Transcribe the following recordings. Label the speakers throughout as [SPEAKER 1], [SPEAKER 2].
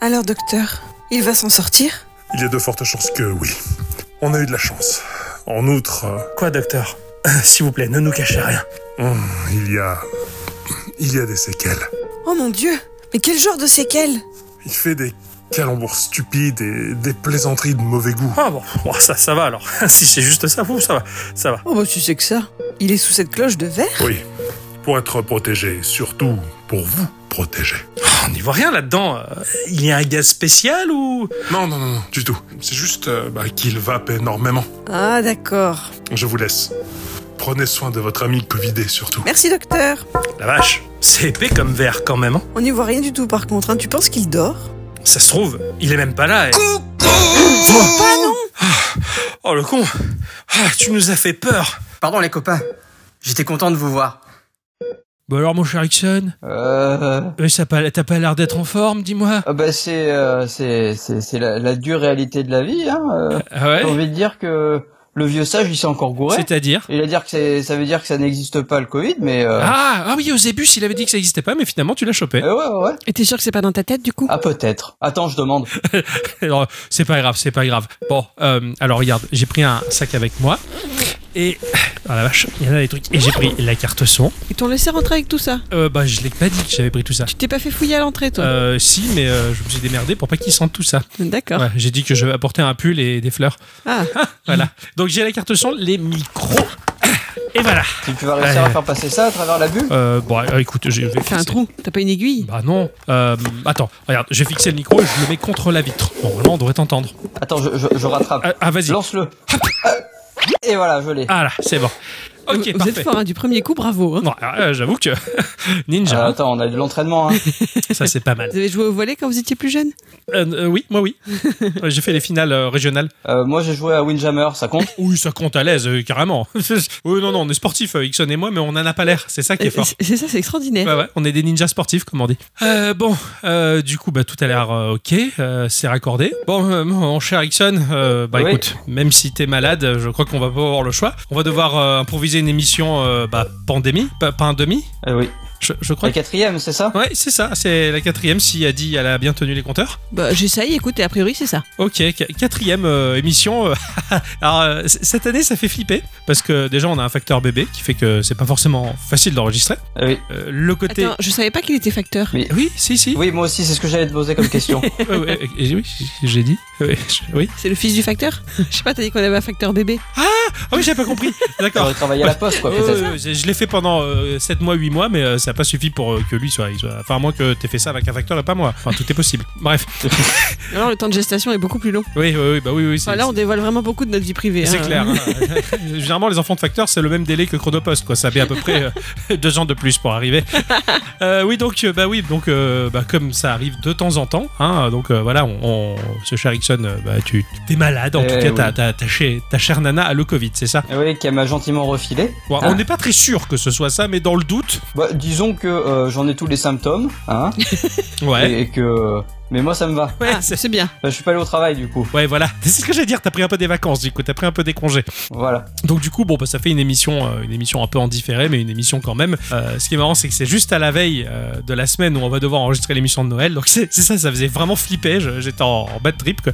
[SPEAKER 1] Alors, docteur, il va s'en sortir
[SPEAKER 2] Il y a de fortes chances que oui. On a eu de la chance. En outre, euh,
[SPEAKER 3] Quoi, docteur S'il vous plaît, ne nous cachez rien.
[SPEAKER 2] hum, il y a. Il y a des séquelles.
[SPEAKER 1] Oh mon dieu Mais quel genre de séquelles
[SPEAKER 2] Il fait des calembours stupides et des plaisanteries de mauvais goût.
[SPEAKER 3] Ah bon, bon, ça, ça va alors. si c'est juste ça, vous, ça va, ça va.
[SPEAKER 1] Oh bah tu sais que ça. Il est sous cette cloche de verre
[SPEAKER 2] Oui. Pour être protégé, surtout pour vous protéger.
[SPEAKER 3] On n'y voit rien là-dedans. Euh, Il y a un gaz spécial ou
[SPEAKER 2] Non, non, non, non, du tout. C'est juste euh, bah, qu'il vape énormément.
[SPEAKER 1] Ah d'accord.
[SPEAKER 2] Je vous laisse. Prenez soin de votre ami Covidé surtout.
[SPEAKER 1] Merci docteur.
[SPEAKER 3] La vache, c'est épais comme verre quand même. hein.
[SPEAKER 1] On n'y voit rien du tout par contre. hein. Tu penses qu'il dort
[SPEAKER 3] Ça se trouve, il est même pas là. et-
[SPEAKER 1] Pas non
[SPEAKER 3] Oh le con Ah, Tu nous as fait peur.
[SPEAKER 4] Pardon les copains, j'étais content de vous voir.
[SPEAKER 5] Bon alors mon cher Ixon,
[SPEAKER 6] Euh...
[SPEAKER 5] euh, ça pas- t'as pas l'air d'être en forme, dis-moi.
[SPEAKER 6] Ah bah c'est euh, c'est c'est c'est la, la dure réalité de la vie hein. euh.
[SPEAKER 5] Ah
[SPEAKER 6] J'ai
[SPEAKER 5] ouais
[SPEAKER 6] envie de dire que le vieux sage il s'est encore gouré.
[SPEAKER 5] C'est-à-dire
[SPEAKER 6] Il a dire que c'est ça veut dire que ça n'existe pas le Covid mais euh...
[SPEAKER 5] ah, ah oui, au début, il avait dit que ça existait pas, mais finalement, tu l'as chopé.
[SPEAKER 6] euh, ouais ouais. ouais.
[SPEAKER 7] Et t'es sûr que c'est pas dans ta tête du coup
[SPEAKER 6] Ah peut-être. Attends, je demande.
[SPEAKER 5] Alors, c'est pas grave, c'est pas grave. Bon, euh, alors regarde, j'ai pris un sac avec moi. Et. Ah la vache, il y en a des trucs. Et j'ai pris la carte son.
[SPEAKER 7] Ils t'ont laissé rentrer avec tout ça
[SPEAKER 5] Euh, bah, je l'ai pas dit que j'avais pris tout ça.
[SPEAKER 7] Tu t'es pas fait fouiller à l'entrée toi
[SPEAKER 5] Euh, si, mais euh, je me suis démerdé pour pas qu'ils sentent tout ça.
[SPEAKER 7] D'accord.
[SPEAKER 5] Euh, Ouais, j'ai dit que je apportais un pull et des fleurs.
[SPEAKER 7] Ah.
[SPEAKER 5] Voilà. Donc j'ai la carte son, les micros. Et voilà.
[SPEAKER 6] Si tu vas réussir
[SPEAKER 5] Euh.
[SPEAKER 6] à faire passer ça à travers la bulle.
[SPEAKER 5] Euh, bon, euh, écoute, je vais
[SPEAKER 7] Fais un
[SPEAKER 5] fixer-
[SPEAKER 7] trou, t'as pas une aiguille
[SPEAKER 5] Bah non. Euh, attends, regarde, j'ai fixé le micro et je le mets contre la vitre. Normalement, on devrait t'entendre.
[SPEAKER 6] Attends, je je, je rattrape.
[SPEAKER 5] Ah, ah, vas-y.
[SPEAKER 6] Lance-le. Ah, Et voilà, je l'ai.
[SPEAKER 5] Ah là, c'est bon.
[SPEAKER 7] Vous-
[SPEAKER 5] Ok,
[SPEAKER 7] vous,
[SPEAKER 5] parfait.
[SPEAKER 7] êtes fort hein, du premier coup, bravo. hein.
[SPEAKER 5] Bon, alors, euh, j'avoue que
[SPEAKER 6] Ah,
[SPEAKER 5] Ninja,
[SPEAKER 6] attends, on a eu de l'entraînement. Hein.
[SPEAKER 7] Ah.
[SPEAKER 5] ça c'est pas mal.
[SPEAKER 7] Vous avez joué au volet quand vous étiez plus jeune
[SPEAKER 5] Euh, euh, oui, moi oui. Euh, J'ai fait les finales euh, régionales.
[SPEAKER 6] Euh, moi, j'ai joué à Windjammer, ça compte.
[SPEAKER 5] Oui, ça compte à l'aise, euh, carrément. oui, non, non, on est sportifs, euh, Ixon et moi, mais on en a pas l'air. C'est ça qui est fort.
[SPEAKER 7] C'est ça, c'est extraordinaire.
[SPEAKER 5] Ouais, ouais, on est des ninjas sportifs, comme on dit. Euh, bon, euh, du coup, bah, tout a l'air euh, ok, euh, c'est raccordé. Bon, euh, mon cher Ixon, euh, bah
[SPEAKER 6] Oui.
[SPEAKER 5] écoute, même si t'es malade, euh, je crois qu'on va pas avoir le choix. On va devoir euh, improviser une émission, euh, bah, pandémie, pas, pas un demi,
[SPEAKER 6] Eh oui.
[SPEAKER 5] je, je crois.
[SPEAKER 6] La quatrième, c'est ça
[SPEAKER 5] Ouais, c'est ça, c'est la quatrième, si a dit, elle a bien tenu les compteurs.
[SPEAKER 7] Bah j'essaye, écoute, et a priori c'est ça.
[SPEAKER 5] Ok, qu- quatrième euh, émission. euh, Alors, euh, c- cette année, ça fait flipper, parce que déjà, on a un facteur bébé qui fait que c'est pas forcément facile d'enregistrer.
[SPEAKER 6] Eh oui.
[SPEAKER 5] Euh, le côté...
[SPEAKER 7] Attends, je savais pas qu'il était facteur.
[SPEAKER 5] Oui, si, si.
[SPEAKER 6] Oui, moi aussi, c'est ce que j'allais te poser comme question.
[SPEAKER 5] Ouais, ouais, euh, oui, j'ai dit. Oui, je- oui.
[SPEAKER 7] C'est le fils du facteur Je sais pas, t'as dit qu'on avait un facteur bébé.
[SPEAKER 5] Ah oui, j'avais pas compris. D'accord.
[SPEAKER 6] J'aurais travaillé à la poste, quoi,
[SPEAKER 5] Ouais,
[SPEAKER 6] peut-être.
[SPEAKER 5] ouais, ouais, je l'ai fait pendant 7 mois, 8 mois, mais euh, ça n'a pas suffi pour euh, que lui soit, il soit- Enfin, à moins que t'aies fait ça avec un facteur et pas moi. Enfin, tout est possible. Bref.
[SPEAKER 7] Alors le temps de gestation est beaucoup plus long.
[SPEAKER 5] Oui, oui, oui, bah oui, oui. c'est-
[SPEAKER 7] Enfin, là on dévoile vraiment beaucoup de notre vie privée.
[SPEAKER 5] c'est
[SPEAKER 7] hein.
[SPEAKER 5] clair. hein. Généralement, les enfants de facteur, c'est le même délai que Chronopost, quoi. Ça met à peu près euh, deux ans de plus pour arriver. Euh, oui, donc, euh, bah oui, donc, euh, bah, comme ça arrive de temps en temps, hein, donc euh, voilà, on, on- ce cher Ixon, euh, bah, tu t'es malade, en
[SPEAKER 6] Eh
[SPEAKER 5] tout cas,
[SPEAKER 6] oui.
[SPEAKER 5] ta- ta- ta chère- ta chère nana a le Covid, c'est ça
[SPEAKER 6] Eh Oui, qu'elle m'a gentiment refilé.
[SPEAKER 5] Bon,
[SPEAKER 6] Ah.
[SPEAKER 5] On n'est pas très sûr que ce soit ça, mais dans le doute,
[SPEAKER 6] Bah, disons que euh, j'en ai tous les symptômes, hein,
[SPEAKER 5] ouais.
[SPEAKER 6] et, et que... Mais moi, ça me va.
[SPEAKER 5] Ouais,
[SPEAKER 7] Ah,
[SPEAKER 5] c'est-
[SPEAKER 7] c'est bien.
[SPEAKER 6] Bah, je suis pas allé au travail, du coup.
[SPEAKER 5] ouais, voilà. C'est ce que j'allais dire. T'as pris un peu des vacances, du coup. T'as pris un peu des congés.
[SPEAKER 6] Voilà.
[SPEAKER 5] Donc, du coup, bon, bah, ça fait une émission, euh, une émission un peu en différé, mais une émission quand même. Euh, ce qui est marrant, c'est que c'est juste à la veille euh, de la semaine où on va devoir enregistrer l'émission de Noël. Donc, c'est c'est ça, ça faisait vraiment flipper. Je- J'étais en, en bad trip, quoi.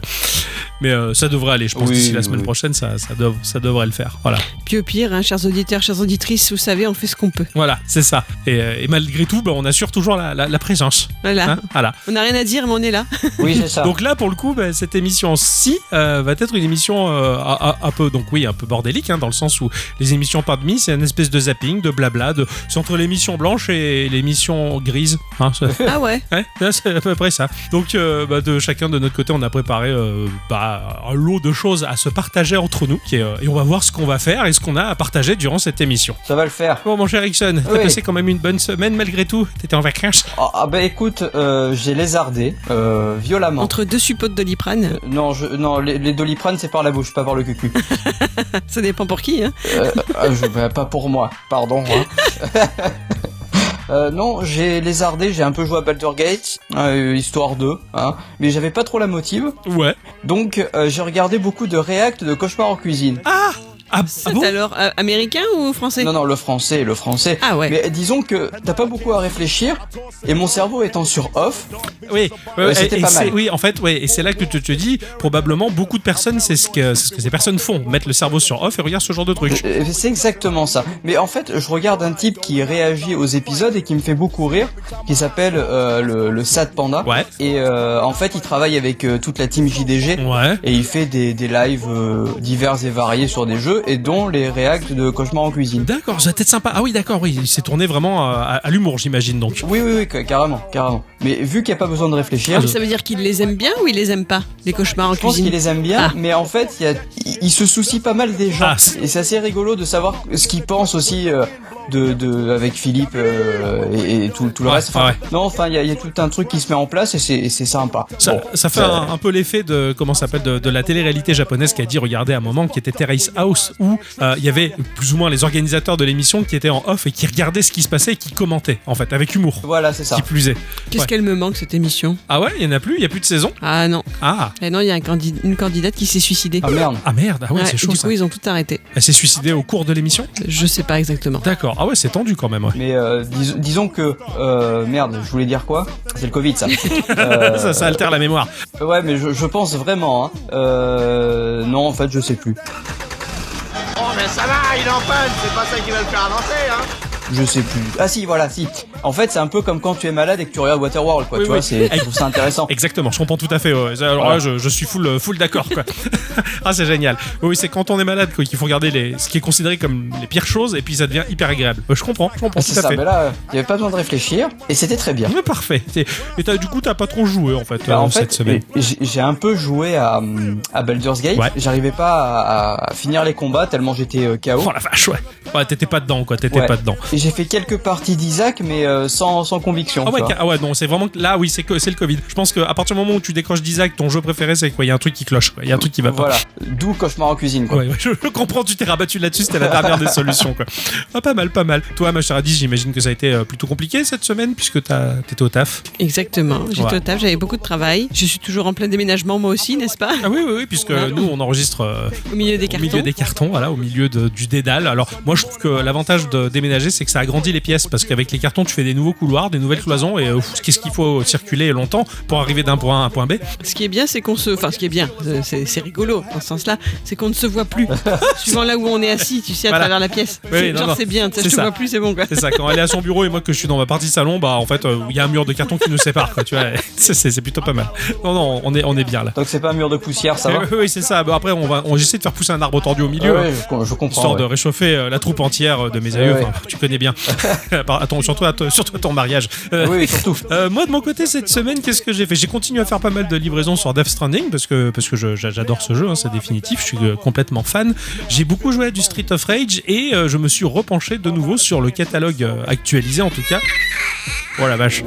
[SPEAKER 5] Mais euh, ça devrait aller. Je pense
[SPEAKER 6] Oui,
[SPEAKER 5] d'ici la
[SPEAKER 6] oui,
[SPEAKER 5] semaine
[SPEAKER 6] oui.
[SPEAKER 5] prochaine, ça, ça, dev- ça devrait le faire. Voilà.
[SPEAKER 7] Puis au pire, hein, chers auditeurs, chères auditrices, vous savez, on fait ce qu'on peut.
[SPEAKER 5] Voilà, c'est ça. Et, euh, et malgré tout, bah, on assure toujours la, la- la présence.
[SPEAKER 7] Voilà.
[SPEAKER 5] Hein voilà.
[SPEAKER 7] On n'a rien à dire, mais on est là.
[SPEAKER 6] Oui, c'est ça.
[SPEAKER 5] Donc là, pour le coup, bah, cette émission-ci euh, va être une émission euh, un, un- un peu, donc oui, un peu bordélique, hein, dans le sens où les émissions par demi, c'est une espèce de zapping, de blabla, de... c'est entre l'émission blanche et l'émission grise. hein, ça-
[SPEAKER 7] Ah ouais
[SPEAKER 5] ouais, ça, c'est à peu près ça. Donc, euh, bah, de chacun de notre côté, on a préparé euh, bah, un lot de choses à se partager entre nous, qui est, euh, et on va voir ce qu'on va faire et ce qu'on a à partager durant cette émission.
[SPEAKER 6] Ça va le faire.
[SPEAKER 5] Bon, mon cher Erickson, t'as
[SPEAKER 6] Oui.
[SPEAKER 5] passé quand même une bonne semaine malgré tout. T'étais en vacances.
[SPEAKER 6] Ah, ah, bah écoute, euh, j'ai lézardé, euh, violemment.
[SPEAKER 7] Entre deux suppôts de doliprane,
[SPEAKER 6] Euh, Non, je, non, les, les doliprane c'est par la bouche, pas par le cucu.
[SPEAKER 7] ça dépend pour qui. Hein.
[SPEAKER 6] Euh, ah, je- bah, pas pour moi, pardon. hein. Euh, non, j'ai lézardé, j'ai un peu joué à Baldur's Gate, euh, histoire 2, hein, mais j'avais pas trop la motive,
[SPEAKER 5] Ouais.
[SPEAKER 6] donc euh, j'ai regardé beaucoup de réacts de Cauchemar en cuisine.
[SPEAKER 5] Ah Ah, ah
[SPEAKER 7] C'est
[SPEAKER 5] bon
[SPEAKER 7] alors euh, américain ou français
[SPEAKER 6] Non, non, le français, le français.
[SPEAKER 7] Ah ouais.
[SPEAKER 6] Mais disons que t'as pas beaucoup à réfléchir, et mon cerveau étant sur off,
[SPEAKER 5] Oui,
[SPEAKER 6] Ouais,
[SPEAKER 5] ouais,
[SPEAKER 6] c'était
[SPEAKER 5] et
[SPEAKER 6] pas
[SPEAKER 5] c'est-
[SPEAKER 6] mal.
[SPEAKER 5] oui, en fait, ouais, et c'est là que tu te dis, probablement, beaucoup de personnes, c'est ce que, c'est ce que ces personnes font, mettre le cerveau sur off et regarde ce genre de truc.
[SPEAKER 6] euh, c'est exactement ça. Mais en fait, je regarde un type qui réagit aux épisodes et qui me fait beaucoup rire, qui s'appelle euh, le, le Sad Panda.
[SPEAKER 5] Ouais.
[SPEAKER 6] Et euh, en fait, il travaille avec euh, toute la team JDG.
[SPEAKER 5] Ouais.
[SPEAKER 6] Et il fait des, des lives euh, divers et variés sur des jeux, et dont les réacts de Cauchemar en cuisine.
[SPEAKER 5] D'accord, ça va être sympa. Ah oui, d'accord, oui, il s'est tourné vraiment euh, à, à- à l'humour, j'imagine donc.
[SPEAKER 6] Oui, oui, oui, ca- carrément, carrément. Mais vu qu'il n'y a pas besoin de réfléchir,
[SPEAKER 7] Ah, mais ça veut dire qu'il les aime bien ou il les aime pas Les cauchemars en
[SPEAKER 6] Je pense
[SPEAKER 7] cuisine.
[SPEAKER 6] qu'il les aime bien,
[SPEAKER 7] Ah.
[SPEAKER 6] mais en fait, il, y a- il- il se soucie pas mal des gens.
[SPEAKER 5] Ah, c'est-
[SPEAKER 6] et c'est assez rigolo de savoir ce qu'il pense aussi euh, de, de avec Philippe euh, et, et tout, tout le
[SPEAKER 5] Ouais,
[SPEAKER 6] reste. Enfin,
[SPEAKER 5] ouais.
[SPEAKER 6] Non, enfin, il y, a- il y a tout un truc qui se met en place et c'est et c'est sympa.
[SPEAKER 5] Ça,
[SPEAKER 6] Bon,
[SPEAKER 5] ça fait un, un peu l'effet de comment ça s'appelle de, de la télé-réalité japonaise qui a dit regardez un moment qui était Terrace House où euh, il y avait plus ou moins les organisateurs de l'émission qui étaient en off et qui regardaient ce qui se passait et qui commentaient en fait avec humour
[SPEAKER 6] Voilà, c'est ça.
[SPEAKER 5] qui plus est.
[SPEAKER 7] Qu'est-ce
[SPEAKER 5] Ouais.
[SPEAKER 7] qu'elle me manque cette émission
[SPEAKER 5] Ah ouais, il y en a plus, il y a plus de saison.
[SPEAKER 7] Ah non,
[SPEAKER 5] Ah
[SPEAKER 7] Eh non, il y a un candi- une candidate qui s'est suicidée.
[SPEAKER 6] Ah merde.
[SPEAKER 5] ah merde, ah ouais,
[SPEAKER 7] Ouais,
[SPEAKER 5] c'est
[SPEAKER 7] et
[SPEAKER 5] chaud
[SPEAKER 7] du
[SPEAKER 5] ça.
[SPEAKER 7] coup, ils ont tout arrêté.
[SPEAKER 5] Elle s'est suicidée au cours de l'émission
[SPEAKER 7] Je sais pas exactement.
[SPEAKER 5] D'accord. Ah ouais, c'est tendu quand même. ouais.
[SPEAKER 6] Mais euh, dis- disons que euh, merde, je voulais dire quoi C'est le Covid, ça. Euh,
[SPEAKER 5] Ça, ça altère la mémoire.
[SPEAKER 6] Ouais, mais je, je pense vraiment. Hein. Euh, non, en fait, je sais plus. Oh, mais ça va, il est en panne. C'est pas ça qui va le faire avancer, hein. Je sais plus. Ah si, voilà, si. En fait, c'est un peu comme quand tu es malade et que tu regardes Waterworld, quoi.
[SPEAKER 5] Oui,
[SPEAKER 6] tu vois,
[SPEAKER 5] oui.
[SPEAKER 6] c'est, je trouve ça intéressant.
[SPEAKER 5] Exactement, je comprends tout à fait. ouais. Ça, Alors là,
[SPEAKER 6] Voilà.
[SPEAKER 5] je, je suis full, full d'accord. quoi. ah, c'est génial. Oui, c'est quand on est malade quoi, qu'il faut regarder les, ce qui est considéré comme les pires choses et puis ça devient hyper agréable. Euh, Je comprends, je comprends
[SPEAKER 6] Ah,
[SPEAKER 5] tout
[SPEAKER 6] c'est
[SPEAKER 5] à
[SPEAKER 6] ça.
[SPEAKER 5] fait.
[SPEAKER 6] Mais là, euh, il y avait pas besoin de réfléchir et c'était très bien.
[SPEAKER 5] Mais parfait. C'est- Mais t'as- du coup, t'as pas trop joué en fait
[SPEAKER 6] Bah,
[SPEAKER 5] euh,
[SPEAKER 6] en
[SPEAKER 5] cette
[SPEAKER 6] fait,
[SPEAKER 5] semaine.
[SPEAKER 6] j'ai j'ai un peu joué à, hum, à Baldur's Gate.
[SPEAKER 5] Ouais.
[SPEAKER 6] J'arrivais pas à, à finir les combats tellement j'étais euh, KO.
[SPEAKER 5] Oh la vache, ouais. Ouais, t'étais pas dedans quoi, t'étais
[SPEAKER 6] Ouais.
[SPEAKER 5] pas dedans.
[SPEAKER 6] Et j'ai fait quelques parties d'Isaac, mais euh, sans, sans conviction.
[SPEAKER 5] Ah ouais,
[SPEAKER 6] tu vois.
[SPEAKER 5] ca- ah ouais, non, c'est vraiment que- là, oui, c'est que c'est le Covid. Je pense qu'à partir du moment où tu décroches d'Isaac, ton jeu préféré, c'est quoi Il y a un truc qui cloche, quoi. Il y a un truc qui va pas.
[SPEAKER 6] Voilà, d'où cauchemar en cuisine quoi.
[SPEAKER 5] Ouais, ouais, je, je comprends, tu t'es rabattu là-dessus, c'était la dernière des solutions. Quoi. Ah, pas mal, pas mal. Toi, ma chère Adis, j'imagine que ça a été euh, plutôt compliqué cette semaine puisque t'as- t'étais au taf.
[SPEAKER 7] Exactement. J'étais
[SPEAKER 5] Ouais.
[SPEAKER 7] au taf, j'avais beaucoup de travail. Je suis toujours en plein déménagement, moi aussi, n'est-ce pas
[SPEAKER 5] Ah oui, oui, oui, puisque
[SPEAKER 7] Ouais.
[SPEAKER 5] nous, on enregistre euh,
[SPEAKER 7] Au milieu des
[SPEAKER 5] au
[SPEAKER 7] cartons.
[SPEAKER 5] milieu des cartons, voilà, au milieu de- du dédale. Alors, moi, je trouve que l'avantage de déménager, c'est que ça agrandit les pièces parce qu'avec les cartons, tu fais des nouveaux couloirs, des nouvelles cloisons et euh, pff, qu'est-ce qu'il faut circuler longtemps pour arriver d'un point A à un point B.
[SPEAKER 7] Ce qui est bien, c'est qu'on se. Enfin, ce qui est bien, euh, c'est c'est rigolo dans ce sens-là, c'est qu'on ne se voit plus. Suivant là où on est assis, tu sais, à
[SPEAKER 5] Voilà.
[SPEAKER 7] travers la pièce.
[SPEAKER 5] Oui,
[SPEAKER 7] C'est-
[SPEAKER 5] non,
[SPEAKER 7] genre,
[SPEAKER 5] non.
[SPEAKER 7] c'est bien, tu sais,
[SPEAKER 5] C'est
[SPEAKER 7] je te
[SPEAKER 5] ça.
[SPEAKER 7] vois plus, c'est bon quoi.
[SPEAKER 5] C'est ça, quand elle est à son bureau et moi que je suis dans ma partie salon, bah en fait, euh, il y a un mur de carton qui nous sépare, quoi, tu vois. C'est- C'est c'est plutôt pas mal. Non, non, on est, on est bien là.
[SPEAKER 6] Donc c'est pas un mur de poussière, ça va
[SPEAKER 5] Euh, oui, c'est ça. Bah, après, on va, on, j'essaie de faire pousser un arbre tordu au milieu.
[SPEAKER 6] Ouais, ouais,
[SPEAKER 5] hein,
[SPEAKER 6] je, com- je comprends.
[SPEAKER 5] Histoire
[SPEAKER 6] ouais.
[SPEAKER 5] de réchauffer euh, la troupe entière euh, de mes aïeux,
[SPEAKER 6] Ouais, ouais.
[SPEAKER 5] Enfin, tu connais bien. Par- Attends, surtout à, ton- surtout à ton mariage. Euh,
[SPEAKER 6] Oui, oui, surtout.
[SPEAKER 5] euh, moi de mon côté cette semaine, qu'est-ce que j'ai fait J'ai continué à faire pas mal de livraisons sur Death Stranding parce que parce que je- j'a- j'adore ce jeu, hein, c'est définitif. Je suis euh, complètement fan. J'ai beaucoup joué à du Street of Rage et euh, je me suis repenché de nouveau sur le catalogue euh, actualisé en tout cas. Oh la vache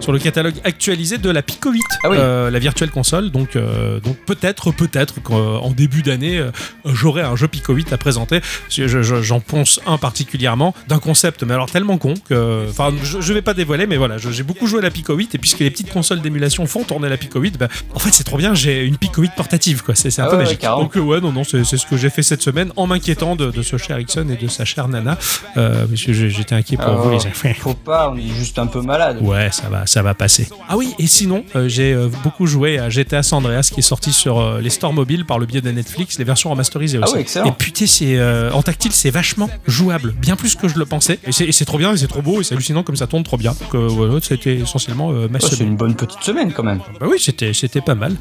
[SPEAKER 5] Sur le catalogue actualisé de la Pico 8,
[SPEAKER 6] Ah oui.
[SPEAKER 5] euh, la virtuelle console. Donc euh, donc peut-être peut-être qu'en début d'année euh, j'aurai un jeu Pico 8 à présenter. Je- je- je- J'en pense un particulièrement d'un concept, mais alors tellement con que. Enfin, je, je vais pas dévoiler, mais voilà, je- j'ai beaucoup joué à la Pico 8 et puisque les petites consoles d'émulation font tourner la Pico 8, bah, en fait, c'est trop bien, j'ai une Pico 8 portative, quoi. C'est c'est un
[SPEAKER 6] Ah
[SPEAKER 5] peu
[SPEAKER 6] ouais, ouais,
[SPEAKER 5] magique.
[SPEAKER 6] carrément.
[SPEAKER 5] Donc, euh, ouais, non, non, c'est c'est ce que j'ai fait cette semaine en m'inquiétant de, de ce cher Ericsson et de sa chère Nana. Euh, parce que j'ai- j'étais inquiet pour
[SPEAKER 6] Ah.
[SPEAKER 5] vous, les enfants.
[SPEAKER 6] Faut pas, on est juste un peu malade.
[SPEAKER 5] Ouais, ça va, ça va passer. Ah oui, et sinon, euh, j'ai euh, beaucoup joué à GTA San Andreas qui est sorti sur euh, les stores mobiles par le biais de Netflix, les versions remasterisées
[SPEAKER 6] Ah
[SPEAKER 5] aussi.
[SPEAKER 6] oui, excellent.
[SPEAKER 5] Et putain, c'est euh, en tactile, c'est vachement jouable, bien plus que je le pensais. Et c'est et c'est trop bien, et c'est trop beau, et c'est hallucinant comme ça tourne trop bien. Donc euh, voilà, c'était essentiellement euh, ma
[SPEAKER 6] Oh, c'est
[SPEAKER 5] semaine.
[SPEAKER 6] une bonne petite semaine quand même.
[SPEAKER 5] Bah oui, c'était c'était pas mal.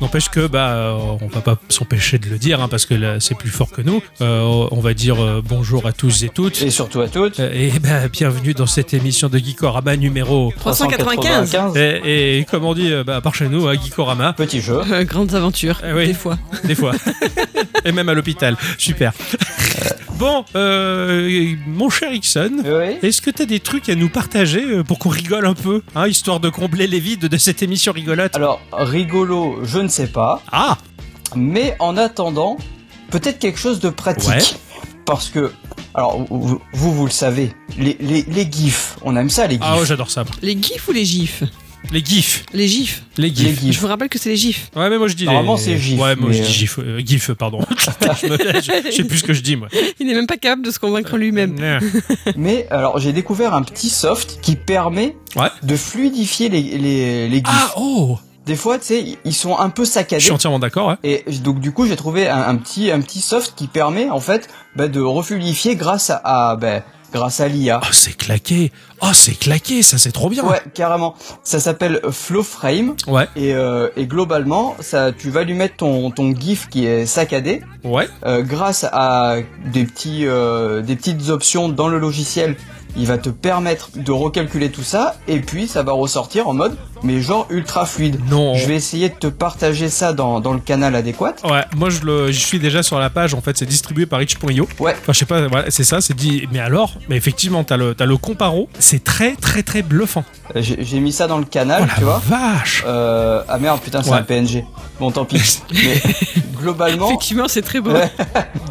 [SPEAKER 5] N'empêche que bah euh, on va pas s'empêcher de le dire hein, parce que là, c'est plus fort que nous. Euh, on va dire euh, bonjour à tous et toutes.
[SPEAKER 6] Et surtout à toutes.
[SPEAKER 5] Euh, Et, bah, bienvenue dans cette émission de Geekorama numéro
[SPEAKER 7] 395.
[SPEAKER 6] 395.
[SPEAKER 5] et, et comme on dit euh, bah, par chez nous à Geekorama
[SPEAKER 6] Petit jeu.
[SPEAKER 7] Euh, grandes aventures,
[SPEAKER 5] Eh oui.
[SPEAKER 7] des fois.
[SPEAKER 5] des fois et même à l'hôpital super bon euh, mon cher Ixon
[SPEAKER 6] Oui.
[SPEAKER 5] est-ce que t'as des trucs à nous partager euh, pour qu'on rigole un peu hein, histoire de combler les vides de cette émission rigolote
[SPEAKER 6] Alors, rigolo, je ne sais pas.
[SPEAKER 5] ah
[SPEAKER 6] Mais en attendant, peut-être quelque chose de pratique. Parce que, alors, vous, vous, vous le savez, les, les, les gifs, on aime ça les gifs.
[SPEAKER 5] ah ouais, Ah, j'adore ça
[SPEAKER 7] Les gifs ou les gifs
[SPEAKER 5] Les gifs.
[SPEAKER 7] Les gifs.
[SPEAKER 5] Les
[SPEAKER 6] Les
[SPEAKER 5] gifs.
[SPEAKER 7] Je
[SPEAKER 6] gifs.
[SPEAKER 7] vous rappelle que c'est les gifs.
[SPEAKER 5] Ouais, mais moi je dis.
[SPEAKER 6] Normalement,
[SPEAKER 5] les-
[SPEAKER 6] c'est gif,
[SPEAKER 5] Ouais, moi
[SPEAKER 6] mais,
[SPEAKER 5] je dis
[SPEAKER 6] euh,
[SPEAKER 5] gif. euh, gif, pardon. je, me- je- je sais plus ce que je dis, moi.
[SPEAKER 7] Il n'est même pas capable de se convaincre lui-même.
[SPEAKER 6] Mais alors, j'ai découvert un petit soft qui permet
[SPEAKER 5] Ouais.
[SPEAKER 6] de fluidifier les, les, les gifs.
[SPEAKER 5] Ah, oh
[SPEAKER 6] Des fois, tu sais, ils sont un peu
[SPEAKER 5] Je
[SPEAKER 6] saccadés.
[SPEAKER 5] suis entièrement d'accord, hein. ouais.
[SPEAKER 6] Et donc du coup j'ai trouvé un, un petit un petit soft qui permet en fait bah, de refulifier grâce à, à, bah, grâce à l'IA.
[SPEAKER 5] Oh, c'est claqué. Oh, c'est claqué, ça c'est trop bien.
[SPEAKER 6] Ouais carrément. Ça s'appelle Flowframe
[SPEAKER 5] Ouais.
[SPEAKER 6] et, euh, et globalement ça tu vas lui mettre ton ton GIF qui est saccadé
[SPEAKER 5] Ouais.
[SPEAKER 6] euh, grâce à des petits euh, des petites options dans le logiciel. Il va te permettre de recalculer tout ça et puis ça va ressortir en mode mais genre ultra fluide.
[SPEAKER 5] Non.
[SPEAKER 6] Je vais essayer de te partager ça dans dans le canal adéquat.
[SPEAKER 5] Ouais, moi je, le, je suis déjà sur la page, en fait, c'est distribué par itch.io.
[SPEAKER 6] Ouais.
[SPEAKER 5] Enfin, je sais pas, voilà, c'est ça, c'est dit. Mais alors, mais effectivement, t'as le, t'as le comparo, c'est très, très, très bluffant.
[SPEAKER 6] Euh, J'ai j'ai mis ça dans le canal,
[SPEAKER 5] Oh
[SPEAKER 6] Ah, tu vois.
[SPEAKER 5] la vache
[SPEAKER 6] Euh, ah merde, putain, c'est
[SPEAKER 5] Ouais.
[SPEAKER 6] un PNG. Bon, tant pis. Mais globalement,
[SPEAKER 7] Effectivement, c'est très beau.
[SPEAKER 6] Ouais.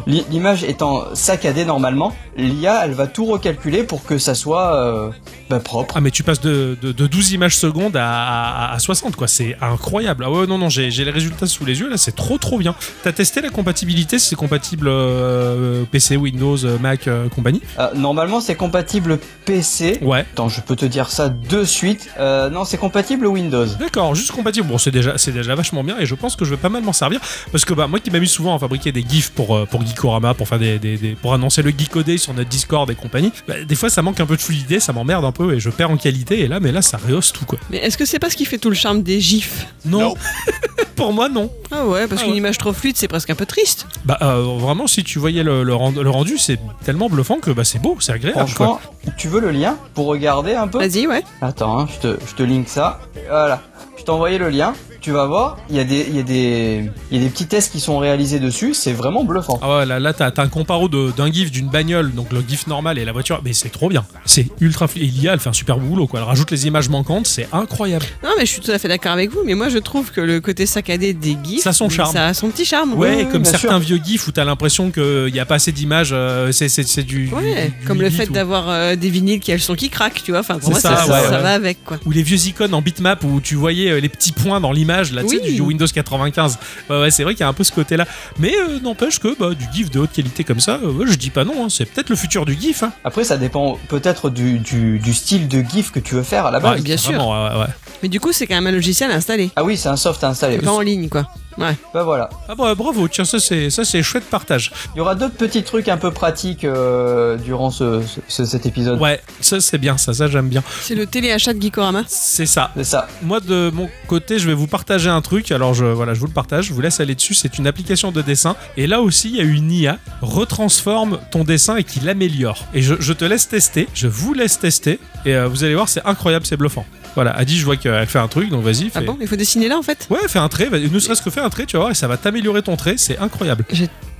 [SPEAKER 6] l'i- l'image étant saccadée normalement, l'IA, elle va tout recalculer pour que ça soit euh, bah, propre.
[SPEAKER 5] Ah mais tu passes de, de, de 12 images secondes à, à, à 60 quoi, c'est incroyable. Ah ouais non non j'ai j'ai les résultats sous les yeux là, c'est trop trop bien. T'as testé la compatibilité, si c'est compatible euh, PC, Windows, euh, Mac, euh, compagnie
[SPEAKER 6] Euh, normalement, c'est compatible PC.
[SPEAKER 5] Ouais.
[SPEAKER 6] Attends, je peux te dire ça de suite. Euh, non, c'est compatible Windows.
[SPEAKER 5] D'accord, juste compatible. Bon, c'est déjà, c'est déjà vachement bien et je pense que je vais pas mal m'en servir parce que bah moi qui m'amuse souvent à fabriquer des gifs pour euh, pour Geekorama, pour faire des, des- des- pour annoncer le Geekodé sur notre Discord et compagnie. bah, des fois ça manque un peu de fluidité, ça m'emmerde un peu et je perds en qualité et là mais là ça rehausse tout quoi.
[SPEAKER 7] Mais est-ce que c'est pas ce qui fait tout le charme des gifs
[SPEAKER 5] Non. pour moi non.
[SPEAKER 7] Ah ouais, parce
[SPEAKER 5] Ah
[SPEAKER 7] qu'une
[SPEAKER 5] ouais.
[SPEAKER 7] image trop fluide, c'est presque un peu triste.
[SPEAKER 5] Bah euh, vraiment si tu voyais le, le rend- le rendu, c'est tellement bluffant que bah c'est beau, c'est agréable quoi.
[SPEAKER 6] Franchement, tu veux le lien pour regarder un peu
[SPEAKER 5] Oh.
[SPEAKER 7] Vas-y, ouais.
[SPEAKER 6] Attends, hein, je, te, je te link ça. Voilà. Je t'ai envoyé le lien. Tu vas voir, il y, a des- il y, a des- il y a des petits tests qui sont réalisés dessus. C'est vraiment bluffant.
[SPEAKER 5] Ah ouais, là, là t'as t'as un comparo de- d'un gif d'une bagnole, donc le gif normal et la voiture, mais c'est trop bien. C'est ultra fluide. Et L'IA, elle fait un super boulot, quoi. Elle rajoute les images manquantes, c'est incroyable.
[SPEAKER 7] Non, mais je suis tout à fait d'accord avec vous, mais moi je trouve que le côté saccadé des gifs,
[SPEAKER 5] Ça a son charme.
[SPEAKER 7] Ça a son petit charme.
[SPEAKER 5] Ouais,
[SPEAKER 6] Oui, oui,
[SPEAKER 5] comme
[SPEAKER 6] bien
[SPEAKER 5] certains vieux gifs où t'as l'impression qu'il n'y a pas assez d'images, euh, c'est, c'est, c'est du.
[SPEAKER 7] Ouais,
[SPEAKER 5] du- du
[SPEAKER 7] comme le
[SPEAKER 5] bit
[SPEAKER 7] fait
[SPEAKER 5] ou-
[SPEAKER 7] d'avoir euh, des vinyles qui elles sont qui craquent, tu vois. Enfin,
[SPEAKER 5] C'est
[SPEAKER 7] pour moi,
[SPEAKER 5] ça,
[SPEAKER 7] ça, ça-
[SPEAKER 6] ouais,
[SPEAKER 7] ça
[SPEAKER 5] ouais.
[SPEAKER 7] va avec quoi.
[SPEAKER 5] Ou les vieux icônes en bitmap où tu voyais euh, les petits points dans l'image, là, tu sais,
[SPEAKER 7] Oui.
[SPEAKER 5] du Windows 95. Ouais, ouais, c'est vrai qu'il y a un peu ce côté-là. Mais euh, n'empêche que bah, du GIF de haute qualité comme ça, euh, ouais, je dis pas non, hein, c'est peut-être le futur du GIF. Hein.
[SPEAKER 6] Après, ça dépend peut-être du, du, du style de GIF que tu veux faire à la base.
[SPEAKER 7] Ah bah, bien sûr.
[SPEAKER 5] carrément, ouais, ouais, ouais.
[SPEAKER 7] Mais du coup, c'est quand même un logiciel installé,
[SPEAKER 6] Ah oui, c'est un soft installé.
[SPEAKER 7] pas en ligne, quoi. Ouais.
[SPEAKER 6] Bah voilà.
[SPEAKER 5] Ah bah, bravo, tiens, ça c'est, ça, c'est chouette partage.
[SPEAKER 6] Il y aura d'autres petits trucs un peu pratiques euh, durant ce, ce- cet épisode.
[SPEAKER 5] Ouais, ça c'est bien, ça, ça j'aime bien.
[SPEAKER 7] C'est le téléachat de Geekorama.
[SPEAKER 5] C'est ça.
[SPEAKER 6] C'est ça.
[SPEAKER 5] Moi de mon côté, je vais vous partager un truc. Alors je voilà, je vous le partage, je vous laisse aller dessus, c'est une application de dessin et là aussi il y a une IA retransforme ton dessin et qui l'améliore. Et je, je te laisse tester, je vous laisse tester et euh, vous allez voir, c'est incroyable, c'est bluffant. Voilà, Adi, je vois qu'elle fait un truc, donc vas-y,
[SPEAKER 7] Ah
[SPEAKER 5] fais.
[SPEAKER 7] bon Il faut dessiner là en fait
[SPEAKER 5] Ouais, fais un trait, vas-y, ne serait-ce que fais un trait, tu vas voir, et ça va t'améliorer ton trait, c'est incroyable.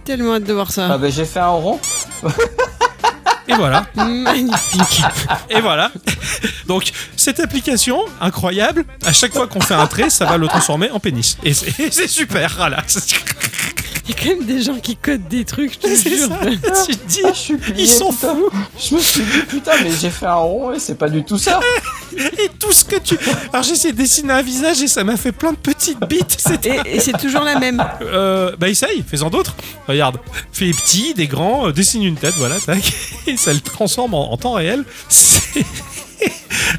[SPEAKER 7] Tellement hâte de voir
[SPEAKER 6] Ah
[SPEAKER 5] Hein.
[SPEAKER 7] ça.
[SPEAKER 6] bah j'ai fait un rond.
[SPEAKER 5] Et voilà.
[SPEAKER 7] Magnifique.
[SPEAKER 5] Et voilà. Donc, cette application, incroyable, à chaque fois qu'on fait un trait, ça va le transformer en pénis. Et c'est et c'est super, voilà.
[SPEAKER 7] Il y a quand même des gens qui codent des trucs, je te
[SPEAKER 5] C'est
[SPEAKER 7] jure.
[SPEAKER 5] ça. Tu te dis,
[SPEAKER 6] Ah, je suis plié,
[SPEAKER 5] Ils s'en
[SPEAKER 6] putain. Je me suis dit putain mais j'ai fait un rond et c'est pas du tout ça.
[SPEAKER 5] et tout ce que tu. Alors j'ai essayé de dessiner un visage et ça m'a fait plein de petites bites.
[SPEAKER 6] Ah,
[SPEAKER 5] C'est-
[SPEAKER 7] Et, et c'est toujours la même.
[SPEAKER 5] Euh, bah essaye, fais-en d'autres. Regarde, fais des petits, des grands, euh, dessine une tête, voilà, tac. Et ça le transforme en, en temps réel. C'est.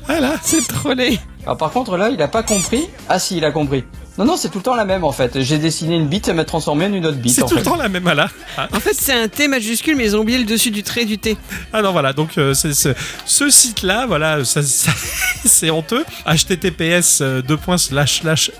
[SPEAKER 5] Voilà, c'est trop.
[SPEAKER 7] Trollé.
[SPEAKER 6] Alors par contre là il a pas compris. Ah si il a compris. Non non c'est tout le temps la même en fait. J'ai dessiné une bite et m'a transformé en une autre bite
[SPEAKER 5] C'est
[SPEAKER 6] en
[SPEAKER 5] tout le
[SPEAKER 6] fait.
[SPEAKER 5] temps la même à la.
[SPEAKER 7] En fait, c'est un T majuscule, mais ils ont oublié le dessus du trait du T.
[SPEAKER 5] Ah non, voilà, donc euh, c'est- c'est- ce site-là, voilà, ça- ça- c'est honteux. https euh, deux points, slash, slash,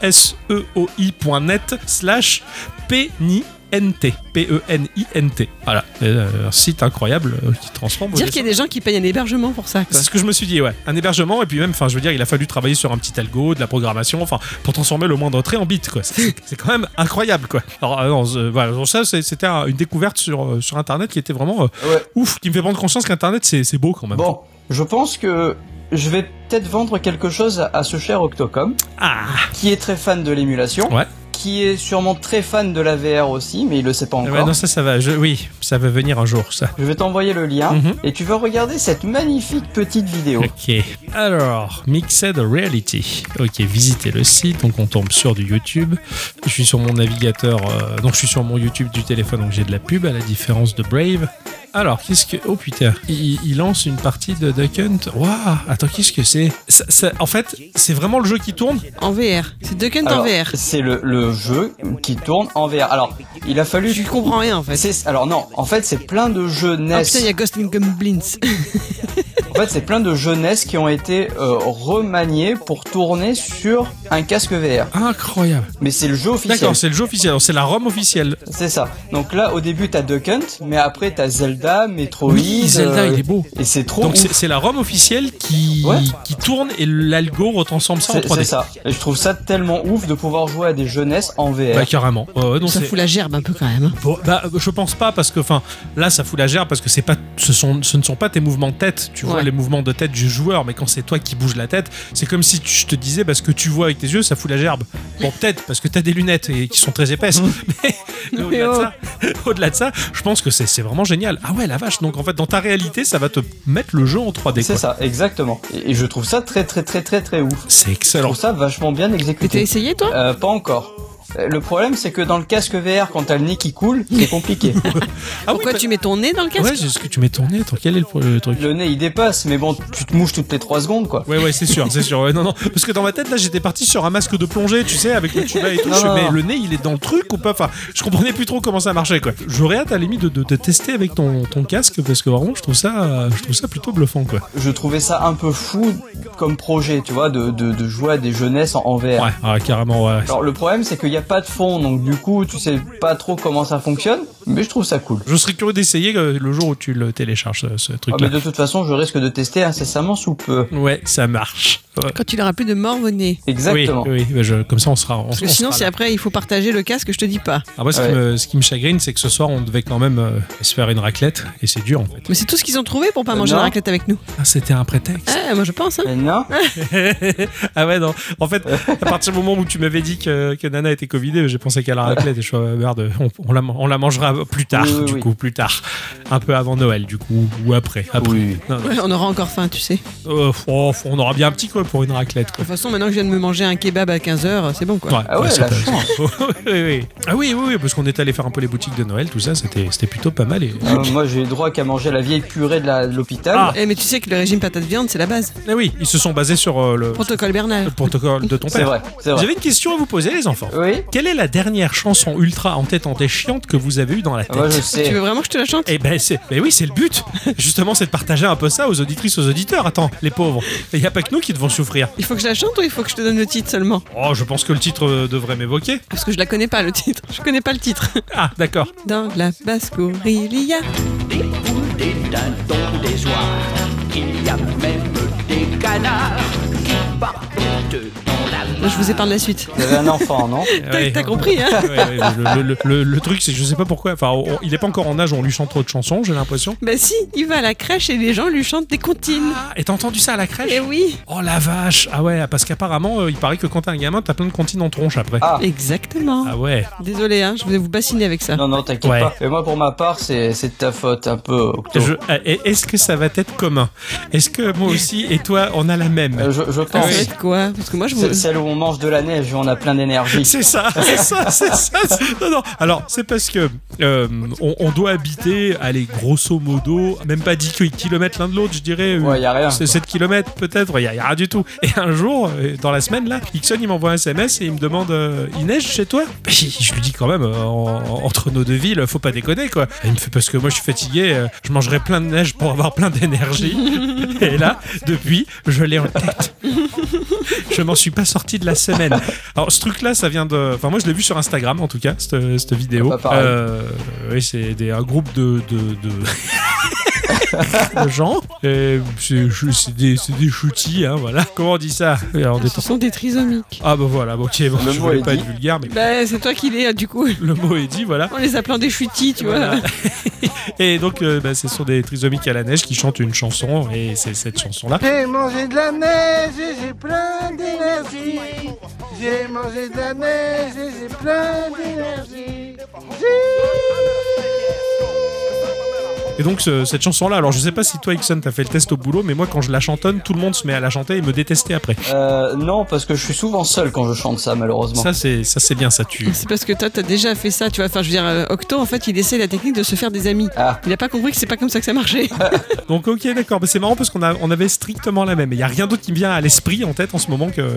[SPEAKER 5] E seoi.net slash PNINT. P-E-N-I-N-T. Voilà, Euh, un site incroyable euh, qui transforme.
[SPEAKER 7] Dire qu'il y a des gens qui payent un hébergement pour ça, quoi.
[SPEAKER 5] C'est ce que je me suis dit, ouais. Un hébergement, et puis même, enfin, je veux dire, il a fallu travailler sur un petit algo, de la programmation, enfin, pour transformer le moindre trait en bit, quoi. C'est c'est quand même incroyable, quoi. Alors, euh, non, euh, voilà, donc ça, c'est- c'était un- une découverte sur, euh, sur Internet qui était vraiment euh,
[SPEAKER 6] Ouais.
[SPEAKER 5] ouf, qui me fait prendre conscience qu'Internet, c'est c'est beau quand même.
[SPEAKER 6] Bon je pense que je vais peut-être vendre quelque chose à ce cher Octocom
[SPEAKER 5] Ah
[SPEAKER 6] qui est très fan de l'émulation.
[SPEAKER 5] Ouais.
[SPEAKER 6] qui est sûrement très fan de la VR aussi, mais il le sait pas
[SPEAKER 5] Ah
[SPEAKER 6] encore.
[SPEAKER 5] ouais, non, ça, ça va. Je- oui, ça va venir un jour, ça.
[SPEAKER 6] Je vais t'envoyer le lien
[SPEAKER 5] Mhm.
[SPEAKER 6] et tu vas regarder cette magnifique petite vidéo.
[SPEAKER 5] Ok. Alors, Mixed Reality. Ok, visitez le site. Donc, on tombe sur du YouTube. Je suis sur mon navigateur. euh, donc, je suis sur mon YouTube du téléphone. Donc, j'ai de la pub, à la différence de Brave. Alors, qu'est-ce que. Oh putain. Il, il lance une partie de Duck Hunt. Waouh. Attends, qu'est-ce que c'est Ça- ça- En fait, c'est vraiment le jeu qui tourne.
[SPEAKER 7] En VR. C'est Duck Hunt en
[SPEAKER 6] Alors,
[SPEAKER 7] VR.
[SPEAKER 6] C'est le, le jeu qui tourne en VR. Alors, il a fallu.
[SPEAKER 7] Je comprends rien en fait.
[SPEAKER 6] C'est- Alors non, en fait c'est plein de jeux NES.
[SPEAKER 7] Ah putain, il y a Ghost and Goblins.
[SPEAKER 6] En fait c'est plein de jeux NES qui ont été euh, remaniés pour tourner sur un casque VR.
[SPEAKER 5] Incroyable.
[SPEAKER 6] Mais c'est le jeu officiel.
[SPEAKER 5] D'accord, c'est le jeu officiel. Alors, C'est la ROM officielle.
[SPEAKER 6] C'est ça. Donc là au début t'as Duck Hunt, mais après t'as Zelda, Metroid.
[SPEAKER 5] Oui, bah, Zelda,
[SPEAKER 6] euh,
[SPEAKER 5] il est beau.
[SPEAKER 6] Et c'est trop.
[SPEAKER 5] Donc,
[SPEAKER 6] ouf.
[SPEAKER 5] c'est c'est la ROM officielle qui,
[SPEAKER 6] Ouais.
[SPEAKER 5] qui tourne et l'algo retransforme ça en
[SPEAKER 6] C'est c'est
[SPEAKER 5] 3D.
[SPEAKER 6] ça. Et je trouve ça tellement ouf de pouvoir jouer à des jeunesses en VR.
[SPEAKER 5] Bah, carrément. Ouais, ouais, non,
[SPEAKER 7] Ça
[SPEAKER 5] c'est-
[SPEAKER 7] fout la gerbe un peu quand même. hein.
[SPEAKER 5] Bon, bah, je pense pas parce que, enfin, là, ça fout la gerbe parce que c'est pas, ce, sont, ce ne sont pas tes mouvements de tête. Tu vois
[SPEAKER 7] Ouais.
[SPEAKER 5] les mouvements de tête du joueur, mais quand c'est toi qui bouges la tête, c'est comme si tu- je te disais, parce que tu vois avec tes yeux, ça fout la gerbe. Bon, peut-être parce que t'as des lunettes et qui sont très épaisses. Mais, mais au-delà
[SPEAKER 7] oh.
[SPEAKER 5] de ça, au-delà de ça, je pense que c'est c'est vraiment génial. Ah ouais, la vache. Donc en fait, dans ta réalité, ça va te mettre le jeu en 3D.
[SPEAKER 6] C'est
[SPEAKER 5] quoi.
[SPEAKER 6] ça, exactement. Et et je trouve ça très très très très très ouf.
[SPEAKER 5] C'est
[SPEAKER 6] Je
[SPEAKER 5] excellent.
[SPEAKER 6] trouve ça vachement bien
[SPEAKER 7] Mais t'as
[SPEAKER 6] exécuté.
[SPEAKER 7] essayé toi
[SPEAKER 6] Euh, pas encore. Euh, Le problème, c'est que dans le casque VR, quand t'as le nez qui coule, c'est compliqué.
[SPEAKER 5] Ah oui,
[SPEAKER 7] Pourquoi
[SPEAKER 5] bah-
[SPEAKER 7] tu mets ton nez dans le
[SPEAKER 5] Ouais,
[SPEAKER 7] casque
[SPEAKER 5] c'est ce que tu m'es tourné. Attends, quel est le, pro- le truc
[SPEAKER 6] le nez, il dépasse, mais bon, tu te mouches toutes les 3 secondes, quoi.
[SPEAKER 5] Ouais, ouais, c'est sûr, c'est sûr. Ouais, non, non. Parce que dans ma tête, là, j'étais parti sur un masque de plongée, tu sais, avec le tuba et tout.
[SPEAKER 6] Non,
[SPEAKER 5] Je fais,
[SPEAKER 6] non,
[SPEAKER 5] mais
[SPEAKER 6] non.
[SPEAKER 5] le nez, il est dans le truc ou pas Enfin, je comprenais plus trop comment ça marchait, quoi. J'aurais hâte, à la limite, de, de- de tester avec ton, ton casque, parce que vraiment, je trouve ça, euh, je trouve ça plutôt bluffant, quoi.
[SPEAKER 6] Je trouvais ça un peu fou comme projet, tu vois, de, de, de jouer à des jeunesses en, en VR.
[SPEAKER 5] Ouais, ah, carrément, ouais.
[SPEAKER 6] Alors le problème, c'est qu'il n'y a pas de fond, donc du coup, tu sais pas trop comment ça fonctionne, mais je trouve ça cool.
[SPEAKER 5] Je serais curieux d'essayer euh, le jour où tu le télécharges, ce, ce
[SPEAKER 6] Ah,
[SPEAKER 5] truc-là.
[SPEAKER 6] mais de toute façon, je risque de tester incessamment sous peu.
[SPEAKER 5] Ouais, ça marche. Ouais.
[SPEAKER 7] Quand tu n'auras plus de mort au nez.
[SPEAKER 6] Exactement.
[SPEAKER 5] Oui, oui, bah, je- comme ça on sera. on-
[SPEAKER 7] Parce que
[SPEAKER 5] on
[SPEAKER 7] sinon,
[SPEAKER 5] sera
[SPEAKER 7] si
[SPEAKER 5] là.
[SPEAKER 7] après il faut partager le casque, je te dis pas.
[SPEAKER 5] Ah, moi, ce, qui
[SPEAKER 6] Ouais.
[SPEAKER 5] me, ce qui me chagrine, c'est que ce soir on devait quand même euh, se faire une raclette, et c'est dur en fait.
[SPEAKER 7] Mais c'est tout ce qu'ils ont trouvé pour pas
[SPEAKER 6] Euh,
[SPEAKER 7] manger
[SPEAKER 6] non.
[SPEAKER 7] la raclette avec nous.
[SPEAKER 5] Ah, c'était un prétexte.
[SPEAKER 7] Ah, moi je pense. Hein.
[SPEAKER 6] Mais non,
[SPEAKER 5] ah ouais, non. En fait, à partir du moment où tu m'avais dit que, que Nana était Covidée, j'ai pensé qu'elle la raclette et je suis ah, merde, on, on la, on la mangera plus tard,
[SPEAKER 6] Oui, oui,
[SPEAKER 5] du
[SPEAKER 6] oui.
[SPEAKER 5] coup, plus tard. Un peu avant Noël, du coup, ou après. après.
[SPEAKER 6] oui.
[SPEAKER 5] Non, non.
[SPEAKER 7] Ouais, on aura encore faim, tu sais. De
[SPEAKER 5] Euh, oh, on aura bien un petit quoi pour une raclette, quoi.
[SPEAKER 7] toute façon, maintenant que je viens de me manger un kebab à 15h, c'est bon quoi.
[SPEAKER 6] Ah ouais,
[SPEAKER 5] ça
[SPEAKER 6] la
[SPEAKER 5] t'a-
[SPEAKER 6] chance.
[SPEAKER 5] oui, oui. Ah oui, oui, oui, parce qu'on est allé faire un peu les boutiques de Noël, tout ça, c'était c'était plutôt pas mal. Et...
[SPEAKER 6] Euh, moi, j'ai droit qu'à manger la vieille purée de la- de l'hôpital.
[SPEAKER 5] Ah.
[SPEAKER 7] Eh, mais tu sais que le régime patate viande, c'est la base.
[SPEAKER 5] Ah oui, ils se sont basés sur euh, le,
[SPEAKER 7] Protocole Bernal.
[SPEAKER 5] le protocole de ton
[SPEAKER 6] c'est
[SPEAKER 5] père.
[SPEAKER 6] vrai, c'est vrai.
[SPEAKER 5] J'avais une question à vous poser, les enfants.
[SPEAKER 6] Oui,
[SPEAKER 5] Quelle est la dernière chanson ultra en tête en tête chiante que vous avez eue dans la tête
[SPEAKER 6] Ah, moi je
[SPEAKER 7] Tu
[SPEAKER 6] sais.
[SPEAKER 7] veux vraiment que je te la chante
[SPEAKER 5] Eh ben, c'est, mais oui, c'est le but. Justement, c'est de partager un peu ça aux auditrices, aux auditeurs. Attends, les pauvres. Il n'y a pas que nous qui devons souffrir.
[SPEAKER 7] Il faut que je la chante ou il faut que je te donne le titre seulement
[SPEAKER 5] Oh, je pense que le titre euh, devrait m'évoquer.
[SPEAKER 7] Parce que je la connais pas le titre. Je connais pas le titre.
[SPEAKER 5] Ah, d'accord.
[SPEAKER 7] Dans la basse cour, il y a.
[SPEAKER 8] des poules, des dindons, des oies. Il y a même des canards qui partent dans la
[SPEAKER 7] Là, je vous épargne la suite.
[SPEAKER 6] J'avais un enfant, non
[SPEAKER 7] T'as
[SPEAKER 5] Ouais.
[SPEAKER 7] t'as compris, hein
[SPEAKER 5] Ouais, ouais, le, le- le- le truc, c'est que je sais pas pourquoi. Enfin, on- il est pas encore en âge où on lui chante trop de chansons, j'ai l'impression.
[SPEAKER 7] Bah si, il va à la crèche et les gens lui chantent des comptines.
[SPEAKER 5] Ah, et t'as entendu ça à la crèche
[SPEAKER 7] Eh oui
[SPEAKER 5] Oh la vache Ah ouais, parce qu'apparemment, euh, il paraît que quand t'as un gamin, t'as plein de comptines en tronche après.
[SPEAKER 6] Ah.
[SPEAKER 7] Exactement.
[SPEAKER 5] Ah ouais.
[SPEAKER 7] Désolé, hein, je voulais vous bassiner avec ça.
[SPEAKER 6] Non, non, t'inquiète
[SPEAKER 5] Ouais.
[SPEAKER 6] pas. Et moi, pour ma part, c'est c'est de ta faute, un peu. Octo.
[SPEAKER 5] Je- euh, et- est-ce que ça va être commun Est-ce que moi aussi et toi, on a la même
[SPEAKER 6] Euh, je, je
[SPEAKER 7] Ah,
[SPEAKER 6] pense.
[SPEAKER 7] ça va être quoi Parce que moi, je vous...
[SPEAKER 6] C'est celle où on mange de la neige et on a plein d'énergie.
[SPEAKER 5] C'est ça, c'est ça, c'est ça. c'est- Non, non. Alors, c'est parce que euh, on, on doit habiter, allez, grosso modo, même pas 10 kilomètres l'un de l'autre, je dirais. euh,
[SPEAKER 6] Ouais, y a rien.
[SPEAKER 5] c'est 7 kilomètres peut-être, il n'y a, y a rien du tout. Et un jour, euh, dans la semaine, là, Ixon, il m'envoie un SMS et il me demande euh, Il neige chez toi Je lui dis quand même, euh, en- entre nos deux villes, faut pas déconner quoi. Et il me fait Parce que moi je suis fatigué, euh, je mangerai plein de neige pour avoir plein d'énergie. et là, depuis, je l'ai en tête. je m'en suis pas sorti de la semaine. Alors ce truc-là, ça vient de. Enfin, moi je l'ai vu sur Instagram en tout cas, cette, cette vidéo.
[SPEAKER 6] Pas pareil.
[SPEAKER 5] Euh, oui, c'est des- un groupe de- de- de... de gens. Et C'est c'est des, c'est des choutis, hein, voilà. Comment on dit ça Et on est-
[SPEAKER 7] Ce sont des trisomiques.
[SPEAKER 5] Ah bah voilà, bon, ok, bon,
[SPEAKER 6] Le
[SPEAKER 5] je
[SPEAKER 6] mot
[SPEAKER 5] voulais
[SPEAKER 6] est
[SPEAKER 5] pas
[SPEAKER 6] dit.
[SPEAKER 5] être vulgaire, mais
[SPEAKER 7] Bah, c'est toi qui l'es, euh, du coup.
[SPEAKER 5] le mot est dit, voilà.
[SPEAKER 7] En les appelant des chutis, tu vois.
[SPEAKER 5] Voilà. Et donc, euh, bah, ce sont des trisomiques à la neige qui chantent une chanson, et c'est cette chanson-là.
[SPEAKER 9] J'ai mangé de la neige et j'ai plein d'énergie. J'ai mangé de la neige et j'ai plein d'énergie.
[SPEAKER 5] Et donc ce- cette chanson-là, alors je sais pas si toi Ixon t'as fait le test au boulot, mais moi quand je la chantonne, tout le monde se met à la chanter et me détester après.
[SPEAKER 6] Euh, non, parce que je suis souvent seul quand je chante ça, malheureusement.
[SPEAKER 5] Ça c'est ça c'est bien, ça tue.
[SPEAKER 7] C'est parce que toi, t'as déjà fait ça, tu vois. Enfin, je veux dire, euh, Octo, en fait, il essaie la technique de se faire des amis.
[SPEAKER 6] Ah.
[SPEAKER 7] Il a pas compris que c'est pas comme ça que ça marchait.
[SPEAKER 5] Donc ok d'accord, mais c'est marrant parce qu'on a on avait strictement la même. Il y a rien d'autre qui me vient à l'esprit en tête en ce moment que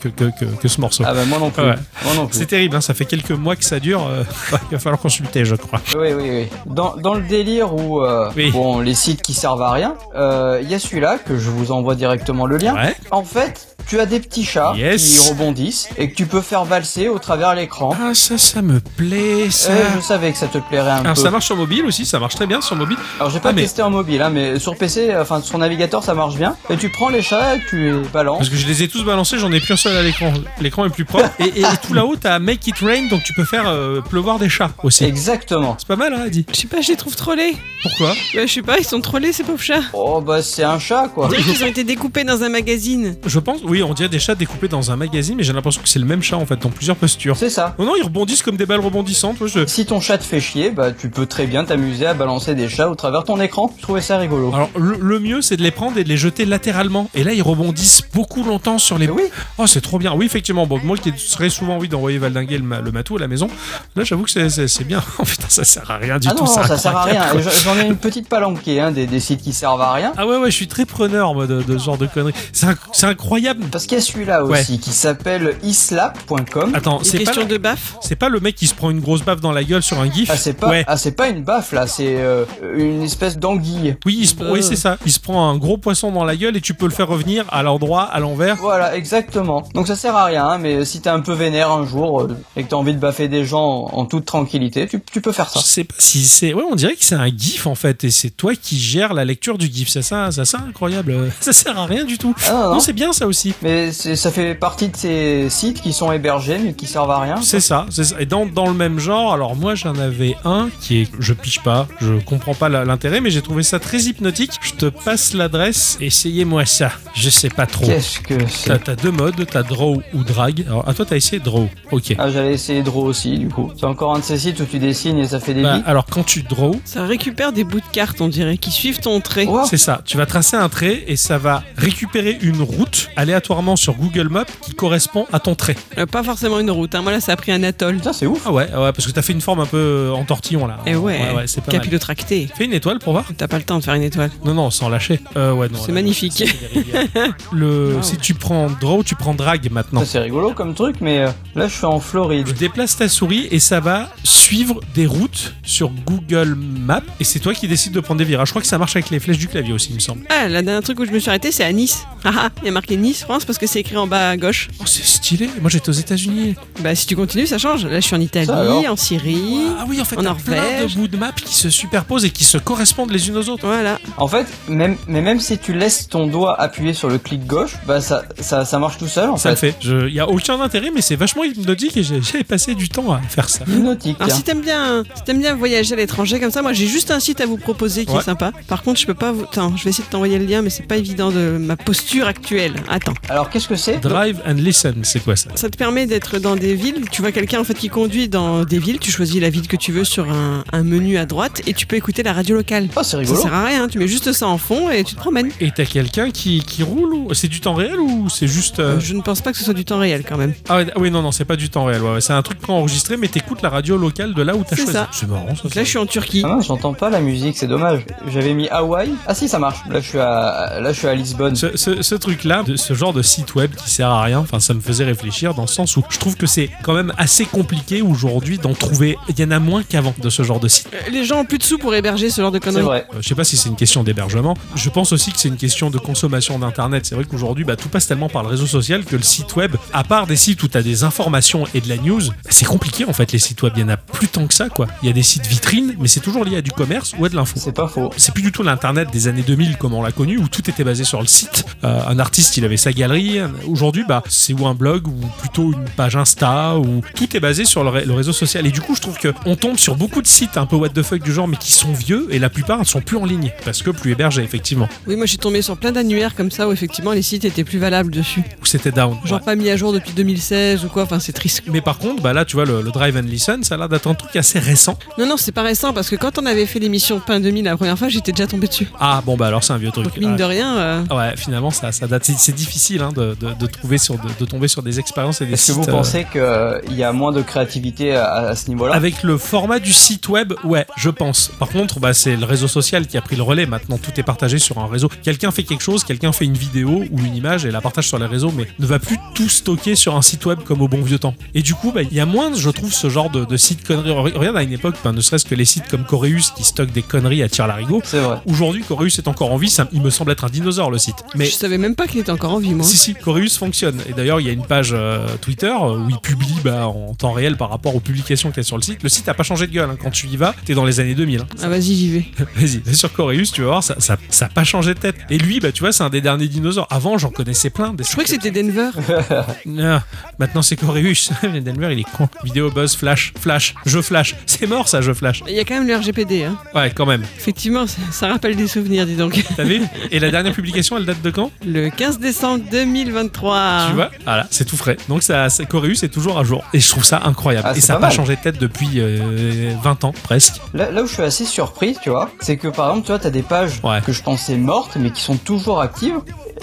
[SPEAKER 5] que, que, que, que ce morceau.
[SPEAKER 6] Ah bah moi non plus.
[SPEAKER 5] Ouais.
[SPEAKER 6] Moi non plus.
[SPEAKER 5] C'est terrible, hein, ça fait quelques mois que ça dure. euh, il va falloir consulter, je crois.
[SPEAKER 6] Oui, oui, oui. Dans, dans le délire où euh,
[SPEAKER 5] Oui.
[SPEAKER 6] bon les sites qui servent à rien, euh, il y a celui-là que je vous envoie directement le lien.
[SPEAKER 5] Ouais.
[SPEAKER 6] En fait, tu as des petits chats
[SPEAKER 5] Yes.
[SPEAKER 6] qui rebondissent et que tu peux faire valser au travers l'écran.
[SPEAKER 5] Ah ça, ça me plaît. Ah, Ça.
[SPEAKER 6] Euh, je savais que ça te plairait un
[SPEAKER 5] Alors
[SPEAKER 6] peu.
[SPEAKER 5] ça marche sur mobile aussi, ça marche très bien sur mobile.
[SPEAKER 6] Alors j'ai pas
[SPEAKER 5] Ah, mais-
[SPEAKER 6] testé en mobile, hein, mais sur PC, euh, enfin sur navigateur, ça marche bien. Et tu prends les chats, tu les balances.
[SPEAKER 5] Parce que je les ai tous balancés, j'en ai plus un seul à l'écran. L'écran est plus propre. Et, et- et tout là-haut, t'as Make It Rain, donc tu peux faire euh, pleuvoir des chats aussi.
[SPEAKER 6] Exactement.
[SPEAKER 5] C'est pas mal, hein, Adi
[SPEAKER 7] Je sais pas, je les trouve trollés.
[SPEAKER 5] Pourquoi
[SPEAKER 7] Bah, je sais pas, ils sont trollés, ces pauvres chats.
[SPEAKER 6] Oh bah c'est un chat quoi.
[SPEAKER 7] On dirait qu'ils ont été découpés dans un magazine.
[SPEAKER 5] Je pense, oui, on dirait des chats découpés dans un magazine, mais j'ai l'impression que c'est le même chat en fait, dans plusieurs postures.
[SPEAKER 6] C'est ça.
[SPEAKER 5] Oh non, ils rebondissent comme des balles rebondissantes. moi, je-
[SPEAKER 6] Si ton chat te fait chier, bah tu peux très bien t'amuser à balancer des chats au travers ton écran. Je trouvais ça rigolo.
[SPEAKER 5] Alors, le, le mieux, c'est de les prendre et de les jeter latéralement. Et là, ils rebondissent beaucoup longtemps sur les.
[SPEAKER 6] Mais oui.
[SPEAKER 5] Oh, c'est trop bien. Oui, effectivement. Bon, moi qui serais souvent envie d'envoyer valdinguer le, ma- le matou à la maison, là, j'avoue que c'est- c'est c'est bien. Oh putain, ça sert à rien du
[SPEAKER 6] Ah
[SPEAKER 5] tout.
[SPEAKER 6] non, non,
[SPEAKER 5] c'est
[SPEAKER 6] ça sert à
[SPEAKER 5] incroyable,
[SPEAKER 6] rien.
[SPEAKER 5] quoi.
[SPEAKER 6] Et je- J'en ai une petite palanquée hein, des, des sites qui servent à rien.
[SPEAKER 5] Ah ouais, ouais, je suis très preneur, moi, de, de ce genre de conneries. C'est inc- c'est incroyable.
[SPEAKER 6] Parce qu'il y a celui-là
[SPEAKER 5] Ouais.
[SPEAKER 6] aussi qui s'appelle islap.com.
[SPEAKER 5] Attends,
[SPEAKER 7] Une
[SPEAKER 5] c'est pas,
[SPEAKER 7] question de baffe.
[SPEAKER 5] c'est pas le mec qui se prend une grosse baffe dans la gueule sur un gif
[SPEAKER 6] Ah c'est pas,
[SPEAKER 5] Ouais.
[SPEAKER 6] ah, c'est pas une baffe là, c'est euh, une espèce d'anguille.
[SPEAKER 5] Oui, il se-
[SPEAKER 6] Euh.
[SPEAKER 5] oui, c'est ça. Il se prend un gros poisson dans la gueule et tu peux le faire revenir à l'endroit, à l'envers.
[SPEAKER 6] Voilà, exactement. Donc ça sert à rien, hein, mais si t'es un peu vénère un jour euh, et que t'as envie de baffer des gens en toute tranquillité, tu, tu peux faire
[SPEAKER 5] Je
[SPEAKER 6] ça.
[SPEAKER 5] sais pas si c'est. Ouais, on dirait que c'est un gif en fait, et c'est toi qui gères la lecture du gif. C'est ça, ça, ça, incroyable. Ça sert à rien du tout.
[SPEAKER 6] Ah, non, non.
[SPEAKER 5] c'est bien ça aussi.
[SPEAKER 6] Mais c'est- ça fait partie de ces sites qui sont hébergés mais qui servent à rien.
[SPEAKER 5] C'est ça, c'est ça. Et dans, dans le même genre, alors moi j'en avais un qui est. Je piche pas, je comprends pas la- l'intérêt, mais j'ai trouvé ça très hypnotique. Je te passe l'adresse, essayez-moi ça. Je sais pas trop.
[SPEAKER 6] Qu'est-ce que
[SPEAKER 5] T'as
[SPEAKER 6] c'est
[SPEAKER 5] t'as deux modes, t'as draw ou drag. Alors, à toi, t'as essayé draw. Ok.
[SPEAKER 6] Ah j'allais essayer Draw aussi du coup. C'est encore un de ces sites où tu dessines et ça fait des
[SPEAKER 5] Bah,
[SPEAKER 6] billes.
[SPEAKER 5] alors, quand tu draw,
[SPEAKER 7] Ça récupère des bouts de cartes, on dirait, qui suivent ton trait.
[SPEAKER 6] Oh,
[SPEAKER 5] c'est ça. Tu vas tracer un trait et ça va récupérer une route aléatoirement sur Google Maps qui correspond à ton trait.
[SPEAKER 7] Euh, pas forcément une route, hein. moi là, ça a pris un atoll.
[SPEAKER 6] Putain c'est ouf.
[SPEAKER 5] Ah ouais, ouais parce que t'as fait une forme un peu euh, en tortillon là.
[SPEAKER 7] Eh ouais,
[SPEAKER 5] ouais, c'est pas mal.
[SPEAKER 7] capillotracté.
[SPEAKER 5] Fais une étoile pour voir.
[SPEAKER 7] T'as pas le temps de faire une étoile.
[SPEAKER 5] Non, non, sans lâcher. Euh, ouais, non.
[SPEAKER 7] C'est
[SPEAKER 5] là,
[SPEAKER 7] magnifique. Ah
[SPEAKER 5] ça, c'est des rivières. Le, si tu prends draw, tu prends drag maintenant.
[SPEAKER 6] Ça, c'est rigolo comme truc, mais euh, là, je suis en Floride.
[SPEAKER 5] Tu déplaces ta souris et ça va suivre des routes sur Google Maps et c'est toi qui décides de prendre des virages. Je crois que ça marche avec les flèches du clavier aussi, il me semble.
[SPEAKER 7] Ah, la dernière truc où je me suis arrêtée, c'est à Nice. Ah ah, il y a marqué Nice, France, parce que c'est écrit en bas à gauche.
[SPEAKER 5] Oh, c'est stylé. Moi, j'étais aux États-Unis.
[SPEAKER 7] Bah, si tu continues, ça change. Là, je suis en
[SPEAKER 6] Ça alors
[SPEAKER 7] Italie, en Syrie.
[SPEAKER 5] Ah oui, en fait,
[SPEAKER 7] En
[SPEAKER 5] t'as plein de
[SPEAKER 7] Norvège.
[SPEAKER 5] bouts de maps qui se superposent et qui se correspondent les unes aux autres.
[SPEAKER 7] Voilà.
[SPEAKER 6] En fait, même, mais même si tu laisses ton doigt appuyer sur le clic gauche, bah ça, ça, ça marche tout seul en
[SPEAKER 5] Ça le
[SPEAKER 6] fait.
[SPEAKER 5] fait. Il y a aucun intérêt, mais c'est vachement hypnotique et j'ai j'ai passé du temps à faire ça.
[SPEAKER 6] Hypnotique,
[SPEAKER 7] Alors
[SPEAKER 6] tiens.
[SPEAKER 7] Ah, si t'aimes bien, si t'aimes bien voyager à l'étranger comme ça, moi j'ai juste un site à vous proposer qui
[SPEAKER 5] Ouais.
[SPEAKER 7] est sympa. Par contre, je peux pas vous. Attends, je vais essayer de t'envoyer le lien, mais c'est pas évident de ma posture actuelle. Attends,
[SPEAKER 6] Alors qu'est-ce que c'est
[SPEAKER 5] Drive and listen, c'est quoi ça
[SPEAKER 7] ça te permet d'être dans des villes. Tu vois quelqu'un en fait qui conduit dans des villes. Tu choisis la ville que tu veux sur un, un menu à droite et tu peux écouter la radio locale.
[SPEAKER 6] Oh, c'est
[SPEAKER 7] Ça
[SPEAKER 6] rigolo.
[SPEAKER 7] sert à rien, hein. tu mets juste ça en fond et tu te promènes.
[SPEAKER 5] Et t'as quelqu'un qui, qui roule ou c'est du temps réel ou c'est juste euh,
[SPEAKER 7] Euh, Je ne pense pas que ce soit du temps réel quand même.
[SPEAKER 5] ah, ouais, ah oui non non c'est pas du temps réel ouais, ouais, c'est un truc préenregistré mais t'écoutes la radio locale de là où t'as
[SPEAKER 7] C'est
[SPEAKER 5] choisi.
[SPEAKER 7] ça.
[SPEAKER 5] C'est marrant ça.
[SPEAKER 7] Donc là, je suis en Turquie.
[SPEAKER 6] Ah, j'entends pas la musique, c'est dommage. J'avais mis Hawaï. Ah si, ça marche. Là, je suis à, là, je suis à Lisbonne.
[SPEAKER 5] Ce, truc là, ce genre de site web qui sert à rien, enfin ça me faisait réfléchir dans le sens où je trouve que c'est quand même assez compliqué aujourd'hui d'en trouver. Il y en a moins qu'avant de ce genre de site.
[SPEAKER 7] Euh, Les gens ont plus de sous pour héberger ce genre de
[SPEAKER 6] C'est
[SPEAKER 7] conneries.
[SPEAKER 6] vrai.
[SPEAKER 5] Euh, Je sais pas si c'est une question d'hébergement. Je pense aussi que c'est une question de consommation d'internet. C'est vrai qu'aujourd'hui, bah, tout passe tellement par le réseau social que le site web, à part des sites où t'as des informations et de la news, bah, c'est compliqué en fait les sites web. Il y en a plus tant que ça quoi. Il y a des sites vitrines, mais c'est toujours lié à du commerce ou à de l'info.
[SPEAKER 6] C'est pas faux.
[SPEAKER 5] C'est plus du tout l'internet des années 2000 comme on l'a connu où tout était basé sur le site. Euh, un artiste, il avait sa galeries. Aujourd'hui, bah, c'est ou un blog ou plutôt une page Insta ou tout est basé sur le, ré- le réseau social. Et du coup, je trouve que on tombe sur beaucoup de sites un peu what the fuck du genre, mais qui sont vieux et la plupart ne sont plus en ligne parce que plus hébergés effectivement.
[SPEAKER 7] Oui, moi je suis tombée sur plein d'annuaires comme ça où effectivement les sites étaient plus valables dessus.
[SPEAKER 5] Ou c'était down.
[SPEAKER 7] Genre
[SPEAKER 5] Ouais.
[SPEAKER 7] pas mis à jour depuis 2016 ou quoi, enfin c'est triste.
[SPEAKER 5] Mais par contre, bah là, tu vois, le, le Drive and Listen, ça a l'air d'être un truc assez récent.
[SPEAKER 7] Non, non, c'est pas récent parce que quand on avait fait l'émission Pain 2000 la première fois, j'étais déjà tombée dessus.
[SPEAKER 5] Ah bon, bah alors c'est un vieux truc.
[SPEAKER 7] Donc mine de rien, euh,
[SPEAKER 5] Ah Ouais, finalement, ça, ça date. C'est- C'est difficile hein, de, de- de trouver sur, de, de tomber sur des expériences et des
[SPEAKER 6] Est-ce que
[SPEAKER 5] sites.
[SPEAKER 6] vous
[SPEAKER 5] euh,
[SPEAKER 6] pensez qu'il y a moins de créativité à, à ce niveau-là
[SPEAKER 5] Avec le format du site web, ouais, je pense. Par contre, bah, c'est le réseau social qui a pris le relais. Maintenant, tout est partagé sur un réseau. Quelqu'un fait quelque chose, quelqu'un fait une vidéo ou une image et la partage sur les réseaux, mais ne va plus tout stocker sur un site web comme au bon vieux temps. Et du coup, bah, il y a moins, je trouve, ce genre de, de sites conneries. Re- Regarde à une époque, bah, ne serait-ce que les sites comme Coreus qui stockent des conneries à tir larigot.
[SPEAKER 6] C'est vrai.
[SPEAKER 5] Aujourd'hui, Coreus est encore en vie. ça- il me semble être un dinosaure le site. Mais
[SPEAKER 7] je savais même pas qu'il était encore en vie, moi.
[SPEAKER 5] si, si, Coreus fonctionne. Et d'ailleurs, il y a une page euh, Twitter euh, où il publie bah, en temps réel par rapport aux publications qu'il y a sur le site. Le site a pas changé de gueule. hein. Quand tu y vas, t'es dans les années 2000. hein.
[SPEAKER 7] Ah, vas-y, j'y vais.
[SPEAKER 5] Vas-y, vas sur Coreus, tu vas voir, ça, ça, ça a pas changé de tête. Et lui, bah, tu vois, c'est un des derniers dinosaures. Avant, j'en connaissais plein. Des
[SPEAKER 7] Je croyais que c'était Denver.
[SPEAKER 5] Ah, maintenant, c'est Coreus. Denver, il est con. Vidéo buzz, flash, flash, je flash. C'est mort, ça, je flash.
[SPEAKER 7] Il y a quand même le RGPD, hein.
[SPEAKER 5] Ouais, quand même.
[SPEAKER 7] Effectivement, ça, ça rappelle des souvenirs, dis donc.
[SPEAKER 5] T'as vu Et la dernière publication, elle date de quand
[SPEAKER 7] Le 15 décembre 2023.
[SPEAKER 5] Tu vois Voilà, c'est tout frais. Donc ça, ça- Coreus est toujours à jour. Et je trouve ça incroyable.
[SPEAKER 6] Ah,
[SPEAKER 5] et
[SPEAKER 6] c'est
[SPEAKER 5] ça n'a pas
[SPEAKER 6] pas mal.
[SPEAKER 5] changé de tête depuis euh, 20 ans, presque.
[SPEAKER 6] Là, là où je suis assez surpris, tu vois, c'est que par exemple, tu vois, t'as des pages
[SPEAKER 5] Ouais.
[SPEAKER 6] que je pensais mortes, mais qui sont toujours actives.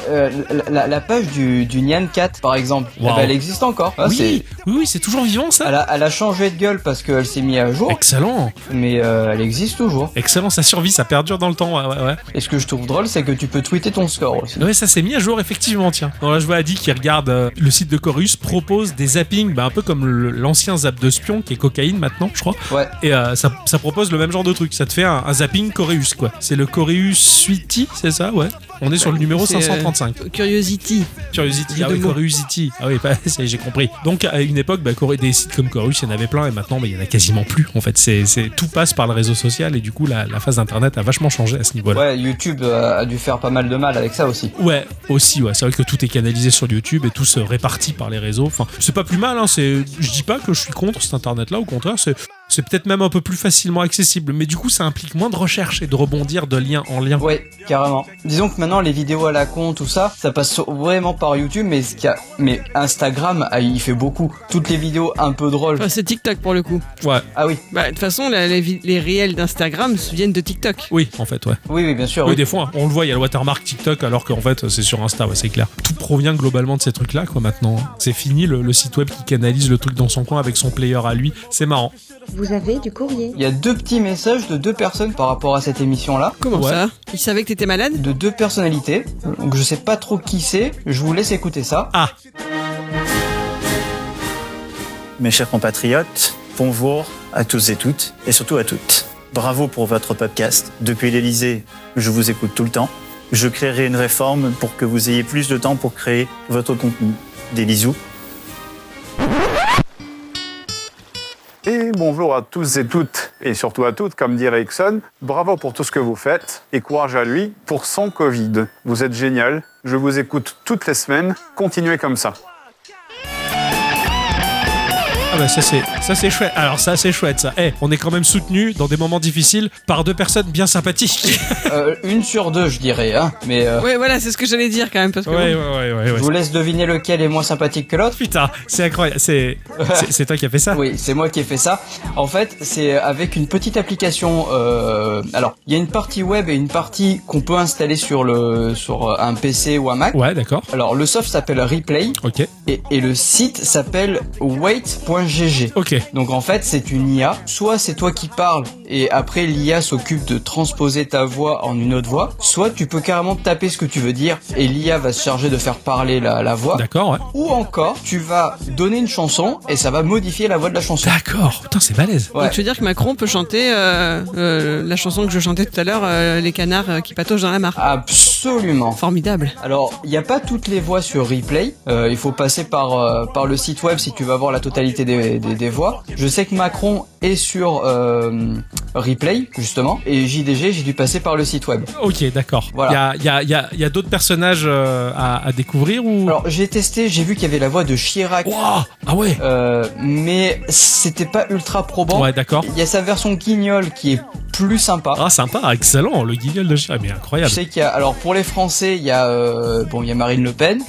[SPEAKER 6] Euh, la, la- la page du, du Nyan Cat, par exemple, eh
[SPEAKER 5] Wow.
[SPEAKER 6] ben, elle existe encore. Ah,
[SPEAKER 5] oui,
[SPEAKER 6] c'est-
[SPEAKER 5] oui, oui, c'est toujours vivant ça.
[SPEAKER 6] elle, a, elle a changé de gueule parce qu'elle s'est mise à jour,
[SPEAKER 5] Excellent,
[SPEAKER 6] mais euh, elle existe toujours.
[SPEAKER 5] excellent, ça survit, ça perdure dans le temps. Ouais, ouais, ouais.
[SPEAKER 6] Et ce que je trouve drôle, c'est que tu peux tweeter ton score aussi.
[SPEAKER 5] Ouais, ça s'est mis à jour effectivement, tiens. Donc là, je vois Adi qui regarde euh, le site de Chorus propose des zappings, bah, un peu comme le- l'ancien zap de spion qui est cocaïne maintenant, je crois.
[SPEAKER 6] Ouais.
[SPEAKER 5] Et euh, ça, ça propose le même genre de truc. Ça te fait un, un zapping Coreus, quoi. C'est le Coreus Suiti, c'est ça, ouais. On est sur le numéro
[SPEAKER 7] C'est, euh,
[SPEAKER 5] 535.
[SPEAKER 7] Curiosity.
[SPEAKER 5] Curiosity,
[SPEAKER 7] Jeu
[SPEAKER 5] ah
[SPEAKER 7] de
[SPEAKER 5] oui,
[SPEAKER 7] mots.
[SPEAKER 5] Curiosity. Ah oui, bah, ça y est, j'ai compris. Donc à une époque, bah, Coré- des sites comme Chorus, il y en avait plein et maintenant, bah, il y en a quasiment plus. En fait, c'est c'est- tout passe par le réseau social et du coup, la, la phase d'Internet a vachement changé à ce niveau-là.
[SPEAKER 6] Ouais, YouTube euh, a dû faire pas mal de mal avec ça aussi.
[SPEAKER 5] Ouais, aussi, ouais. C'est vrai que tout est canalisé sur YouTube et tout se répartit par les réseaux. Enfin, c'est pas plus mal, hein. C'est, je dis pas que je suis contre cet internet-là. Au contraire, c'est, c'est peut-être même un peu plus facilement accessible. Mais du coup, ça implique moins de recherche et de rebondir de lien en lien.
[SPEAKER 6] Ouais, carrément. Disons que maintenant les vidéos à la con, tout ça, ça passe vraiment par YouTube, mais ce qu'il y a- mais Instagram, ah, il fait beaucoup. Toutes les vidéos un peu drôles.
[SPEAKER 7] Enfin, c'est TikTok pour le coup.
[SPEAKER 5] Ouais.
[SPEAKER 6] Ah oui,
[SPEAKER 7] Bah, de toute façon, la- les, vi- les réels d'Instagram viennent de TikTok.
[SPEAKER 5] Oui, en fait, ouais.
[SPEAKER 6] oui, oui, bien sûr.
[SPEAKER 5] Ah Oui,
[SPEAKER 6] oui.
[SPEAKER 5] des fois, on le voit, il y a le watermark TikTok, alors qu'en fait, c'est sur Insta, ouais, c'est clair. Tout provient globalement de ces trucs-là, quoi, maintenant. C'est fini, le, le site web qui canalise le truc dans son coin avec son player à lui. C'est marrant.
[SPEAKER 10] Vous avez du courrier.
[SPEAKER 6] Il y a deux petits messages de deux personnes par rapport à cette émission-là,
[SPEAKER 7] Comment
[SPEAKER 5] Ouais.
[SPEAKER 7] ça Ils savaient que t'étais malade
[SPEAKER 6] de deux personnalités. Donc je sais pas trop qui c'est. Je vous laisse écouter ça.
[SPEAKER 5] Ah,
[SPEAKER 11] Mes chers compatriotes, bonjour à tous et toutes, et surtout à toutes. Bravo pour votre podcast. Depuis l'Elysée, je vous écoute tout le temps. Je créerai une réforme pour que vous ayez plus de temps pour créer votre contenu. Des bisous.
[SPEAKER 9] Et bonjour à tous et toutes, et surtout à toutes, comme dirait Exxon. Bravo pour tout ce que vous faites, et courage à lui pour son Covid. Vous êtes génial, je vous écoute toutes les semaines, continuez comme ça.
[SPEAKER 5] ah bah ça c'est ça c'est chouette. Alors ça c'est chouette ça. Eh, on est quand même soutenu dans des moments difficiles par deux personnes bien sympathiques.
[SPEAKER 6] Euh, une sur deux, je dirais. Hein. Mais euh,
[SPEAKER 7] Ouais, voilà, c'est ce que j'allais dire quand même. Parce que
[SPEAKER 5] Ouais ouais ouais ouais. ouais.
[SPEAKER 6] je vous laisse deviner lequel est moins sympathique que l'autre.
[SPEAKER 5] Putain, c'est incroyable. C'est c'est- c'est toi qui as fait ça.
[SPEAKER 6] Oui, c'est moi qui ai fait ça. En fait, c'est avec une petite application. euh, alors, il y a une partie web et une partie qu'on peut installer sur le sur euh, un PC ou un Mac.
[SPEAKER 5] Ouais, d'accord.
[SPEAKER 6] Alors, le soft s'appelle Replay
[SPEAKER 5] Ok
[SPEAKER 6] et, et le site s'appelle wait.gg.
[SPEAKER 5] ok.
[SPEAKER 6] Donc en fait, c'est une IA. Soit c'est toi qui parles et après l'IA s'occupe de transposer ta voix en une autre voix. Soit tu peux carrément taper ce que tu veux dire et l'IA va se charger de faire parler la, la voix.
[SPEAKER 5] D'accord ouais.
[SPEAKER 6] Ou encore, tu vas donner une chanson et ça va modifier la voix de la chanson.
[SPEAKER 5] D'accord. Putain c'est balèze.
[SPEAKER 7] Donc
[SPEAKER 6] Ouais.
[SPEAKER 7] tu veux dire que Macron peut chanter euh, euh, la chanson que je chantais tout à l'heure, euh, Les canards euh, qui pataugent dans la mare.
[SPEAKER 6] Abs- Absolument.
[SPEAKER 7] Formidable.
[SPEAKER 6] Alors, il n'y a pas toutes les voix sur replay. Euh, il faut passer par, euh, par le site web si tu veux avoir la totalité des, des, des voix. Je sais que Macron est sur euh, replay, justement. Et JDG, j'ai dû passer par le site web.
[SPEAKER 5] Ok, d'accord. Il
[SPEAKER 6] Voilà.
[SPEAKER 5] y a, y a- y a- y a d'autres personnages euh, à, à découvrir ou.
[SPEAKER 6] Alors, j'ai testé, j'ai vu qu'il y avait la voix de Chirac.
[SPEAKER 5] Ouah ah ouais
[SPEAKER 6] Euh, mais c'était pas ultra probant.
[SPEAKER 5] Ouais, d'accord.
[SPEAKER 6] Il y a sa version guignol qui est plus sympa.
[SPEAKER 5] Ah, sympa, excellent, le guignol de Chirac, mais
[SPEAKER 6] Je
[SPEAKER 5] incroyable.
[SPEAKER 6] sais qu'il y a, alors pour les Français, il y a, euh, bon, il y a Marine Le Pen.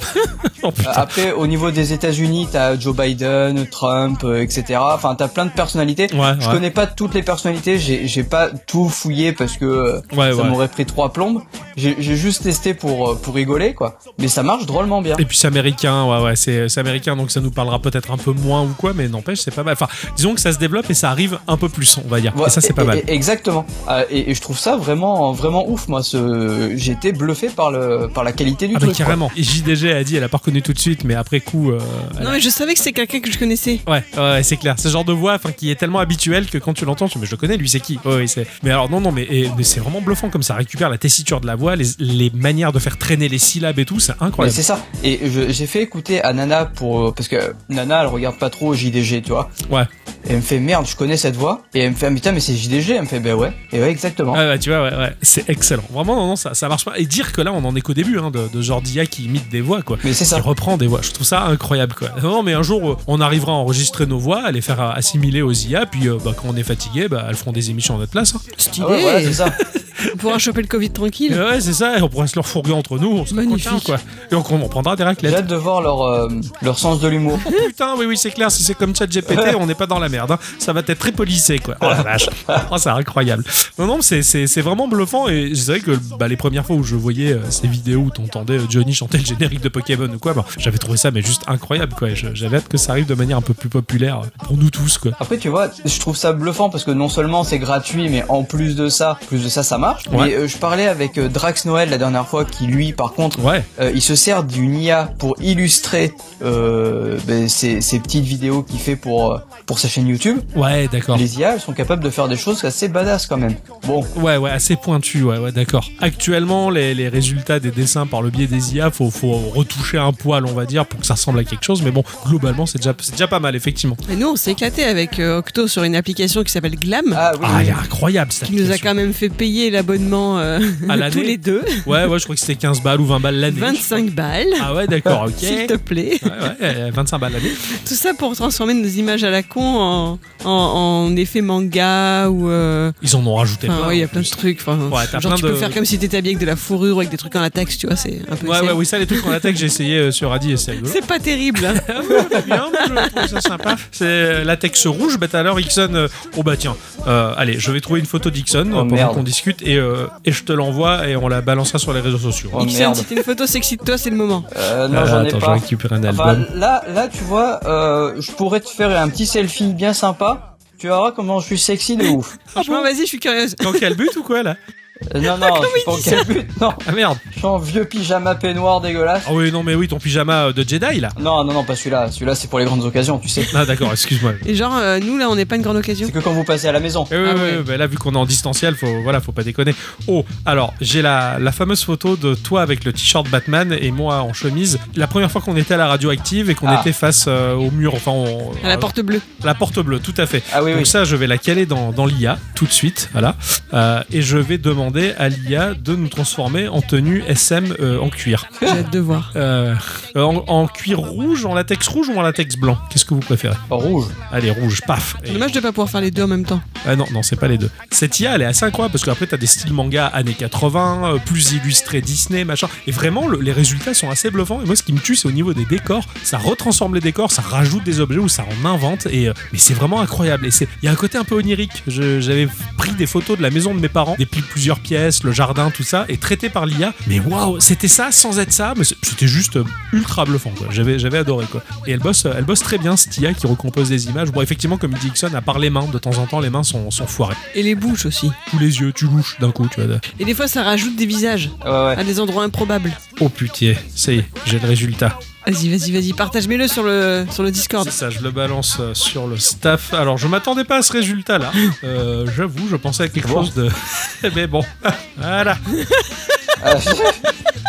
[SPEAKER 5] Oh,
[SPEAKER 6] Euh,
[SPEAKER 5] putain.
[SPEAKER 6] Après, au niveau des États-Unis, t'as Joe Biden, Trump, euh, etc. Enfin, t'as plein de personnalités.
[SPEAKER 5] Ouais,
[SPEAKER 6] Je
[SPEAKER 5] ouais.
[SPEAKER 6] connais pas toutes les personnalités. J'ai j'ai pas tout fouillé parce que euh,
[SPEAKER 5] Ouais,
[SPEAKER 6] ça
[SPEAKER 5] ouais.
[SPEAKER 6] m'aurait pris trois plombes. J'ai j'ai juste testé pour euh, pour rigoler, quoi. Mais ça marche drôlement bien.
[SPEAKER 5] Et puis c'est américain, ouais, ouais, c'est c'est américain, donc ça nous parlera peut-être un peu moins ou quoi, mais n'empêche, c'est pas mal. Enfin, disons que ça se développe et ça arrive un peu plus, on va dire.
[SPEAKER 6] Ouais,
[SPEAKER 5] et ça, c'est pas
[SPEAKER 6] et-
[SPEAKER 5] mal.
[SPEAKER 6] et- Exactement. Euh, Et, et je trouve ça vraiment vraiment ouf, moi. Ce... J'ai été bluffé par le par la qualité du
[SPEAKER 5] Ah, mais
[SPEAKER 6] truc. quoi.
[SPEAKER 5] carrément. Et JDG a dit, elle a pas reconnu tout de suite, mais après coup. euh, elle a-
[SPEAKER 7] Non, mais je savais que c'est quelqu'un que je connaissais.
[SPEAKER 5] Ouais, ouais, c'est clair. Ce genre de voix enfin, qui est tellement habituelle que quand tu l'entends, tu mais je le connais, lui, c'est qui Ouais, ouais, c'est... Mais alors, non, non, mais, et- mais c'est vraiment bluffant comme ça. Récupère la tessiture de la voix, les, les manières de faire traîner les syllabes et tout, c'est
[SPEAKER 6] Mais
[SPEAKER 5] incroyable.
[SPEAKER 6] c'est ça. Et je- j'ai fait écouter à Nana pour parce que Nana elle regarde pas trop JDG, tu vois.
[SPEAKER 5] Ouais.
[SPEAKER 6] Et elle me fait merde, je connais cette voix. Et elle me fait ah, putain mais c'est JDG. Elle me fait ben ouais. Et ouais exactement.
[SPEAKER 5] Ah ouais, tu vois, ouais, ouais. c'est excellent. Vraiment, non, non, ça, ça marche pas. Et dire que là, on en est qu'au début hein, de, de Jordia qui imite des voix, quoi.
[SPEAKER 6] Mais c'est
[SPEAKER 5] Qui
[SPEAKER 6] ça.
[SPEAKER 5] reprend des voix. Je trouve ça incroyable, quoi. Non, mais un jour, euh, on arrivera à enregistrer nos voix, à les faire euh, assimiler aux IA, puis euh, bah, quand on est fatigué, bah, elles feront des émissions à notre place. hein.
[SPEAKER 7] Stylé.
[SPEAKER 6] Ah ouais, voilà, c'est ça.
[SPEAKER 7] On pourra choper le Covid tranquille.
[SPEAKER 5] Euh, Ouais, c'est ça, et on pourra se leur fourguer entre nous, on sera
[SPEAKER 7] Magnifique.
[SPEAKER 5] contents, quoi. Et on, on prendra des
[SPEAKER 6] J'ai
[SPEAKER 5] raclettes.
[SPEAKER 6] hâte de voir leur euh, leur sens de l'humour.
[SPEAKER 5] Oh, Putain, oui, oui, c'est clair, si c'est comme ChatGPT, on n'est pas dans la merde. hein. Ça va être très policé, quoi. Oh la vache. Oh, c'est incroyable. Non, non, c'est- c'est c'est vraiment bluffant. Et c'est vrai que bah, les premières fois où je voyais euh, ces vidéos où t'entendais euh, Johnny chanter le générique de Pokémon ou quoi, bah, j'avais trouvé ça, mais juste incroyable, quoi. Et je- J'avais hâte que ça arrive de manière un peu plus populaire euh, pour nous tous, quoi.
[SPEAKER 6] Après tu vois, je trouve ça bluffant parce que non seulement c'est gratuit, mais en plus de ça, plus de ça ça marche.
[SPEAKER 5] Ouais.
[SPEAKER 6] Mais euh, je parlais avec euh, Drax Noël la dernière fois qui lui par contre
[SPEAKER 5] Ouais,
[SPEAKER 6] Euh, il se sert d'une IA pour illustrer euh, ben, ses, ses petites vidéos qu'il fait pour, euh, pour sa chaîne YouTube.
[SPEAKER 5] ouais, d'accord.
[SPEAKER 6] Les IA, elles sont capables de faire des choses assez badass quand même. Bon,
[SPEAKER 5] Ouais, ouais, assez pointu, ouais, ouais, d'accord. Actuellement, les, les résultats des dessins par le biais des IA, faut, faut retoucher un poil, on va dire, pour que ça ressemble à quelque chose, mais bon, globalement, c'est déjà, c'est déjà pas mal, effectivement.
[SPEAKER 7] Mais nous, on s'est éclaté avec euh, Octo sur une application qui s'appelle Glam.
[SPEAKER 6] ah oui,
[SPEAKER 5] Ah, elle est incroyable, cette
[SPEAKER 7] qui nous a
[SPEAKER 5] application.
[SPEAKER 7] quand même fait payer l'abonnement euh,
[SPEAKER 5] À l'année
[SPEAKER 7] tous les deux.
[SPEAKER 5] Ouais, ouais, je crois que c'était 15 balles ou 20 balles l'année.
[SPEAKER 7] 25 balles,
[SPEAKER 5] Ah ouais, d'accord, ok.
[SPEAKER 7] s'il te plaît.
[SPEAKER 5] Ouais, ouais, euh, 25 balles l'année.
[SPEAKER 7] Tout ça pour transformer nos images à la con en, en, en effet manga ou. euh,
[SPEAKER 5] Ils en ont rajouté
[SPEAKER 7] Enfin,
[SPEAKER 5] plein. hein.
[SPEAKER 7] ouais, il y
[SPEAKER 5] en
[SPEAKER 7] a plein de
[SPEAKER 5] plus.
[SPEAKER 7] trucs. Enfin,
[SPEAKER 5] Ouais, t'as
[SPEAKER 7] genre,
[SPEAKER 5] plein
[SPEAKER 7] tu
[SPEAKER 5] de-
[SPEAKER 7] peux faire comme si t'étais habillé avec de la fourrure ou avec des trucs en latex, tu vois, c'est un peu.
[SPEAKER 5] Ouais,
[SPEAKER 7] essai.
[SPEAKER 5] ouais, oui, ça, les trucs en attaque, j'ai essayé euh, sur Adi et c'est rigolo.
[SPEAKER 7] C'est pas terrible. hein.
[SPEAKER 5] Ah ouais, ouais, bien, moi, je trouve ça sympa. C'est euh, la texte rouge. Bah, tout à l'heure, Ixon. euh, oh, bah, tiens. euh, allez, je vais trouver une photo d'Ixon euh, pendant
[SPEAKER 6] Oh, merde.
[SPEAKER 5] qu'on discute et, euh, et je te l'envoie et on la balancera sur les réseaux sociaux. hein.
[SPEAKER 6] Oh,
[SPEAKER 7] Ixon,
[SPEAKER 6] merde.
[SPEAKER 7] si t'as une photo sexy de toi, c'est le moment.
[SPEAKER 6] euh, non,
[SPEAKER 5] Euh,
[SPEAKER 6] j'en ai
[SPEAKER 5] attends, je
[SPEAKER 6] pas. Ah, bah,
[SPEAKER 5] récupère un
[SPEAKER 6] Enfin,
[SPEAKER 5] album.
[SPEAKER 6] là, là, tu vois, euh, je pourrais te faire un petit selfie bien sympa. Tu verras comment je suis sexy de ouf.
[SPEAKER 7] Franchement, vas-y, je suis curieuse.
[SPEAKER 5] Dans quel but ou quoi, là
[SPEAKER 6] Euh, non, non, je suis pas en quel but. Non,
[SPEAKER 5] Ah, merde.
[SPEAKER 6] je suis en vieux pyjama peignoir dégueulasse.
[SPEAKER 5] Ah, oui, non, mais oui, ton pyjama euh, de Jedi, là.
[SPEAKER 6] Non, non, non, pas celui-là. Celui-là, c'est pour les grandes occasions, tu sais.
[SPEAKER 5] Ah, d'accord, excuse-moi.
[SPEAKER 7] Et genre, euh, nous, là, on n'est pas une grande occasion.
[SPEAKER 6] C'est que quand vous passez à la maison.
[SPEAKER 5] Eh oui,
[SPEAKER 7] Ah
[SPEAKER 5] oui,
[SPEAKER 7] ouais.
[SPEAKER 5] oui, bah là, vu qu'on est en distanciel, faut, voilà, faut pas déconner. Oh, alors, j'ai la, la fameuse photo de toi avec le t-shirt Batman et moi en chemise. La première fois qu'on était à la radio active et qu'on
[SPEAKER 6] Ah.
[SPEAKER 5] était face euh, au mur, enfin, on- euh,
[SPEAKER 7] À la porte bleue.
[SPEAKER 5] la porte bleue, tout à fait.
[SPEAKER 6] Ah oui,
[SPEAKER 5] Donc
[SPEAKER 6] oui.
[SPEAKER 5] ça, je vais la caler dans, dans l'IA tout de suite, voilà. Euh, et je vais demander à l'IA de nous transformer en tenue SM euh, en cuir.
[SPEAKER 7] J'ai hâte de voir.
[SPEAKER 5] Euh, en, en cuir rouge, en latex rouge ou en latex blanc Qu'est-ce que vous préférez
[SPEAKER 6] Rouge.
[SPEAKER 5] Allez, rouge, paf Et-
[SPEAKER 7] Dommage de pas pouvoir faire les deux en même temps.
[SPEAKER 5] ah non, non, c'est pas les deux. Cette IA, elle est assez incroyable parce qu'après, t'as des styles manga années 80, euh, plus illustrés Disney, machin. Et vraiment, le- les résultats sont assez bluffants. Et moi, ce qui me tue, c'est au niveau des décors. Ça retransforme les décors, ça rajoute des objets ou ça en invente. Et, euh, mais c'est vraiment incroyable. Et c'est- il y a un côté un peu onirique. Je- J'avais pris des photos de la maison de mes parents, des pli- plusieurs pièces, le jardin, tout ça, et traité par l'IA. Mais waouh, c'était ça sans être ça. Mais c'est- c'était juste euh, ultra bluffant. quoi. J'avais j'avais adoré. quoi. Et elle bosse, elle bosse très bien, cette IA qui recompose des images. Bon, effectivement, comme dit Dixon, à part les mains, de temps en temps, les mains sont, sont foirées.
[SPEAKER 7] Et les bouches aussi.
[SPEAKER 5] Tous les yeux, tu louches d'un coup, tu vois.
[SPEAKER 7] Et des fois, ça rajoute des visages
[SPEAKER 6] Ouais, ouais.
[SPEAKER 7] à des endroits improbables.
[SPEAKER 5] Oh putain, ça y est, j'ai le résultat.
[SPEAKER 7] Vas-y, vas-y, vas-y, partage-le sur le, sur le Discord.
[SPEAKER 5] C'est ça, je le balance euh, sur le staff. Alors, je m'attendais pas à ce résultat-là. Euh, J'avoue, je pensais à quelque chose de. Mais bon, voilà.
[SPEAKER 6] Ah,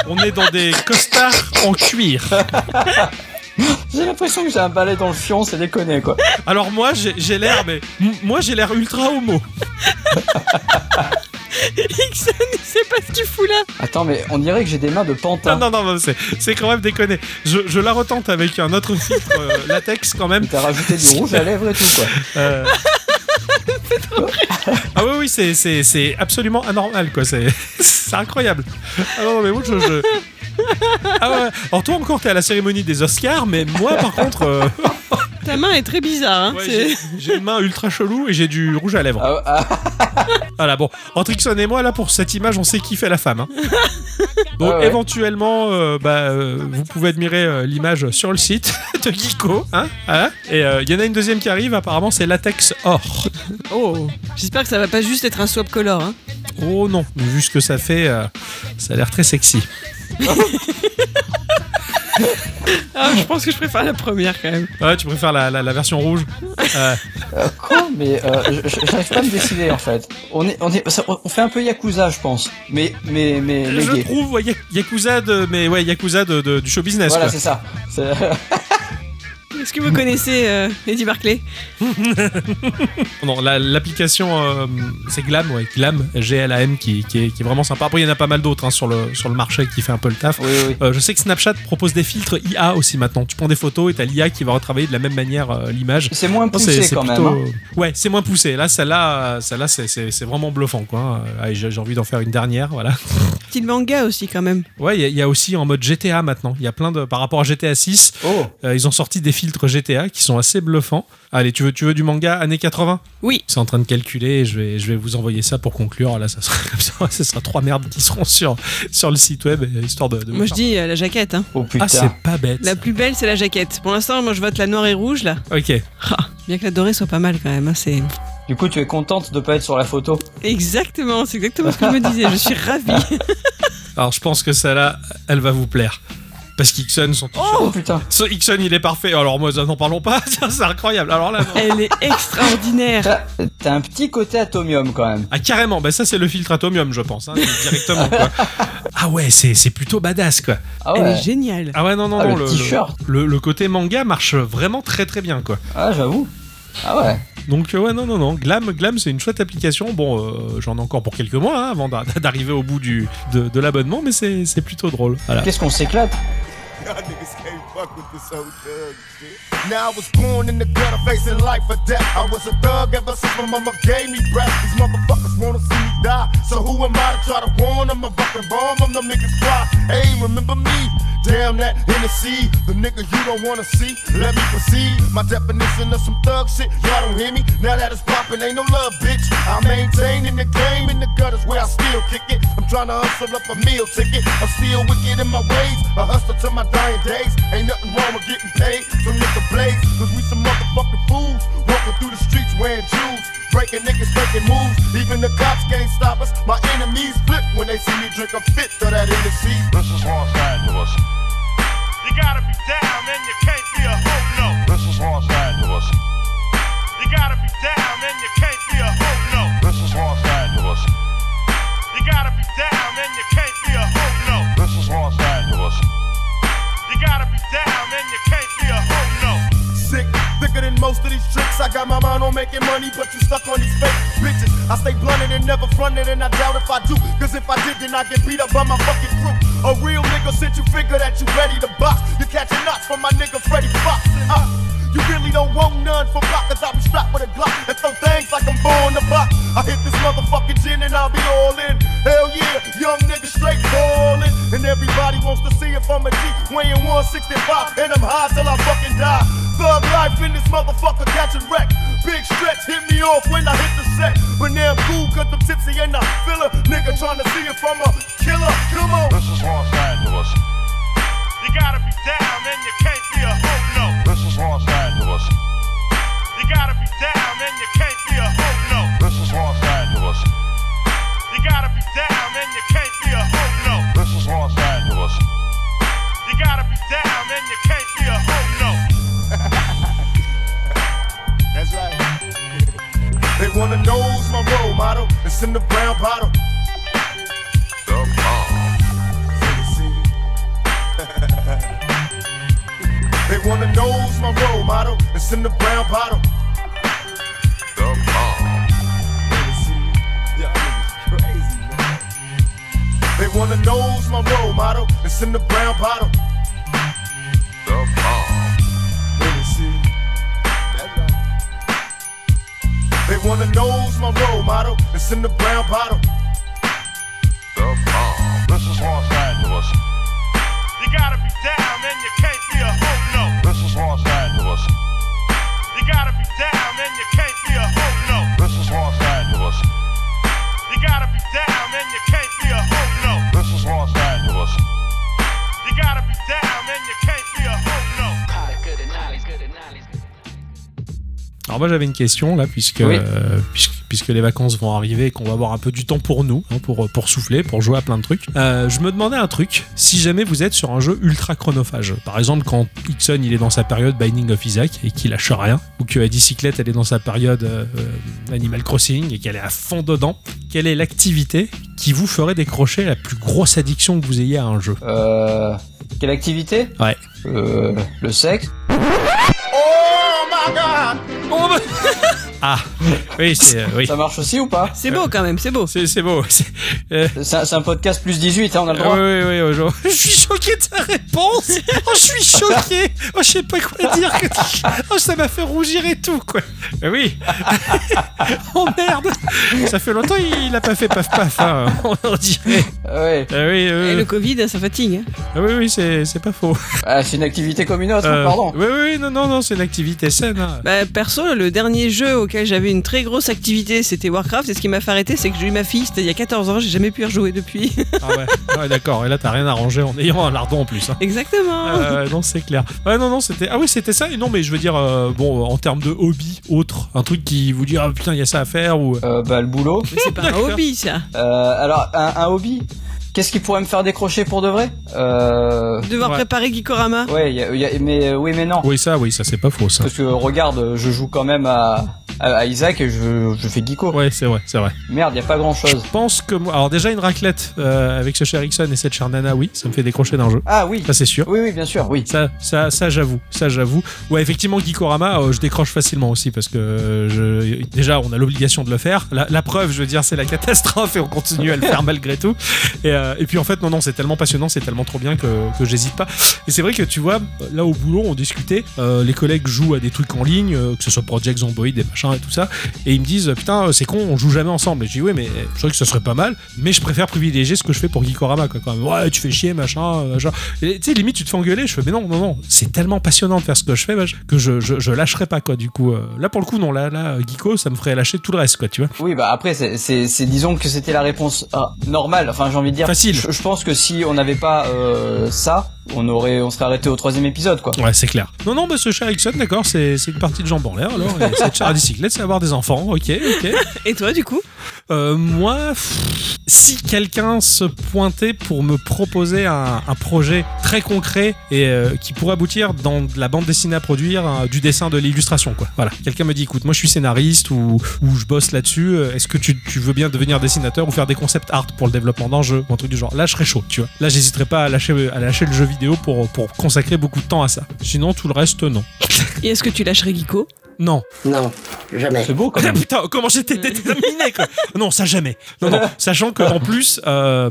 [SPEAKER 5] On est dans des costards en cuir.
[SPEAKER 6] J'ai l'impression que j'ai un balai dans le fion, c'est déconné quoi.
[SPEAKER 5] Alors moi, j'ai j'ai l'air, mais m- moi j'ai l'air ultra homo.
[SPEAKER 7] Ixon, il sait pas ce qu'il fout là.
[SPEAKER 6] Attends, mais on dirait que j'ai des mains de
[SPEAKER 5] Non,
[SPEAKER 6] pantin.
[SPEAKER 5] non, non, non, c'est c'est quand même déconné. Je, je la retente avec un autre filtre euh, latex quand même.
[SPEAKER 6] T'as rajouté du rouge à lèvres et tout quoi.
[SPEAKER 5] Euh. ah oui, oui, c'est- c'est c'est absolument anormal, quoi. C'est c'est incroyable. Ah non, non, mais moi, je... je- Ah ouais. Alors toi encore, t'es à la cérémonie des Oscars, mais moi, par contre, euh,
[SPEAKER 7] Ta main est très bizarre. Hein.
[SPEAKER 5] ouais,
[SPEAKER 7] C'est-
[SPEAKER 5] j'ai- j'ai une main ultra chelou et j'ai du rouge à lèvres.
[SPEAKER 6] Ah, ah,
[SPEAKER 5] Voilà, bon, entre Ixon et moi, là, pour cette image, on sait qui fait la femme. hein. Donc,
[SPEAKER 6] Ah ouais.
[SPEAKER 5] éventuellement, euh, bah, euh, vous pouvez admirer euh, l'image sur le site de Geeko. Hein Hein et euh, il y en a une deuxième qui arrive, apparemment, c'est Latex Or.
[SPEAKER 7] Oh, j'espère que ça va pas juste être un swap color. Hein.
[SPEAKER 5] Oh non, vu ce que ça fait, euh, ça a l'air très sexy.
[SPEAKER 7] Ah, je pense que je préfère la première quand même.
[SPEAKER 5] Ouais, tu préfères la, la- la version rouge Euh,
[SPEAKER 6] euh, quoi Mais euh, je- je- j'arrive pas à me décider en fait. On est, on est, ça- on fait un peu yakuza, je pense. Mais, mais, mais, mais
[SPEAKER 5] Je
[SPEAKER 6] gay.
[SPEAKER 5] trouve ouais, Ya- Yakuza, de, mais ouais, Yakuza de- de- du show business.
[SPEAKER 6] Voilà,
[SPEAKER 5] quoi.
[SPEAKER 6] c'est ça. C'est-
[SPEAKER 7] Est-ce que vous connaissez euh, Lady Barclay
[SPEAKER 5] Non, la- l'application, euh, c'est Glam, ouais, Glam, G-L-A-M, qui, qui est, qui est vraiment sympa. Après, il y en a pas mal d'autres hein, sur, le, sur le marché qui fait un peu le taf.
[SPEAKER 6] Oui, oui.
[SPEAKER 5] Euh, je sais que Snapchat propose des filtres IA aussi maintenant. Tu prends des photos et t'as l'IA qui va retravailler de la même manière euh, l'image.
[SPEAKER 6] C'est moins
[SPEAKER 5] Oh, c'est-
[SPEAKER 6] poussé
[SPEAKER 5] c'est
[SPEAKER 6] quand même.
[SPEAKER 5] plutôt-
[SPEAKER 6] hein.
[SPEAKER 5] Ouais, c'est moins poussé. Là, celle-là, euh, celle-là c'est- c'est c'est vraiment bluffant. quoi. Euh, allez, J'ai j'ai envie d'en faire une dernière, voilà.
[SPEAKER 7] Petit manga aussi quand même.
[SPEAKER 5] Ouais, il y, a- il y a aussi en mode GTA maintenant. Il y a plein de. Par rapport à GTA 6,
[SPEAKER 6] Oh,
[SPEAKER 5] euh, ils ont sorti des filtres GTA qui sont assez bluffants. Allez, tu veux, tu veux du manga années 80
[SPEAKER 7] Oui.
[SPEAKER 5] C'est en train de calculer et je vais, je vais vous envoyer ça pour conclure. Là, ça sera comme ça. Ce sera trois merdes qui seront sur, sur le site web, euh, histoire de. de vous
[SPEAKER 7] Moi je
[SPEAKER 5] faire-
[SPEAKER 7] dis euh, la jaquette. Hein.
[SPEAKER 6] oh
[SPEAKER 5] Ah,
[SPEAKER 6] putain.
[SPEAKER 5] c'est pas bête.
[SPEAKER 7] La plus belle c'est la jaquette. Pour l'instant, moi je vote la noire et rouge là.
[SPEAKER 5] Ok.
[SPEAKER 7] Ah, bien que la dorée soit pas mal quand même. hein, c'est
[SPEAKER 6] du coup, tu es contente de pas être sur la photo
[SPEAKER 7] exactement, c'est exactement ce qu'on me disait. Je suis ravie.
[SPEAKER 5] Alors, je pense que celle-là, elle va vous plaire. Parce qu'Ixon, son...
[SPEAKER 6] Oh putain.
[SPEAKER 5] ce Ixon, il est parfait. Alors, moi, ça, n'en parlons pas. Ça, C'est incroyable. Alors là, non.
[SPEAKER 7] Elle est extraordinaire.
[SPEAKER 6] T'as t'as un petit côté atomium quand même.
[SPEAKER 5] Ah carrément, bah ça c'est le filtre atomium je pense, hein, directement quoi. Ah ouais, c'est c'est plutôt badass quoi.
[SPEAKER 6] Ah
[SPEAKER 7] Elle
[SPEAKER 6] ouais.
[SPEAKER 7] est géniale.
[SPEAKER 5] Ah ouais non non
[SPEAKER 6] Ah,
[SPEAKER 5] non,
[SPEAKER 6] le
[SPEAKER 5] le,
[SPEAKER 6] t-shirt.
[SPEAKER 5] le- le côté manga marche vraiment très très bien quoi.
[SPEAKER 6] Ah j'avoue. Ah ouais.
[SPEAKER 5] Donc euh, ouais non non non, Glam Glam c'est une chouette application. Bon euh, j'en ai encore pour quelques mois hein, avant d'a- d'arriver au bout du de, de l'abonnement, mais c'est c'est plutôt drôle. Voilà.
[SPEAKER 6] Qu'est-ce qu'on s'éclate
[SPEAKER 8] Y'all niggas can't fuck with this old thug shit. Now I was born in the gutter, facing life or death. I was a thug ever since my mama gave me breath. These motherfuckers wanna see me die. So who am I to try to warn them? I'm fucking bomb them, the niggas fly. Hey, remember me? Damn that Hennessy, the nigga you don't wanna see. Let me proceed. My definition of some thug shit, y'all don't hear me. Now that it's poppin', ain't no love, bitch. I maintain in the game, in the gutters where I still kick it. I'm tryna hustle up a meal ticket. I'm still wicked in my ways. I hustle till my dying days. Ain't nothing wrong with getting paid. So nigga blaze, cause we some motherfucking fools. Walking through the streets wearing jewels. Breaking niggas, making moves. Even the cops can't stop us. My enemies flip when they see me drink a fit of that Hennessy. This is Los Angeles. You gotta be down and you can't be a hoe, no. This is Los Angeles. You gotta be down and you can't be a hoe, no. This is Los Angeles. You gotta be down and you can't be a hoe, no. This is Los Angeles. You gotta be down and you can't be a hoe, no. Sick, thicker than most of these tricks. I got my mind on making money, but you stuck on these fake bitches. I stay blunted and never fronted, and I doubt if I do. Cause if I did, then I get beat up by my fucking crew. A real nigga since you figure that you ready to box. You catching knots from my nigga Freddy Fox. Uh, you really don't want none for rock, cause I be strapped with a Glock and throw things like I'm born to block. I hit this motherfucking gin and I'll be all in. Hell yeah, young nigga straight ballin'. And everybody wants to see if I'm a G, weighing 165, and I'm high till I fucking die. Thug life in this motherfucker catching wreck. Big stretch hit me off when I hit the set. But now I'm cool, cause I'm tipsy and I'm filler. Nigga trying to see if I'm a killer. Come on. This is Los Angeles. You gotta be down and you can't be a hoe, no. This is Los Angeles. You gotta be down and you can't be a hoe, no. This is Los Angeles. You gotta be down and you can't be a hoe, no. This is Los Angeles. You gotta be down and you can't be a hoe, no. That's right. They wanna nose my role model. It's in the brown bottle. The bomb. wanna know's my role model. It's in the brown bottle. The bomb. Y'all niggas crazy, man. They wanna know's my role model. It's in the brown bottle. The bomb. Hennessy. That right. They wanna know's my role model. It's in the brown bottle. The bomb. This is Los Angeles.
[SPEAKER 10] You gotta be down and you can't be a hoe, no.
[SPEAKER 8] This is Los Angeles.
[SPEAKER 10] You gotta be down and you can't be a hoe, no.
[SPEAKER 8] This is Los Angeles.
[SPEAKER 10] You gotta be down and you can't be a hoe, no.
[SPEAKER 8] This is Los Angeles.
[SPEAKER 10] You gotta be down and you can't be a hoe, no.
[SPEAKER 5] Alors moi j'avais une question là puisque,
[SPEAKER 6] Oui.
[SPEAKER 5] euh, puisque puisque les vacances vont arriver et qu'on va avoir un peu du temps pour nous, hein, pour pour souffler, pour jouer à plein de trucs. Euh, je me demandais un truc. Si jamais vous êtes sur un jeu ultra chronophage, par exemple quand Hickson il est dans sa période Binding of Isaac et qu'il lâche rien, ou que la bicyclette elle est dans sa période euh, euh, Animal Crossing et qu'elle est à fond dedans, quelle est l'activité qui vous ferait décrocher la plus grosse addiction que vous ayez à un jeu
[SPEAKER 6] Euh, quelle activité
[SPEAKER 5] Ouais.
[SPEAKER 6] Euh, le sexe.
[SPEAKER 8] Oh my god!
[SPEAKER 5] Ah oui c'est euh, oui.
[SPEAKER 6] Oh, bah. Ça marche aussi ou pas
[SPEAKER 7] C'est beau quand même, c'est beau.
[SPEAKER 5] C'est c'est beau. c'est-
[SPEAKER 6] C'est un, c'est un podcast plus 18, hein, on a le droit.
[SPEAKER 5] Euh, oui, oui, oui, genre, je suis choqué de sa réponse. Oh, je suis choqué. Oh, je sais pas quoi dire. Oh, ça m'a fait rougir et tout, quoi. Mais oui. Oh merde. Ça fait longtemps il a pas fait paf paf. hein. On en dirait.
[SPEAKER 6] Ouais.
[SPEAKER 5] Ah oui, euh,
[SPEAKER 7] Et le Covid, ça fatigue. hein.
[SPEAKER 5] ah oui, oui, c'est c'est pas faux.
[SPEAKER 6] Ah, c'est une activité comme une
[SPEAKER 7] Ah,
[SPEAKER 6] autre, hein,
[SPEAKER 5] Euh,
[SPEAKER 6] pardon.
[SPEAKER 5] Oui, oui, oui, non, non, non, c'est une activité saine. hein.
[SPEAKER 7] Bah, perso, le dernier jeu auquel j'avais une très grosse activité, c'était Warcraft. Et ce qui m'a fait arrêter, c'est que j'ai eu ma fille, c'était il y a 14 ans, j'ai jamais pu y rejouer depuis.
[SPEAKER 5] Ah ouais, ouais d'accord. Et là, t'as rien arrangé en ayant un lardon en plus. hein.
[SPEAKER 7] Exactement.
[SPEAKER 5] Euh, non, c'est clair. Ouais, non, non, c'était. Ah oui, c'était ça. Et non, mais je veux dire, euh, bon, en termes de hobby, autre, un truc qui vous dit, ah putain, il y a ça à faire ou.
[SPEAKER 6] Euh, bah, le boulot.
[SPEAKER 7] Mais c'est pas un
[SPEAKER 5] D'accord.
[SPEAKER 7] hobby, ça.
[SPEAKER 6] Euh, alors, un, un hobby Qu'est-ce qui pourrait me faire décrocher pour de vrai euh,
[SPEAKER 7] Devoir
[SPEAKER 5] Ouais.
[SPEAKER 7] préparer Gikorama.
[SPEAKER 6] Ouais, y a- y a- mais euh, oui, mais non.
[SPEAKER 5] Oui, ça, oui, ça, c'est pas faux, ça.
[SPEAKER 6] Parce que regarde, je joue quand même à, à, à Isaac et je, je fais Geeko.
[SPEAKER 5] Ouais, c'est vrai, c'est vrai.
[SPEAKER 6] Merde, y a pas grand chose.
[SPEAKER 5] Je pense que moi. Alors, déjà, une raclette euh, avec ce cher Ixon et cette chère Nana, oui, ça me fait décrocher d'un jeu.
[SPEAKER 6] Ah oui,
[SPEAKER 5] Ça, c'est sûr.
[SPEAKER 6] oui, oui, bien sûr, oui.
[SPEAKER 5] Ça, ça, ça j'avoue, ça j'avoue. Ouais, effectivement, Gikorama, euh, je décroche facilement aussi parce que euh, je, déjà, on a l'obligation de le faire. La, la preuve, je veux dire, c'est la catastrophe et on continue à le faire malgré tout. Et, euh, et puis en fait, non, non, c'est tellement passionnant, c'est tellement trop bien que, que j'hésite pas. Et c'est vrai que tu vois, là au boulot, on discutait, euh, les collègues jouent à des trucs en ligne, euh, que ce soit Project Zomboid, des machins et tout ça, et ils me disent putain, euh, c'est con, on joue jamais ensemble. Et je dis ouais, mais c'est vrai que ça serait pas mal, mais je préfère privilégier ce que je fais pour Gikorama, quoi, quand même. Ouais, tu fais chier, machin, euh, machin. Et tu sais, limite, tu te fais engueuler. Je fais, mais non, non, non, c'est tellement passionnant de faire ce que je fais mach- que je, je, je lâcherai pas, quoi, du coup. euh, là, pour le coup, non, là, là, euh, Geeko, ça me ferait lâcher tout le reste, quoi, tu vois.
[SPEAKER 6] Oui, bah après, c'est- c'est c'est- disons que c'était la réponse ah, normale. Enfin, j'ai envie de dire.
[SPEAKER 5] Facile.
[SPEAKER 6] Je, je pense que si on n'avait pas euh, ça, on aurait, on serait arrêté au troisième épisode, quoi.
[SPEAKER 5] Ouais, c'est clair. Non, non, bah, ce chat Ixon, d'accord, c'est c'est une partie de jambes en l'air, alors. Et cette char à bicyclette, c'est avoir des enfants, ok, ok.
[SPEAKER 7] Et toi, du coup
[SPEAKER 5] Euh, moi, pff, si quelqu'un se pointait pour me proposer un, un projet très concret et euh, qui pourrait aboutir dans de la bande dessinée à produire, hein, du dessin, de l'illustration, quoi. Voilà. Quelqu'un me dit, écoute, moi je suis scénariste ou, ou je bosse là-dessus. euh, Est-ce que tu, tu veux bien devenir dessinateur ou faire des concepts art pour le développement d'un jeu ou un truc du genre Là, je serais chaud, tu vois. Là, j'hésiterais pas à lâcher, à lâcher le jeu vidéo pour, pour consacrer beaucoup de temps à ça. Sinon, tout le reste, non.
[SPEAKER 7] Et est-ce que tu lâcherais Giko
[SPEAKER 5] Non.
[SPEAKER 12] Non, jamais. Mm.
[SPEAKER 6] C'est beau, quand
[SPEAKER 5] Ah,
[SPEAKER 6] même.
[SPEAKER 5] putain, comment j'étais déterminé quoi. Non, ça jamais. Non, non. Sachant que en plus, euh,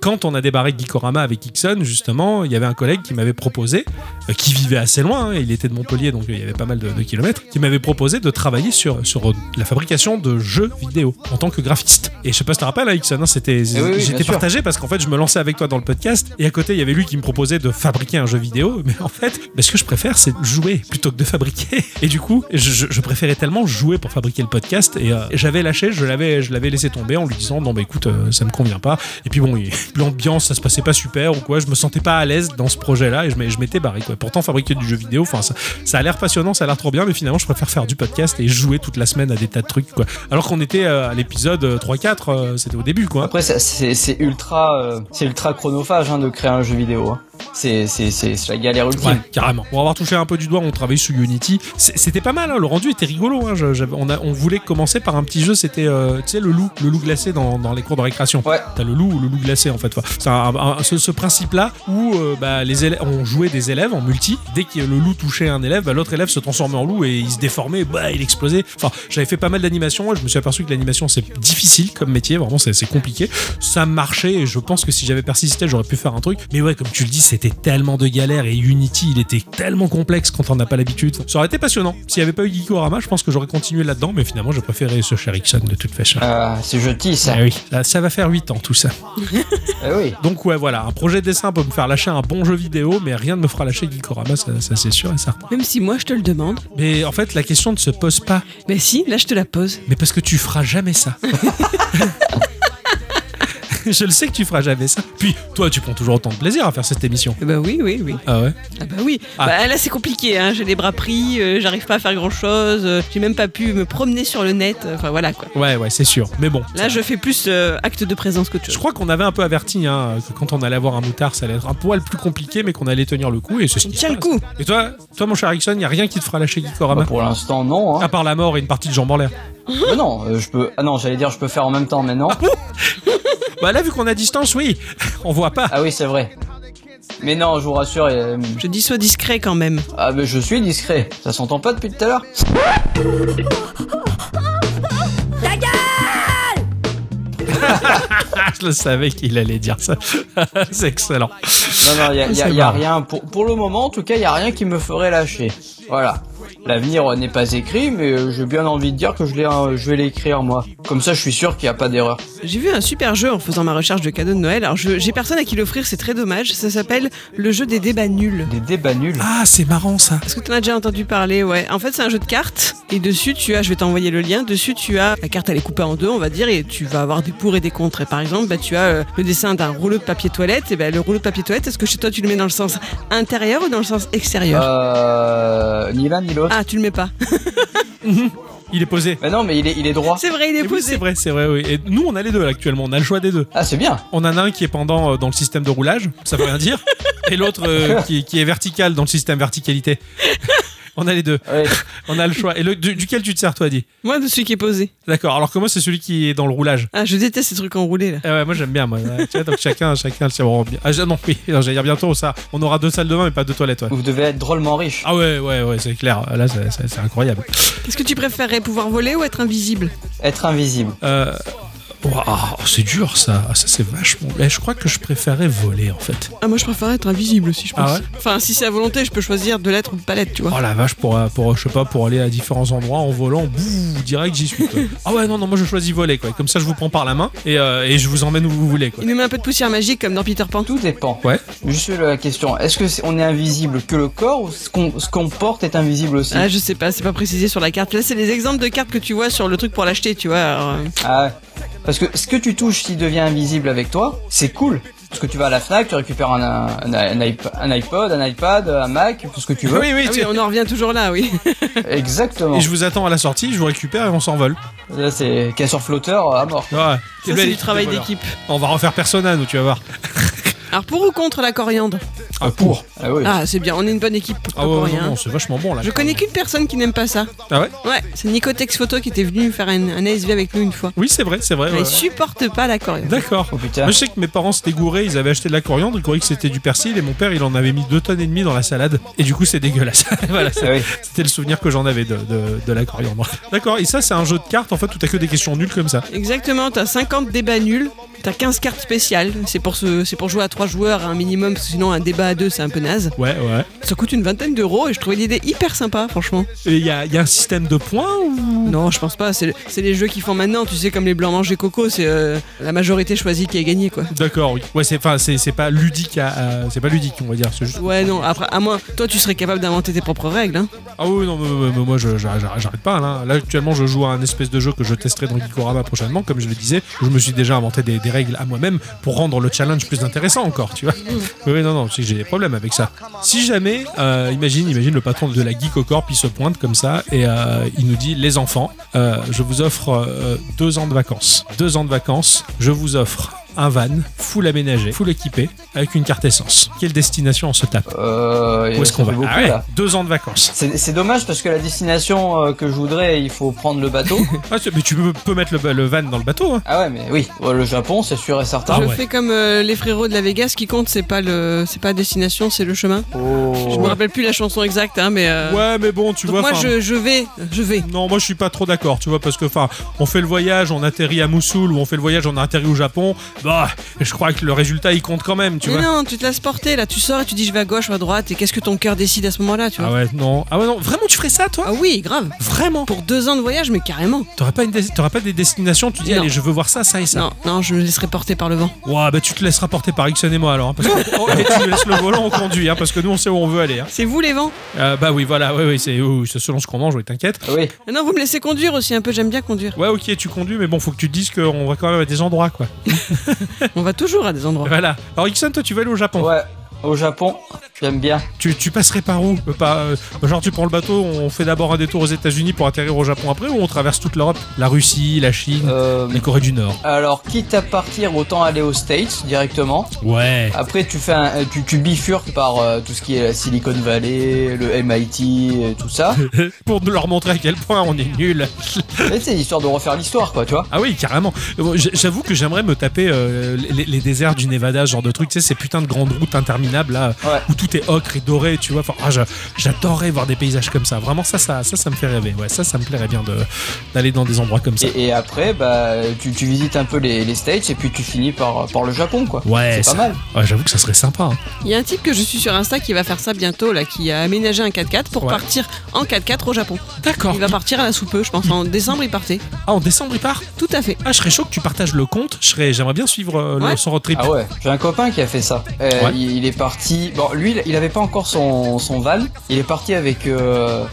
[SPEAKER 5] quand on a débarré de Geekorama avec Ixon, justement, il y avait un collègue qui m'avait proposé, euh, qui vivait assez loin, hein, il était de Montpellier, donc euh, il y avait pas mal de, de kilomètres, qui m'avait proposé de travailler sur, sur la fabrication de jeux vidéo en tant que graphiste. Et je sais pas si tu te rappelles, hein, Ixon, hein, c'était,
[SPEAKER 6] Eh oui, oui,
[SPEAKER 5] j'étais
[SPEAKER 6] bien sûr.
[SPEAKER 5] partagé parce qu'en fait, je me lançais avec toi dans le podcast, et à côté, il y avait lui qui me proposait de fabriquer un jeu vidéo, mais en fait, bah, ce que je préfère, c'est jouer plutôt que de fabriquer. Et du coup, je, je- je préférais tellement jouer pour fabriquer le podcast, et euh, j'avais lâché, je l'avais, je l'avais laissé tomber en lui disant non, bah écoute, euh, ça me convient pas. Et puis bon, il- l'ambiance, ça se passait pas super ou quoi, je me sentais pas à l'aise dans ce projet-là, et je m'ai- je m'étais barré quoi. Pourtant, fabriquer du jeu vidéo, enfin, ça, ça a l'air passionnant, ça a l'air trop bien, mais finalement, je préfère faire du podcast et jouer toute la semaine à des tas de trucs quoi. Alors qu'on était euh, à l'épisode euh, 3-4, euh, c'était au début quoi.
[SPEAKER 6] Après, ça- c'est c'est ultra, euh, c'est ultra chronophage hein, de créer un jeu vidéo. hein. c'est c'est- c'est- c'est la galère ultime.
[SPEAKER 5] Ouais, carrément. Pour avoir touché un peu du doigt, on travaillait sur Unity. C'est- C'était pas mal, hein, le rendu était rigolo. hein. Je- j'avais- on, a- on voulait commencer par un petit jeu, c'était euh, tu sais, le loup, le loup glacé dans, dans les cours de récréation. T'as le loup ou le loup glacé en fait. Enfin, c'est un- un- ce, ce principe-là où euh, bah, les élèves, on jouait des élèves en multi. Dès que le loup touchait un élève, bah, l'autre élève se transformait en loup et il se déformait, bah, il explosait. Enfin, j'avais fait pas mal d'animations et je me suis aperçu que l'animation c'est difficile comme métier, vraiment c'est c'est compliqué. Ça marchait et je pense que si j'avais persisté, j'aurais pu faire un truc. Mais ouais, comme tu le dis, c'était tellement de galères et Unity, il était tellement complexe quand on n'a pas l'habitude. Ça aurait été passionnant. S'il n'y avait pas eu Geekorama, je pense que j'aurais continué là-dedans, mais finalement, j'ai préféré ce cher Ixon de toute façon.
[SPEAKER 6] Ah, c'est gentil ça.
[SPEAKER 5] oui, ça, ça va faire 8 ans tout ça.
[SPEAKER 6] Eh oui.
[SPEAKER 5] Donc ouais, voilà, un projet dessin peut me faire lâcher un bon jeu vidéo, mais rien ne me fera lâcher Geekorama, ça, ça, c'est sûr et certain.
[SPEAKER 7] Même si moi je te le demande.
[SPEAKER 5] Mais en fait, la question ne se pose pas.
[SPEAKER 7] Mais si, là je te la pose.
[SPEAKER 5] Mais parce que tu feras jamais ça. Je le sais que tu feras jamais ça. Puis toi, tu prends toujours autant de plaisir à faire cette émission.
[SPEAKER 7] Bah oui, oui, oui.
[SPEAKER 5] Ah ouais.
[SPEAKER 7] Ah bah oui.
[SPEAKER 5] Ah.
[SPEAKER 7] Bah là c'est compliqué, hein. j'ai les bras pris, euh, j'arrive pas à faire grand chose, j'ai même pas pu me promener sur le net, enfin voilà quoi.
[SPEAKER 5] Ouais, ouais, c'est sûr. Mais bon.
[SPEAKER 7] Là je fais plus euh, acte de présence qu'autre chose.
[SPEAKER 5] Je crois qu'on avait un peu averti hein, que quand on allait avoir un moutard, ça allait être un poil plus compliqué, mais qu'on allait tenir le coup. Et c'est ce qui
[SPEAKER 7] Tiens
[SPEAKER 5] se
[SPEAKER 7] le
[SPEAKER 5] passe.
[SPEAKER 7] coup
[SPEAKER 5] Et toi, toi, mon cher Ericsson, y a rien qui te fera lâcher Geekorama
[SPEAKER 6] Bah, pour l'instant, non.
[SPEAKER 5] À part la mort et une partie de jambes en l'air.
[SPEAKER 6] Mais non, euh, je peux. Ah non, j'allais dire je peux faire en même temps, mais non.
[SPEAKER 5] bah là, vu qu'on a distance, oui, on voit pas.
[SPEAKER 6] Ah oui, c'est vrai. Mais non, je vous rassure. euh,
[SPEAKER 7] Je dis sois discret quand même.
[SPEAKER 6] Ah mais je suis discret. Ça s'entend pas depuis tout à l'heure.
[SPEAKER 5] Je le savais qu'il allait dire ça. c'est excellent.
[SPEAKER 6] Non, non, il y a, y a-
[SPEAKER 5] C'est
[SPEAKER 6] y a
[SPEAKER 5] marrant.
[SPEAKER 6] rien. Pour, pour le moment, en tout cas, il y a rien qui me ferait lâcher. Voilà. L'avenir euh, n'est pas écrit, mais euh, j'ai bien envie de dire que je, l'ai, euh, je vais l'écrire moi. Comme ça, je suis sûr qu'il n'y a pas d'erreur.
[SPEAKER 7] J'ai vu un super jeu en faisant ma recherche de cadeaux de Noël. Alors, je- j'ai personne à qui l'offrir, c'est très dommage. Ça s'appelle le jeu des débats nuls.
[SPEAKER 6] Des débats nuls
[SPEAKER 5] Ah, c'est marrant ça.
[SPEAKER 7] Est-ce que tu en as déjà entendu parler Ouais. En fait, c'est un jeu de cartes. Et dessus, tu as, je vais t'envoyer le lien, dessus, tu as la carte, elle est coupée en deux, on va dire, et tu vas avoir des pour et des contre. Et par exemple, bah, tu as euh, le dessin d'un rouleau de papier toilette. Et ben le rouleau de papier toilette, est-ce que chez toi, tu le mets dans le sens intérieur ou dans le sens extérieur
[SPEAKER 6] Euh, ni l'un ni l'autre.
[SPEAKER 7] Ah, tu le mets pas.
[SPEAKER 5] Il est posé.
[SPEAKER 6] Mais non, mais il est, il est droit.
[SPEAKER 7] C'est vrai, il est
[SPEAKER 5] Oui,
[SPEAKER 7] posé.
[SPEAKER 5] Ah. c'est vrai, c'est vrai, oui. Et nous, on a les deux là, actuellement, on a le choix des deux.
[SPEAKER 6] Ah, c'est bien.
[SPEAKER 5] On en a un qui est pendant euh, dans le système de roulage, ça veut rien dire, et l'autre euh, qui, qui est vertical dans le système verticalité. on a les deux,
[SPEAKER 6] Ouais.
[SPEAKER 5] on a le choix. Et le- du- duquel tu te sers, toi, dit
[SPEAKER 7] Moi, de celui qui est posé.
[SPEAKER 5] D'accord, alors que moi, c'est celui qui est dans le roulage.
[SPEAKER 7] Ah, je déteste ces trucs enroulés, là.
[SPEAKER 5] Eh ouais, moi j'aime bien, moi. Ouais, tu vois, donc chacun, chacun le sien. Bon, bien- Ah, je- non, oui, non, j'allais dire bientôt ça. On aura deux salles de bain, mais pas deux toilettes, ouais.
[SPEAKER 6] Vous devez être drôlement riche.
[SPEAKER 5] Ah ouais, ouais, ouais, c'est clair. Là, c'est- c'est c'est incroyable.
[SPEAKER 7] Qu'est-ce que tu préférerais, pouvoir voler ou être invisible
[SPEAKER 6] Être invisible.
[SPEAKER 5] Euh, waouh, c'est dur ça. Ah, Ça, c'est vachement. Eh, je crois que je préférais voler en fait.
[SPEAKER 7] Ah, moi je préfère être invisible aussi, je pense.
[SPEAKER 5] Ah ouais
[SPEAKER 7] enfin, si c'est à volonté, je peux choisir de l'être ou de pas l'être, tu vois.
[SPEAKER 5] Oh la vache, pour, euh, pour, je sais pas, pour aller à différents endroits en volant, bouh, direct j'y suis. quoi. ah ouais, non, non, moi je choisis voler quoi. Comme ça, je vous prends par la main et, euh, et je vous emmène où vous voulez quoi.
[SPEAKER 7] Il nous met un peu de poussière magique comme dans Peter Pan.
[SPEAKER 6] Tout dépend.
[SPEAKER 5] Ouais.
[SPEAKER 6] Juste la question, est-ce que c'est- on est invisible que le corps ou ce qu'on ce qu'on porte est invisible aussi
[SPEAKER 7] Ah, je sais pas, c'est pas précisé sur la carte. Là, c'est les exemples de cartes que tu vois sur le truc pour l'acheter, tu vois. alors, euh,
[SPEAKER 6] Ah ouais. Parce que ce que tu touches s'il devient invisible avec toi, c'est cool. Parce que tu vas à la Fnac, tu récupères un, un, un iP- un iPod, un iPad, un Mac, tout ce que tu veux.
[SPEAKER 5] oui, oui,
[SPEAKER 7] ah
[SPEAKER 5] tu-
[SPEAKER 7] oui, on en revient toujours là, oui.
[SPEAKER 6] Exactement.
[SPEAKER 5] Et je vous attends à la sortie, je vous récupère et on s'envole.
[SPEAKER 6] Là, c'est casseur flotteur à mort.
[SPEAKER 5] Ouais.
[SPEAKER 7] Ça, c'est du travail
[SPEAKER 5] Voilà.
[SPEAKER 7] d'équipe.
[SPEAKER 5] On va refaire Persona, nous, tu vas voir.
[SPEAKER 7] Alors, pour ou contre la coriandre
[SPEAKER 5] Ah, pour.
[SPEAKER 6] Ah oui.
[SPEAKER 7] Ah, c'est bien, on est une bonne équipe pour
[SPEAKER 5] Ah ouais,
[SPEAKER 7] pour
[SPEAKER 5] ouais,
[SPEAKER 7] rien.
[SPEAKER 5] non, non, c'est vachement bon là.
[SPEAKER 7] je connais qu'une personne qui n'aime pas ça.
[SPEAKER 5] Ah ouais
[SPEAKER 7] Ouais, c'est Nicotex Photo qui était venu faire un, un ASV avec nous une fois.
[SPEAKER 5] Oui, c'est vrai, c'est vrai.
[SPEAKER 7] Elle
[SPEAKER 5] ouais.
[SPEAKER 7] supporte pas la coriandre.
[SPEAKER 5] D'accord.
[SPEAKER 6] Oh putain.
[SPEAKER 5] Moi, je sais que mes parents s'étaient gourés, ils avaient acheté de la coriandre, ils croyaient que c'était du persil, et mon père, il en avait mis deux tonnes et demie dans la salade. Et du coup, c'est dégueulasse. voilà, c'est-
[SPEAKER 6] Ah oui.
[SPEAKER 5] c'était le souvenir que j'en avais de, de, de la coriandre. D'accord, et ça, c'est un jeu de cartes, en fait, où t'as que des questions nulles comme ça.
[SPEAKER 7] Exactement, t'as 50 débats nuls, t'as 15 cartes spéciales. C'est pour, ce, c'est pour jouer à 3 joueurs un minimum, parce que sinon un débat à 2 c'est un peu naze.
[SPEAKER 5] Ouais, ouais.
[SPEAKER 7] Ça coûte une vingtaine d'euros et je trouvais l'idée hyper sympa, franchement.
[SPEAKER 5] Et il y a, il y a un système de points ou.
[SPEAKER 7] Non, je pense pas, c'est, le- c'est les jeux qu'ils font maintenant, tu sais, comme les blancs mangés coco, c'est euh, la majorité choisie qui a gagné quoi.
[SPEAKER 5] D'accord, oui. Ouais, c'est, enfin, c'est, c'est pas ludique, à, à- c'est pas ludique, on va dire. C'est juste...
[SPEAKER 7] Ouais, non, après, à moins, toi tu serais capable d'inventer tes propres règles, hein.
[SPEAKER 5] Ah oui, non, mais, mais- mais moi, je, je- j'arrête j'arrête pas. hein. Là. là, actuellement, je joue à un espèce de jeu que je testerai dans Geekorama prochainement, comme je le disais. où Je me suis déjà inventé des, des règles à moi-même pour rendre le challenge plus intéressant encore, tu vois. Oui, oui, non, non, c'est que j'ai des problèmes avec ça. Si jamais, euh, imagine, imagine le patron de la Geekocorp, il se pointe comme ça et euh, il nous dit les enfants, euh, je vous offre euh, deux ans de vacances. Deux ans de vacances, je vous offre un van, full aménagé, full équipé, avec une carte essence. Quelle destination on se tape
[SPEAKER 6] Euh,
[SPEAKER 5] Où est-ce
[SPEAKER 6] ça
[SPEAKER 5] qu'on
[SPEAKER 6] fait
[SPEAKER 5] va
[SPEAKER 6] beaucoup,
[SPEAKER 5] Ah ouais,
[SPEAKER 6] là.
[SPEAKER 5] Deux ans de vacances.
[SPEAKER 6] C'est c'est dommage parce que la destination euh, que je voudrais, il faut prendre le bateau.
[SPEAKER 5] Ah, tu- mais tu peux, peux mettre le, le van dans le bateau. hein.
[SPEAKER 6] ah ouais, mais oui, ouais, le Japon, c'est sûr et certain.
[SPEAKER 5] Ah
[SPEAKER 7] je
[SPEAKER 5] ouais.
[SPEAKER 7] fais comme euh, les frérots de la Vegas, ce qui compte, c'est pas le, c'est pas la destination, c'est le chemin. Je me rappelle plus la chanson exacte, hein, mais. euh,
[SPEAKER 5] Ouais, mais bon, tu
[SPEAKER 7] donc
[SPEAKER 5] vois.
[SPEAKER 7] moi,
[SPEAKER 5] enfin,
[SPEAKER 7] je, je vais, je vais.
[SPEAKER 5] Non, moi je suis pas trop d'accord, tu vois, parce que enfin, on fait le voyage, on atterrit à Mossoul ou on fait le voyage, on atterrit au Japon. Bah, je crois que le résultat il compte quand même, tu
[SPEAKER 7] mais
[SPEAKER 5] vois.
[SPEAKER 7] non, tu te laisses porter, là, tu sors et tu dis je vais à gauche ou à droite, et qu'est-ce que ton cœur décide à ce moment-là, tu vois
[SPEAKER 5] Ah ouais, non. Ah ouais, non, vraiment tu ferais ça, toi
[SPEAKER 7] Ah oui, grave.
[SPEAKER 5] Vraiment
[SPEAKER 7] Pour deux ans de voyage, mais carrément.
[SPEAKER 5] T'aurais pas, une des... t'aurais pas des destinations, tu dis,
[SPEAKER 7] Non.
[SPEAKER 5] allez, je veux voir ça, ça et ça.
[SPEAKER 7] Non, non, je me laisserai porter par le vent.
[SPEAKER 5] Ouah, bah tu te laisses rapporter par Ixon et moi alors. hein, parce que... Oh, et tu laisses le volant, on conduit, hein, parce que nous on sait où on veut aller. hein.
[SPEAKER 7] C'est vous les vents
[SPEAKER 5] Euh, bah oui, voilà, oui, oui, c'est oui, c'est selon ce qu'on mange, oui, t'inquiète.
[SPEAKER 6] Oui,
[SPEAKER 7] Ah Non, vous me laissez conduire aussi un peu, j'aime bien conduire.
[SPEAKER 5] Ouais, ok, tu conduis, mais bon, faut que tu te dises qu'on va quand même à des endroits, quoi.
[SPEAKER 7] On va toujours à des endroits.
[SPEAKER 5] Voilà. Alors, Ixon, toi, tu vas aller au Japon.
[SPEAKER 6] ouais. Au Japon, j'aime bien.
[SPEAKER 5] Tu, tu passerais par où Euh, pas, euh, Genre tu prends le bateau, on fait d'abord un détour aux États-Unis pour atterrir au Japon après, ou on traverse toute l'Europe La Russie, la Chine,
[SPEAKER 6] Euh,
[SPEAKER 5] la Corée du Nord.
[SPEAKER 6] alors, quitte à partir, autant aller aux States directement.
[SPEAKER 5] Ouais.
[SPEAKER 6] Après, tu fais un, euh, tu, tu bifurques par euh, tout ce qui est la Silicon Valley, le MIT, et tout ça.
[SPEAKER 5] pour nous leur montrer à quel point on est nul.
[SPEAKER 6] Mais c'est histoire de refaire l'histoire, quoi, tu vois.
[SPEAKER 5] Ah oui, carrément. Bon, j- J'avoue que j'aimerais me taper euh, les, les déserts du Nevada, ce genre de truc, tu sais, ces putains de grandes routes interminables là,
[SPEAKER 6] Ouais.
[SPEAKER 5] où tout est ocre et doré, tu vois. Enfin, ah, j'a- j'adorerais voir des paysages comme ça. Vraiment, ça, ça, ça, ça me fait rêver. Ouais, ça, ça me plairait bien de d'aller dans des endroits comme ça.
[SPEAKER 6] Et, et après, bah, tu, tu visites un peu les, les States et puis tu finis par, par le Japon, quoi.
[SPEAKER 5] Ouais,
[SPEAKER 6] c'est
[SPEAKER 5] ça-
[SPEAKER 6] pas mal.
[SPEAKER 5] ouais, j'avoue que ça serait sympa. hein.
[SPEAKER 7] Il y a un type que je suis sur Insta qui va faire ça bientôt, là, qui a aménagé un 4x4 pour
[SPEAKER 5] Ouais.
[SPEAKER 7] partir en 4x4 au Japon.
[SPEAKER 5] D'accord.
[SPEAKER 7] Il va partir à la soupe, je pense. En décembre, il partait.
[SPEAKER 5] Ah, en décembre, il part
[SPEAKER 7] Tout à fait.
[SPEAKER 5] Ah, je serais chaud que tu partages le compte. Je serais, j'aimerais bien suivre euh, le-
[SPEAKER 7] Ouais.
[SPEAKER 5] son road trip.
[SPEAKER 6] Ah ouais, j'ai un copain qui a fait ça. Euh,
[SPEAKER 5] Ouais.
[SPEAKER 6] il, il est parti. Bon, lui, il- il avait pas encore son, son van. Il est parti avec euh,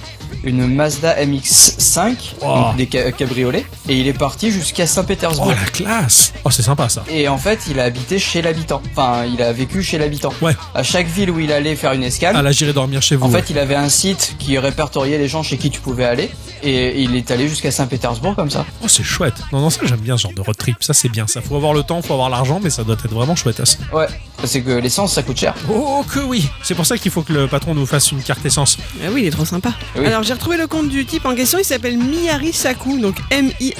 [SPEAKER 6] une Mazda MX5,
[SPEAKER 5] Wow.
[SPEAKER 6] donc des ca- cabriolets, et il est parti jusqu'à
[SPEAKER 5] Oh
[SPEAKER 6] Saint-Pétersbourg.
[SPEAKER 5] la classe Oh, c'est sympa ça.
[SPEAKER 6] Et en fait, il a habité chez l'habitant. Enfin, il a vécu chez l'habitant.
[SPEAKER 5] Ouais.
[SPEAKER 6] À chaque ville où il allait faire une escale,
[SPEAKER 5] Ah là, j'irai dormir chez vous.
[SPEAKER 6] en
[SPEAKER 5] ouais.
[SPEAKER 6] fait, il avait un site qui répertoriait les gens chez qui tu pouvais aller. Et il est allé jusqu'à Saint-Pétersbourg comme ça.
[SPEAKER 5] Oh, c'est chouette. Non, non, ça j'aime bien ce genre de road trip. Ça, c'est bien. Ça, faut avoir le temps, faut avoir l'argent, mais ça doit être vraiment chouette. ça.
[SPEAKER 6] Ouais, c'est que l'essence, ça coûte cher.
[SPEAKER 5] Oh que oui. C'est pour ça qu'il faut que le patron nous fasse une carte essence.
[SPEAKER 7] Ah oui, il est trop sympa.
[SPEAKER 6] Oui.
[SPEAKER 7] Alors, j'ai retrouvé le compte du type en question. Il s'appelle Miyari Saku, donc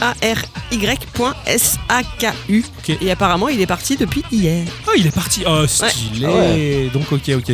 [SPEAKER 7] M-I-A-R-Y point S-A-K-U.
[SPEAKER 5] Ok.
[SPEAKER 7] Et apparemment, il est parti depuis hier.
[SPEAKER 5] Ah, il est parti. Oh, stylé.
[SPEAKER 6] Ah ouais.
[SPEAKER 5] Donc, ok, ok.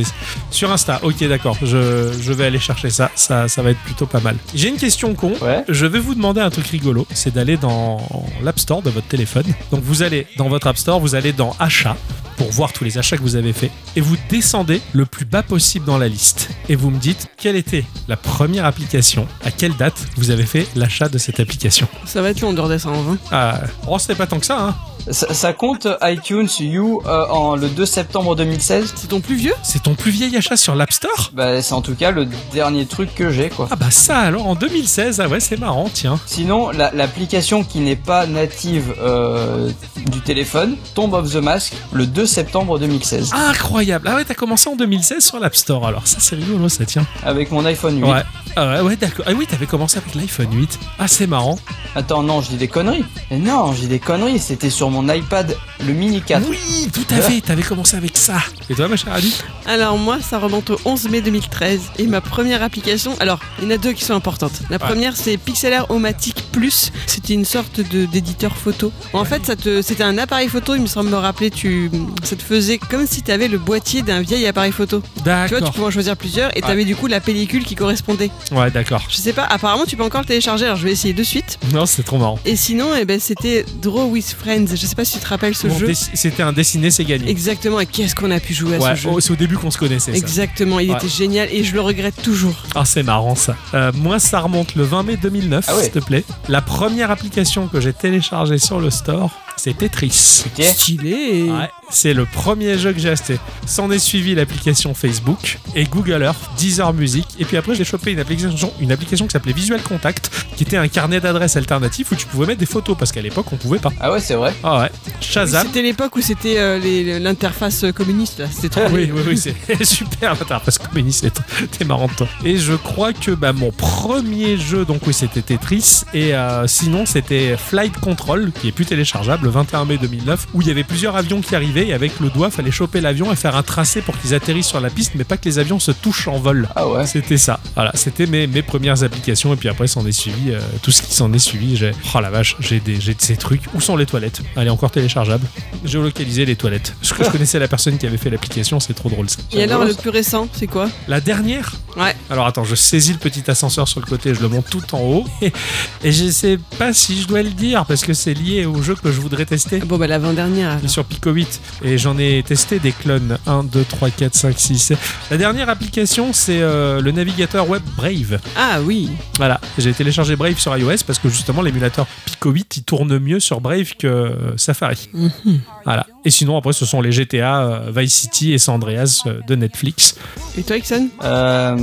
[SPEAKER 5] Sur Insta, ok, d'accord. Je, je vais aller chercher ça. ça. Ça va être plutôt pas mal. J'ai une question con.
[SPEAKER 6] Ouais.
[SPEAKER 5] Je vais vous demander un truc rigolo. C'est d'aller dans l'App Store de votre téléphone. Donc, vous allez dans votre App Store, vous allez dans Achats pour voir tous les achats que vous avez faits. Et vous descendez le plus bas possible dans la liste. Et vous me dites quelle était la première application, à quelle date vous avez fait l'achat de cette application.
[SPEAKER 7] Ça va être long de redescendre. hein.
[SPEAKER 5] Ah, oh, c'est pas tant que ça, hein.
[SPEAKER 6] Ça, ça compte euh, iTunes You euh, en le 2 septembre 2016
[SPEAKER 7] C'est ton plus vieux
[SPEAKER 5] C'est ton plus vieil achat sur l'App Store
[SPEAKER 6] Bah, c'est en tout cas le dernier truc que j'ai, quoi.
[SPEAKER 5] Ah bah ça alors en 2016, ah ouais c'est marrant tiens.
[SPEAKER 6] Sinon, la- l'application qui n'est pas native euh, du téléphone, Tomb of the Mask, le 2 septembre 2016,
[SPEAKER 5] Incroyable. Ah ouais t'as commencé en 2016 sur l'App Store alors ça c'est rigolo ça tiens.
[SPEAKER 6] avec mon iPhone 8.
[SPEAKER 5] Ouais. Ah ouais, ouais d'accord. Ah oui t'avais commencé avec l'iPhone 8. Ah c'est marrant.
[SPEAKER 6] Attends, non, je dis des conneries. Mais non, je dis des conneries, c'était sur mon iPad, le mini 4.
[SPEAKER 5] Oui tout à fait, t'avais commencé avec ça. Et toi ma chère Ali
[SPEAKER 7] Alors moi, ça remonte au 11 mai 2013 et ma première application. Alors, il y en a deux qui sont importantes. La première, c'est Pixelar Omatic Plus. C'était une sorte de d'éditeur photo. En fait, ça te, c'était un appareil photo. Il me semble me rappeler, tu, ça te faisait comme si tu avais le boîtier d'un vieil appareil photo. Tu vois, tu
[SPEAKER 5] D'accord.
[SPEAKER 7] pouvais en choisir plusieurs et tu avais du coup la pellicule qui correspondait.
[SPEAKER 5] Ouais d'accord.
[SPEAKER 7] Je sais pas. Apparemment, tu peux encore le télécharger. Alors, je vais essayer de suite.
[SPEAKER 5] Non c'est trop marrant.
[SPEAKER 7] Et sinon, eh ben, c'était Draw with Friends. Je sais pas si tu te rappelles ce
[SPEAKER 5] Bon,
[SPEAKER 7] jeu.
[SPEAKER 5] dess- C'était un dessiné c'est gagné.
[SPEAKER 7] Exactement. Et qu'est-ce qu'on a pu jouer à
[SPEAKER 5] Ouais,
[SPEAKER 7] ce jeu
[SPEAKER 5] oh, c'est au début qu'on se connaissait ça.
[SPEAKER 7] Exactement, il
[SPEAKER 5] Ouais.
[SPEAKER 7] était génial et je le regrette toujours.
[SPEAKER 5] Ah, c'est marrant ça. Euh, moi, ça remonte le 20 mai 2009,
[SPEAKER 6] Ah ouais.
[SPEAKER 5] s'il te plaît. La première application que j'ai téléchargée sur le store, c'est Tetris.
[SPEAKER 6] Ok.
[SPEAKER 7] Stylé.
[SPEAKER 5] Ouais, C'est le premier jeu que j'ai acheté. S'en est suivi l'application Facebook et Google Earth, Deezer Music. Et puis après, j'ai chopé une application, une application qui s'appelait Visual Contact, qui était un carnet d'adresses alternatif où tu pouvais mettre des photos parce qu'à l'époque, on pouvait pas.
[SPEAKER 6] Ah ouais, c'est vrai.
[SPEAKER 5] Ah ouais. Shazam.
[SPEAKER 7] C'était l'époque où c'était euh, les- l'interface communiste, là. C'était trop.
[SPEAKER 5] Oui, oui, oui, c'est super l'interface communiste. t'es- T'es marrant, toi. Et je crois que bah, mon premier jeu, donc oui, c'était Tetris. Et euh, sinon, c'était Flight Control, qui est plus téléchargeable, le 21 mai 2009, où il y avait plusieurs avions qui arrivaient. Et avec le doigt, fallait choper l'avion et faire un tracé pour qu'ils atterrissent sur la piste, mais pas que les avions se touchent en vol.
[SPEAKER 6] Ah ouais.
[SPEAKER 5] C'était ça. Voilà, c'était mes, mes premières applications. Et puis après, s'en est suivi euh, tout ce qui s'en est suivi. J'ai... Oh la vache, j'ai, des, j'ai de ces trucs. Où sont les toilettes Elle est encore téléchargeable. Géolocaliser les toilettes. Je, je connaissais la personne qui avait fait l'application, c'est trop drôle ça.
[SPEAKER 7] Et alors, le plus récent, c'est quoi
[SPEAKER 5] La dernière
[SPEAKER 7] Ouais.
[SPEAKER 5] Alors attends, je saisis le petit ascenseur sur le côté, je le monte tout en haut. Et, et je sais pas si je dois le dire parce que c'est lié au jeu que je voudrais tester.
[SPEAKER 7] Bon, bah, l'avant-dernière.
[SPEAKER 5] Sur Pico 8 et j'en ai testé des clones 1, 2, 3, 4, 5, 6. La dernière application c'est euh, le navigateur web Brave.
[SPEAKER 7] Ah oui.
[SPEAKER 5] Voilà, j'ai téléchargé Brave sur iOS parce que justement l'émulateur Pico 8 il tourne mieux sur Brave que euh, Safari. Voilà. Et sinon après ce sont les GTA, euh, Vice City et San Andreas euh, de Netflix.
[SPEAKER 7] Et toi, Ixon
[SPEAKER 6] Euh,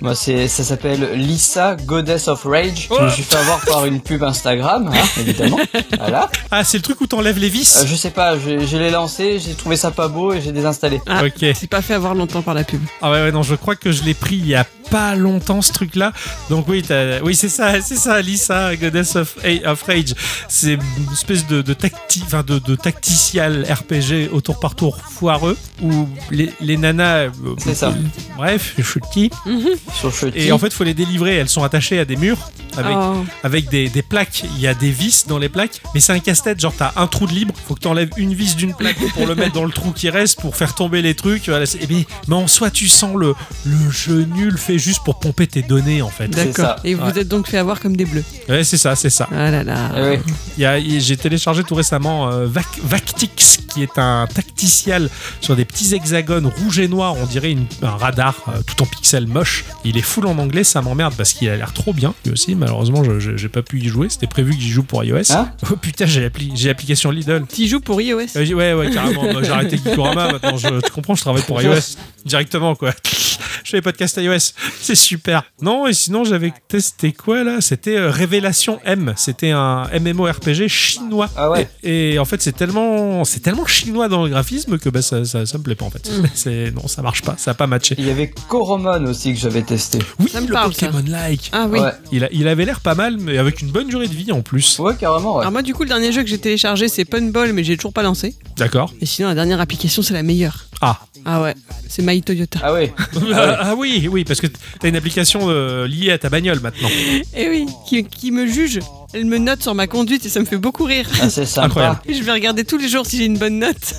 [SPEAKER 6] moi, c'est, ça s'appelle Lisa, Goddess of
[SPEAKER 7] Oh.
[SPEAKER 6] Rage. Je me suis fait avoir par une pub Instagram, hein, évidemment. Voilà.
[SPEAKER 5] Ah c'est le truc où t'enlèves les vis
[SPEAKER 6] Euh, je sais pas, je, je l'ai lancé, j'ai trouvé ça pas beau et j'ai désinstallé.
[SPEAKER 7] Ah.
[SPEAKER 5] Ok.
[SPEAKER 7] C'est pas fait avoir longtemps par la pub.
[SPEAKER 5] Ah ouais, ouais, non, je crois que je l'ai pris il y a pas longtemps ce truc là. Donc oui, t'as- oui c'est ça, c'est ça, Lisa, Goddess of, of Rage. C'est une espèce de, de, tacti, enfin, de, de tacticial RPG au tour par tour foireux où les, les nanas... euh,
[SPEAKER 6] C'est ça.
[SPEAKER 5] Bref, je suis petit.
[SPEAKER 6] Ah Sur Chucky.
[SPEAKER 5] Et en fait, faut les délivrer. Elles sont attachées à des murs avec,
[SPEAKER 7] Oh.
[SPEAKER 5] avec des, des plaques. Il y a des vis dans les plaques, mais c'est un casse-tête. Genre, t'as un trou de libre, faut que t'enlèves une vis d'une plaque pour le mettre dans le trou qui reste pour faire tomber les trucs. Voilà, c'est- mais, mais en soi, tu sens le, le jeu nul fait juste pour pomper tes données en fait.
[SPEAKER 6] C'est ça.
[SPEAKER 7] D'accord. Et vous
[SPEAKER 5] Ouais.
[SPEAKER 7] êtes donc fait avoir comme des bleus.
[SPEAKER 5] Ouais, c'est ça, c'est ça.
[SPEAKER 7] Ah là là.
[SPEAKER 6] Eh oui.
[SPEAKER 5] Il y a- il- J'ai téléchargé tout récemment euh, Vac- Vactix, qui est un tacticiel sur des petits hexagones rouges et noirs. On dirait une- un radar euh, tout en pixels moche. Il est full en anglais, ça m'emmerde parce qu'il a l'air trop bien. Lui aussi, malheureusement, je- je- j'ai pas pu y jouer. C'était prévu que j'y joue pour iOS.
[SPEAKER 6] Hein
[SPEAKER 5] oh putain, j'ai l'appli- j'ai l'application Lidl.
[SPEAKER 7] Petit joue pour iOS.
[SPEAKER 5] Euh, j'ai- ouais, ouais, carrément. Moi, J'ai arrêté Gikorama maintenant. Je, tu comprends, je travaille pour iOS directement, quoi. Je fais les podcasts iOS. C'est super. Non, et sinon, j'avais testé quoi, là C'était euh, Révélation M. C'était un MMORPG chinois.
[SPEAKER 6] Ah ouais.
[SPEAKER 5] Et, et en fait, c'est tellement, c'est tellement chinois dans le graphisme que bah, ça, ça, ça me plaît pas, en
[SPEAKER 7] Mm.
[SPEAKER 5] fait. C'est, non, ça marche pas. Ça a pas matché.
[SPEAKER 6] Il y avait Coromon aussi que j'avais testé.
[SPEAKER 5] Oui,
[SPEAKER 7] Ça me
[SPEAKER 5] le
[SPEAKER 7] parle, ça.
[SPEAKER 5] Pokémon-like.
[SPEAKER 7] Ah oui.
[SPEAKER 6] Ouais.
[SPEAKER 5] Il, a- il avait l'air pas mal, mais avec une bonne durée de vie en plus.
[SPEAKER 6] Ouais, carrément, ouais.
[SPEAKER 7] Alors moi du coup le dernier jeu que j'ai téléchargé c'est Punball mais j'ai toujours pas lancé.
[SPEAKER 5] D'accord.
[SPEAKER 7] Et sinon la dernière application c'est la meilleure.
[SPEAKER 5] Ah.
[SPEAKER 7] Ah ouais, c'est My Toyota.
[SPEAKER 6] Ah ouais.
[SPEAKER 5] ah oui, oui, parce que t'as une application euh, liée à ta bagnole maintenant.
[SPEAKER 7] Eh oui, qui, qui me juge, elle me note sur ma conduite et ça me fait beaucoup rire.
[SPEAKER 6] Ah, c'est sympa.
[SPEAKER 5] Incroyable.
[SPEAKER 7] Et je vais regarder tous les jours si j'ai une bonne note.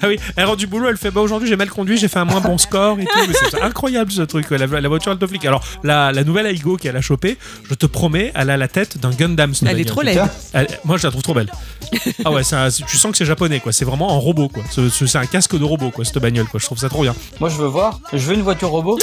[SPEAKER 5] Ah oui, elle rend du boulot, elle fait bah aujourd'hui j'ai mal conduit, j'ai fait un moins bon score et tout. Mais c'est incroyable ce truc, ouais, la, la voiture elle te flic. Alors la, la nouvelle Aigo qu'elle a chopée, je te promets, elle a la tête d'un Gundam. cette
[SPEAKER 7] Elle est
[SPEAKER 5] bagnole.
[SPEAKER 7] trop laide.
[SPEAKER 6] Ah.
[SPEAKER 5] Elle- moi je la trouve trop belle. Ah ouais, c'est un- c'est- tu sens que c'est japonais quoi, c'est vraiment un robot quoi. Ce- ce- C'est un casque de robot quoi, cette bagnole quoi. Je trouve ça trop bien.
[SPEAKER 6] Moi, je veux voir. Je veux une voiture robot.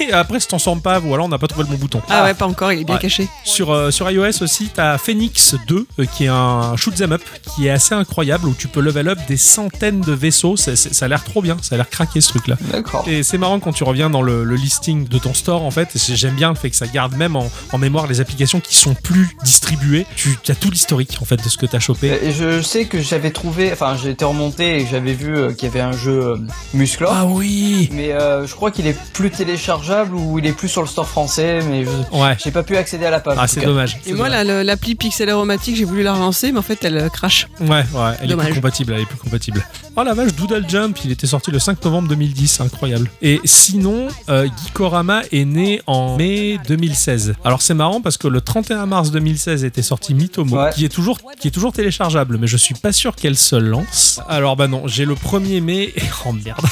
[SPEAKER 5] Et après, si t'en sens pas, ou alors on n'a pas trouvé le bon bouton.
[SPEAKER 7] Ah ouais, pas encore, il est bien
[SPEAKER 5] Ouais.
[SPEAKER 7] caché.
[SPEAKER 5] Sur, euh, sur iOS aussi, t'as Phoenix 2, euh, qui est un shoot'em up, qui est assez incroyable, où tu peux level up des centaines de vaisseaux. C'est- c'est- ça a l'air trop bien, ça a l'air craqué ce truc là.
[SPEAKER 6] D'accord.
[SPEAKER 5] Et c'est marrant quand tu reviens dans le, le listing de ton store, en fait. C'est- J'aime bien le fait que ça garde même en, en mémoire les applications qui sont plus distribuées. Tu as tout l'historique, en fait, de ce que t'as chopé.
[SPEAKER 6] Et je sais que j'avais trouvé, enfin j'étais remonté et j'avais vu euh, qu'il y avait un jeu euh, Musclor,
[SPEAKER 5] Ah.
[SPEAKER 7] Ah
[SPEAKER 5] oui
[SPEAKER 6] mais euh, je crois qu'il est plus téléchargeable ou il est plus sur le store français, mais je
[SPEAKER 5] Ouais.
[SPEAKER 6] j'ai pas pu accéder à la page. en
[SPEAKER 5] Ah,
[SPEAKER 6] tout
[SPEAKER 5] c'est
[SPEAKER 6] cas.
[SPEAKER 5] dommage.
[SPEAKER 7] Et moi là, le- l'appli Pixel Aromatique, j'ai voulu la relancer mais en fait elle euh, crache.
[SPEAKER 5] Ouais, ouais, elle est
[SPEAKER 7] Dommage.
[SPEAKER 5] plus compatible, elle est plus compatible. Oh la vache, Doodle Jump, il était sorti le 5 novembre 2010, incroyable. Et sinon, euh, Gikorama est né en mai 2016. Alors c'est marrant parce que le 31 mars 2016 était sorti Mitomo,
[SPEAKER 6] Ouais.
[SPEAKER 5] qui, est toujours, qui est toujours téléchargeable, mais je suis pas sûr qu'elle se lance. Alors bah non, j'ai le 1er mai... Oh merde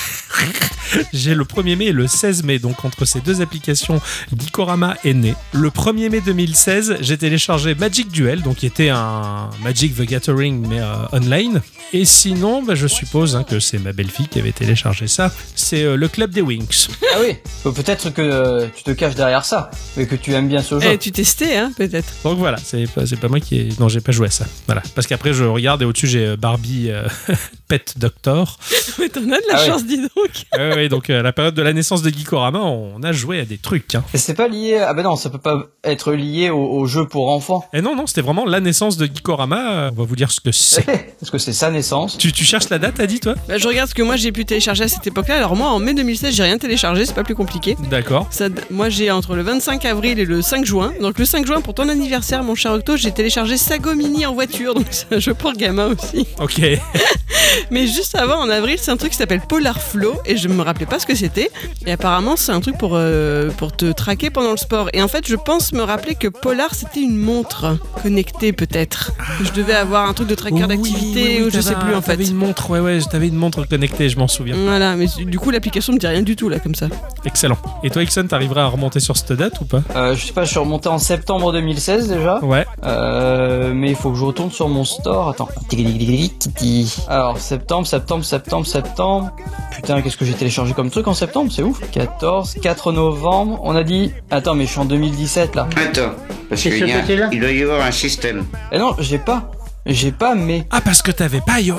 [SPEAKER 5] J'ai le 1er mai et le 16 mai, donc entre ces deux applications, Gikorama est né. Le 1er mai 2016, j'ai téléchargé Magic Duel, donc qui était un Magic the Gathering mais euh, online. Et sinon, bah, je suppose hein, que c'est ma belle-fille qui avait téléchargé ça. C'est euh, le club des Wings.
[SPEAKER 6] Ah oui, Faut peut-être que euh, tu te caches derrière ça, mais que tu aimes bien ce jeu.
[SPEAKER 7] Eh, tu testais hein peut-être.
[SPEAKER 5] Donc voilà, c'est pas, c'est pas moi qui ai... Non, j'ai pas joué à ça. Voilà. Parce qu'après, je regarde et au-dessus, j'ai euh, Barbie euh, Pets Pet Doctor.
[SPEAKER 7] Mais t'en as de la
[SPEAKER 6] Ah ouais.
[SPEAKER 7] chance, dis donc.
[SPEAKER 5] Oui, donc euh, à la période de la naissance de Gikorama, on a joué à des trucs. hein.
[SPEAKER 6] Et c'est pas lié. Ah bah non, ça peut pas être lié au, au jeu pour enfants.
[SPEAKER 5] Et non, non, c'était vraiment la naissance de Gikorama. euh, On va vous dire ce que c'est.
[SPEAKER 6] Parce que c'est sa naissance.
[SPEAKER 5] Tu, tu cherches la date, t'as dit toi
[SPEAKER 7] Bah, je regarde ce que moi j'ai pu télécharger à cette époque-là. Alors moi, en mai 2016, j'ai rien téléchargé, c'est pas plus compliqué.
[SPEAKER 5] D'accord.
[SPEAKER 7] Ça, moi j'ai entre le 25 avril et le 5 juin. Donc le 5 juin pour ton anniversaire, mon cher Octo, j'ai téléchargé Sago Mini en voiture. Donc c'est un jeu pour gamin aussi.
[SPEAKER 5] Ok.
[SPEAKER 7] Mais juste avant, en avril, c'est un truc qui s'appelle Polar Flow et je me rappelais pas ce que c'était. Et apparemment, c'est un truc pour, euh, pour te traquer pendant le sport. Et en fait, je pense me rappeler que Polar c'était une montre connectée peut-être. Je devais avoir un truc
[SPEAKER 5] Oh
[SPEAKER 7] de tracker d'activité ou je sais plus en fait. Mm.
[SPEAKER 5] T'avais une montre, ouais, ouais, t'avais une montre connectée, je m'en souviens.
[SPEAKER 7] Voilà, mais du coup l'application me dit rien du tout là comme ça.
[SPEAKER 5] Excellent. Et toi, Ixon, t'arriveras à remonter sur cette date ou pas
[SPEAKER 6] Euh, je sais pas, je suis remonté en septembre 2016 déjà.
[SPEAKER 5] Ouais.
[SPEAKER 6] Euh, mais il faut que je retourne sur mon store. Attends. Alors, septembre, septembre, septembre, septembre. Putain, qu'est-ce que j'ai téléchargé comme truc en septembre C'est ouf. 14, 4 novembre. On a dit. Attends, mais je suis en 2017 là.
[SPEAKER 12] Attends, parce qu'il y a- il doit y avoir un système.
[SPEAKER 6] Eh non, j'ai pas. J'ai pas, mais.
[SPEAKER 5] Ah, parce que t'avais pas iOS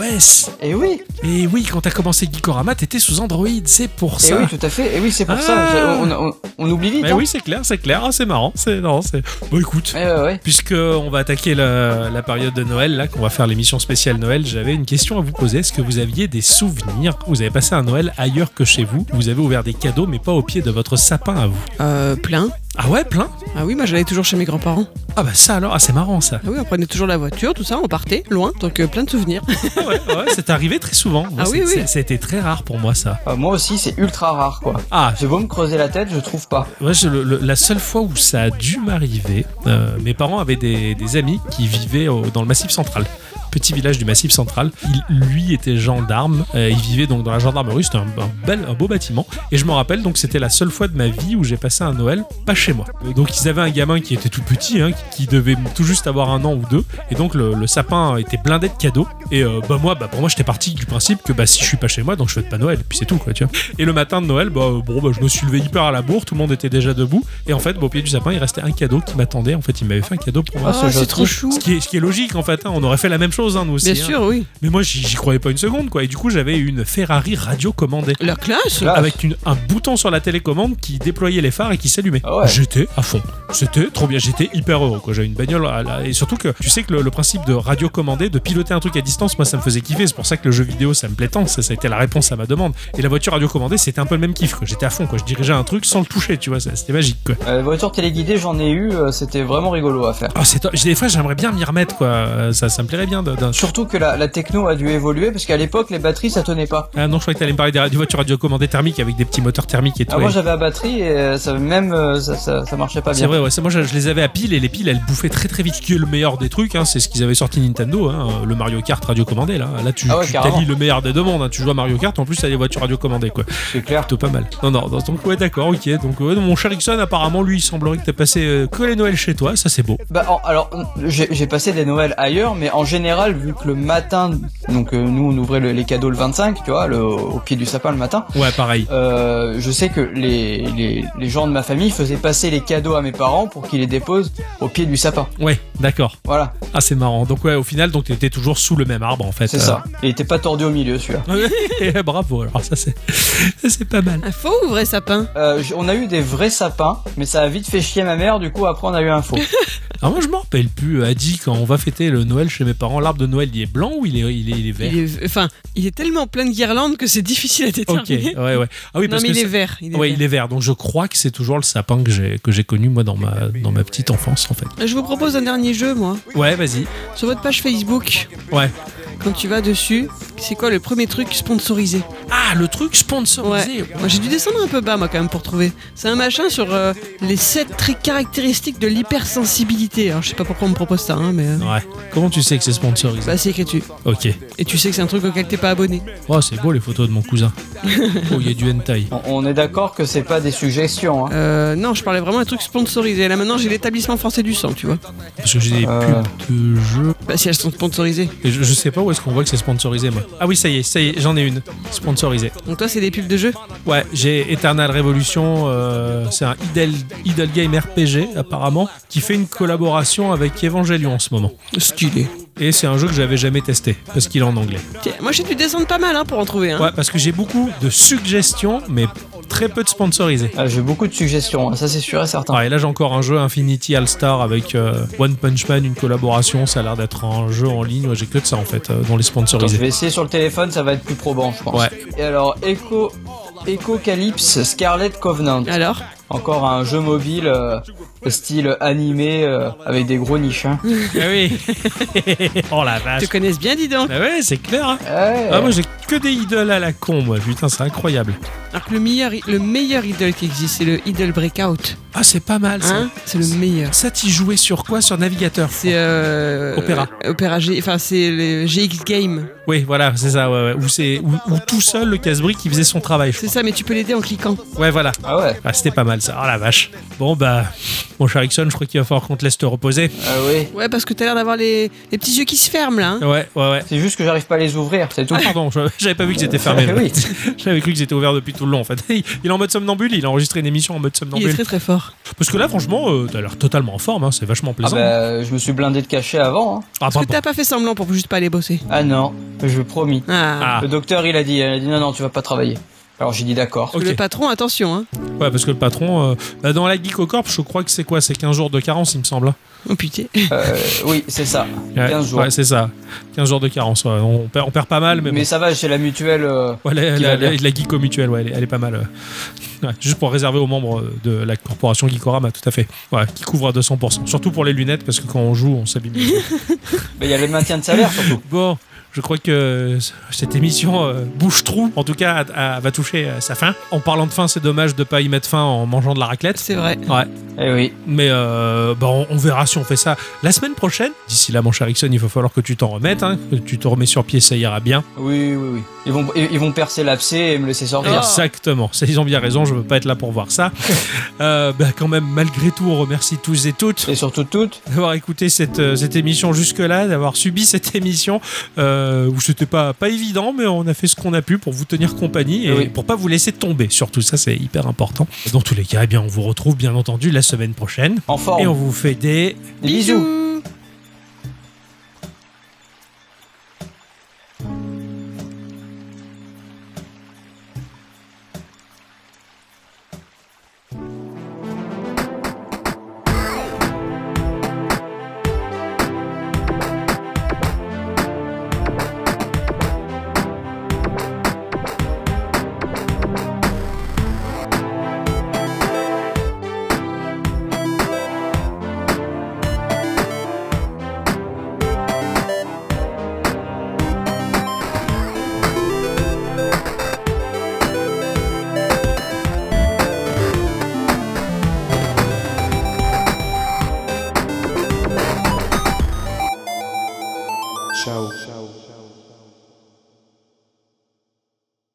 [SPEAKER 6] Eh oui
[SPEAKER 5] Et oui, quand t'as commencé Gikorama, t'étais sous Android, c'est pour
[SPEAKER 6] Eh
[SPEAKER 5] ça.
[SPEAKER 6] oui, tout à fait. Eh oui, c'est pour
[SPEAKER 5] Ah.
[SPEAKER 6] ça. J'ai- On, on- on- on oublie vite.
[SPEAKER 5] Mais
[SPEAKER 6] hein.
[SPEAKER 5] oui, c'est clair, c'est clair. Ah, c'est marrant. C'est non, c'est. Bon, écoute.
[SPEAKER 6] Eh ouais, ouais.
[SPEAKER 5] Puisque on va attaquer la, la période de Noël, là, qu'on va faire l'émission spéciale Noël, j'avais une question à vous poser. Est-ce que vous aviez des souvenirs Vous avez passé un Noël ailleurs que chez vous Vous avez ouvert des cadeaux, mais pas au pied de votre sapin à vous
[SPEAKER 7] Euh, plein.
[SPEAKER 5] Ah ouais, plein
[SPEAKER 7] Ah oui, moi j'allais toujours chez mes grands-parents.
[SPEAKER 5] Ah bah ça alors, ah c'est marrant ça.
[SPEAKER 7] Ah oui, on prenait toujours la voiture, tout ça, on partait loin, donc euh, plein de souvenirs.
[SPEAKER 5] Ah ouais, ouais, c'est arrivé très souvent. Moi,
[SPEAKER 7] Ah oui,
[SPEAKER 5] c'est-
[SPEAKER 7] oui.
[SPEAKER 5] c'est- C'était très rare pour moi ça.
[SPEAKER 6] Euh, moi aussi, c'est ultra rare quoi.
[SPEAKER 5] Ah,
[SPEAKER 6] J'ai beau me creuser la tête, je trouve pas.
[SPEAKER 5] Moi, je- le- le- la seule fois où ça a dû m'arriver, euh, mes parents avaient des, des amis qui vivaient au- dans le Massif Central. Petit village du Massif Central. Il- lui était gendarme. euh, il vivait donc dans la gendarmerie. C'était un, un bel, un beau bâtiment. Et je me rappelle donc c'était la seule fois de ma vie où j'ai passé un Noël pas chez moi. Donc ils avaient un gamin qui était tout petit, hein, qui, qui devait tout juste avoir un an ou deux. Et donc le, le sapin était blindé de cadeaux. Et euh, bah moi, bah pour moi j'étais parti du principe que bah si je suis pas chez moi, donc je fête pas Noël. Puis c'est tout quoi, tu vois. Et le matin de Noël, bah, euh, bon, bah, je me suis levé hyper à la bourre, tout le monde était déjà debout. Et en fait, bah, au pied du sapin, il restait un cadeau qui m'attendait. En fait, il m'avait fait un cadeau pour moi.
[SPEAKER 7] Ah,
[SPEAKER 6] ce jeu
[SPEAKER 7] c'est
[SPEAKER 6] de
[SPEAKER 7] trop
[SPEAKER 6] trucs.
[SPEAKER 7] chou.
[SPEAKER 5] Ce qui, est, ce qui est logique en fait, hein. on aurait fait la même chose hein, nous aussi.
[SPEAKER 7] Bien
[SPEAKER 5] hein.
[SPEAKER 7] sûr, oui.
[SPEAKER 5] Mais moi j'y j'y croyais pas une seconde quoi. Et du coup j'avais une Ferrari radio commandée
[SPEAKER 7] La classe
[SPEAKER 6] Là,
[SPEAKER 5] avec une- un bouton sur la télécommande qui déployait les phares et qui s'allumait.
[SPEAKER 6] Ah ouais.
[SPEAKER 5] J'étais à fond. C'était trop bien. J'étais hyper heureux. quoi. J'avais une bagnole à la- et surtout que tu sais que le, le principe de radio commander, de piloter un truc à distance, moi ça me faisait kiffer. C'est pour ça que le jeu vidéo ça me plaît tant. Ça, ça a été la réponse à ma demande. Et la voiture radio commandée, c'était un peu le même kiff. quoi. J'étais à fond. Quoi. Je dirigeais un truc sans le toucher. Tu vois, ça- c'était magique. Quoi.
[SPEAKER 6] Euh, voiture téléguidée, j'en ai eu, euh, c'était vraiment rigolo à faire.
[SPEAKER 5] Ah, c'est to- J'ai- des fois j'aimerais bien m'y remettre. Quoi. Euh, Ça, ça me plairait bien. d'un- d'un-
[SPEAKER 6] Surtout que la, la techno a dû évoluer parce qu'à l'époque les batteries ça tenait pas.
[SPEAKER 5] Ah non, je croyais que t'allais me parler des radio- voitures radio commandées thermiques avec des petits moteurs thermiques et tout.
[SPEAKER 6] Ah, moi
[SPEAKER 5] Et-
[SPEAKER 6] j'avais à batterie et euh, ça, même euh, ça, ça, ça marchait pas
[SPEAKER 5] C'est
[SPEAKER 6] bien.
[SPEAKER 5] vrai, ouais, c'est- moi je, je les avais à pile et les piles elles bouffaient très très vite. Ce qui est le meilleur des trucs, hein, c'est ce qu'ils avaient sorti Nintendo, hein, le Mario Kart radio commandé là. Là tu,
[SPEAKER 6] Ah ouais,
[SPEAKER 5] tu
[SPEAKER 6] carrément.
[SPEAKER 5] t'allies le meilleur des deux mondes, hein. tu joues à Mario Kart en plus t'as des voitures radio commandées quoi.
[SPEAKER 6] C'est clair.
[SPEAKER 5] Plutôt pas mal. Non, non, non, donc ouais, d'accord, ok. Donc ouais, mon cher Ixon, apparemment lui il semblerait que t'as passé euh, que les Noëls chez toi, ça c'est beau.
[SPEAKER 6] Bah en- alors j'ai j'ai passé des Noëls ailleurs, mais en général vu que le matin, donc euh, nous on ouvrait le- les cadeaux le 25, tu vois, le, au pied du sapin le matin.
[SPEAKER 5] Ouais, pareil.
[SPEAKER 6] Euh, je sais que les, les, les gens de ma famille faisaient passer les cadeaux à mes parents pour qu'ils les déposent au pied du sapin.
[SPEAKER 5] Ouais, d'accord.
[SPEAKER 6] Voilà,
[SPEAKER 5] Ah, c'est marrant. Donc ouais, au final, donc t'étais toujours sous le même arbre en fait.
[SPEAKER 6] c'est ça. Il était pas tordu au milieu celui-là.
[SPEAKER 5] ça. Bravo, alors ça c'est ça, c'est pas mal.
[SPEAKER 7] Un faux ou vrai Ah, sapin
[SPEAKER 6] Euh, j- on a eu des vrais sapins, mais ça a vite fait chier ma mère, du coup après on a eu un faux.
[SPEAKER 5] Alors moi je m'en rappelle plus, a dit quand on va fêter le Noël chez mes parents, l'arbre de Noël il est blanc ou il est, il est, il est vert
[SPEAKER 7] il est, Enfin, il est tellement plein de guirlandes que c'est difficile à
[SPEAKER 5] Ok,
[SPEAKER 7] déterminer.
[SPEAKER 5] ouais, ouais. Ah oui,
[SPEAKER 7] non,
[SPEAKER 5] parce
[SPEAKER 7] mais
[SPEAKER 5] que
[SPEAKER 7] il est
[SPEAKER 5] ça-
[SPEAKER 7] vert. Il est
[SPEAKER 5] ouais,
[SPEAKER 7] vert.
[SPEAKER 5] il est vert. Donc je crois que c'est toujours le sapin que j'ai que j'ai connu moi dans ma dans ma petite enfance en fait.
[SPEAKER 7] Je vous propose un dernier jeu, moi.
[SPEAKER 5] Ouais, vas-y.
[SPEAKER 7] Sur votre page Facebook,
[SPEAKER 5] Ouais.
[SPEAKER 7] quand tu vas dessus, c'est quoi le premier truc sponsorisé
[SPEAKER 5] Ah, le truc sponsorisé.
[SPEAKER 7] Moi, J'ai dû descendre un peu bas, moi, quand même, pour trouver. C'est un machin sur euh, les 7 traits caractéristiques de l'hypersensibilité. Alors, je sais pas pourquoi on me propose ça, hein, mais. euh,
[SPEAKER 5] Ouais. Comment tu sais que c'est sponsorisé
[SPEAKER 7] Bah, c'est écrit dessus.
[SPEAKER 5] Ok.
[SPEAKER 7] Et tu sais que c'est un truc auquel t'es pas abonné.
[SPEAKER 5] Oh, c'est beau les photos de mon cousin. Oh, il y a du hentai.
[SPEAKER 6] On- On est d'accord que c'est pas des suggestions. Hein.
[SPEAKER 7] Euh, non, je parlais vraiment d'un truc sponsorisé. Là, maintenant, j'ai l'établissement français du sang, tu vois.
[SPEAKER 5] Parce que j'ai des
[SPEAKER 6] Euh.
[SPEAKER 5] pubs de jeux.
[SPEAKER 7] Bah, si elles sont sponsorisées.
[SPEAKER 5] Et je, je sais pas où est-ce qu'on voit que c'est sponsorisé moi. Ah oui, ça y est, ça y est, j'en ai une. Sponsorisée.
[SPEAKER 7] Donc, toi, c'est des pubs de jeux
[SPEAKER 5] Ouais, j'ai Eternal Revolution, euh, c'est un idle, idle game RPG apparemment, qui fait une collaboration avec Evangelion en ce moment.
[SPEAKER 7] Stylé.
[SPEAKER 5] et c'est un jeu que j'avais jamais testé parce qu'il est en anglais.
[SPEAKER 7] Tiens, Moi, j'ai dû descendre pas mal hein, pour en trouver. Hein.
[SPEAKER 5] Ouais, parce que j'ai beaucoup de suggestions, mais très peu de sponsorisés.
[SPEAKER 6] Ah,
[SPEAKER 5] Ah,
[SPEAKER 6] j'ai beaucoup de suggestions, hein. ça c'est sûr et certain.
[SPEAKER 5] et là j'ai encore un jeu Infinity All Star avec euh, One Punch Man, une collaboration. Ça a l'air d'être un jeu en ligne. Ouais, j'ai que de ça en fait euh, dans les
[SPEAKER 6] Attends, je vais
[SPEAKER 5] sponsorisés.
[SPEAKER 6] essayer sur le téléphone, ça va être plus probant, je pense.
[SPEAKER 5] Ouais.
[SPEAKER 6] Et alors, Echo, Echocalypse Scarlet Covenant.
[SPEAKER 7] Alors
[SPEAKER 6] Encore un jeu mobile euh, style animé euh, avec des gros niches. hein.
[SPEAKER 5] Ah oui. oh la vache.
[SPEAKER 7] Te connaissent bien, dis donc.
[SPEAKER 5] Ah ouais, c'est clair.
[SPEAKER 6] Eh.
[SPEAKER 5] hein. Ah, moi j'ai que des idoles à la con, moi. Putain, c'est incroyable.
[SPEAKER 7] Alors que le meilleur, le meilleur idol qui existe, c'est le idol breakout.
[SPEAKER 5] Ah, c'est pas mal ça.
[SPEAKER 7] Hein c'est le meilleur.
[SPEAKER 5] Ça, t'y jouais sur quoi Sur navigateur
[SPEAKER 7] C'est euh,
[SPEAKER 5] Opéra.
[SPEAKER 7] euh, Opéra G, enfin c'est le GX Game.
[SPEAKER 5] Oui, voilà, c'est ça. Ouais, ouais. Ou, c'est, ou, ou tout seul, le casse-brique, qui faisait son travail. je
[SPEAKER 7] C'est ça, mais tu peux l'aider en cliquant.
[SPEAKER 5] crois. Ouais, voilà.
[SPEAKER 6] Ah ouais.
[SPEAKER 5] Ah, c'était pas mal ça. Oh la vache. Bon, bah, mon cher Ixon, je crois qu'il va falloir qu'on te laisse te reposer.
[SPEAKER 6] Ah oui.
[SPEAKER 7] Ouais, parce que t'as l'air d'avoir les, les petits yeux qui se ferment là. hein.
[SPEAKER 5] Ouais, ouais, ouais.
[SPEAKER 6] C'est juste que j'arrive pas à les ouvrir, c'est tout. Eh
[SPEAKER 5] Ah, pardon, je- j'avais pas vu que c'était fermé.
[SPEAKER 6] Oui.
[SPEAKER 5] J'avais cru que c'était ouvert depuis tout le long, en fait. Il est en mode somnambule, il a enregistré une émission en mode
[SPEAKER 7] Il est
[SPEAKER 5] somnambule.
[SPEAKER 7] très très fort.
[SPEAKER 5] Parce que là, franchement, euh, t'as l'air totalement en forme, hein, c'est vachement
[SPEAKER 6] Ah
[SPEAKER 5] plaisant.
[SPEAKER 6] bah, je me suis blindé de cachet avant. hein.
[SPEAKER 5] Ah,
[SPEAKER 7] Parce que
[SPEAKER 5] bah,
[SPEAKER 7] t'as pas fait semblant pour juste pas aller bosser.
[SPEAKER 6] Ah non, je promis.
[SPEAKER 7] Ah.
[SPEAKER 5] Ah.
[SPEAKER 6] Le docteur, il a dit, il a dit non, non, tu vas pas travailler. Alors j'ai dit d'accord.
[SPEAKER 7] Parce que
[SPEAKER 5] ok.
[SPEAKER 7] Le patron, attention. Hein.
[SPEAKER 5] Ouais, parce que le patron, euh, bah, dans la Geek au Corp, je crois que c'est quoi C'est 15 jours de carence, il me semble. hein.
[SPEAKER 7] Oh putain.
[SPEAKER 6] Euh, oui, c'est ça.
[SPEAKER 5] Ouais,
[SPEAKER 6] 15 jours.
[SPEAKER 5] Ouais, c'est ça. 15 jours de carence. ouais. On, perd, on perd pas mal, mais,
[SPEAKER 6] mais,
[SPEAKER 5] bon.
[SPEAKER 6] ça va, c'est la mutuelle. euh,
[SPEAKER 5] Ouais, la,
[SPEAKER 6] qui
[SPEAKER 5] la,
[SPEAKER 6] va bien.
[SPEAKER 5] la- la Geeko Mutuelle, ouais, elle, est- elle est pas mal. euh. Ouais, juste pour réserver aux membres euh, de la corporation Geekorama, tout à fait. Ouais, qui couvre à 200%. Surtout pour les lunettes, parce que quand on joue, on s'abîme.
[SPEAKER 6] Mais bah, il y a le maintien de salaire surtout.
[SPEAKER 5] bon, je crois que c- cette émission euh, bouche-trou, en tout cas, a- a- va toucher à sa fin. En parlant de fin, c'est dommage de pas y mettre fin en mangeant de la raclette.
[SPEAKER 7] C'est vrai.
[SPEAKER 5] Ouais,
[SPEAKER 6] Eh oui.
[SPEAKER 5] mais euh, bah, on, on verra si on fait ça la semaine prochaine. D'ici là, mon cher Ixon, il va falloir que tu t'en remettes, hein, que tu te remets sur pied, ça ira bien.
[SPEAKER 6] Oui, oui, oui. Ils vont, ils ils vont percer l'abcès et me laisser sortir.
[SPEAKER 5] Ah. Exactement, Ça, ils ont bien raison, je veux pas être là pour voir ça. Euh, bah, quand même, malgré tout, on remercie tous et toutes
[SPEAKER 6] Et surtout toutes.
[SPEAKER 5] d'avoir écouté cette, euh, cette émission jusque-là, d'avoir subi cette émission euh, où c'était pas, pas évident, mais on a fait ce qu'on a pu pour vous tenir compagnie et
[SPEAKER 6] Oui.
[SPEAKER 5] pour pas vous laisser tomber. Surtout, ça c'est hyper important. Dans tous les cas, eh bien, on vous retrouve bien entendu la semaine prochaine
[SPEAKER 6] En forme.
[SPEAKER 5] et on vous fait des
[SPEAKER 6] Des bisous. Ciao.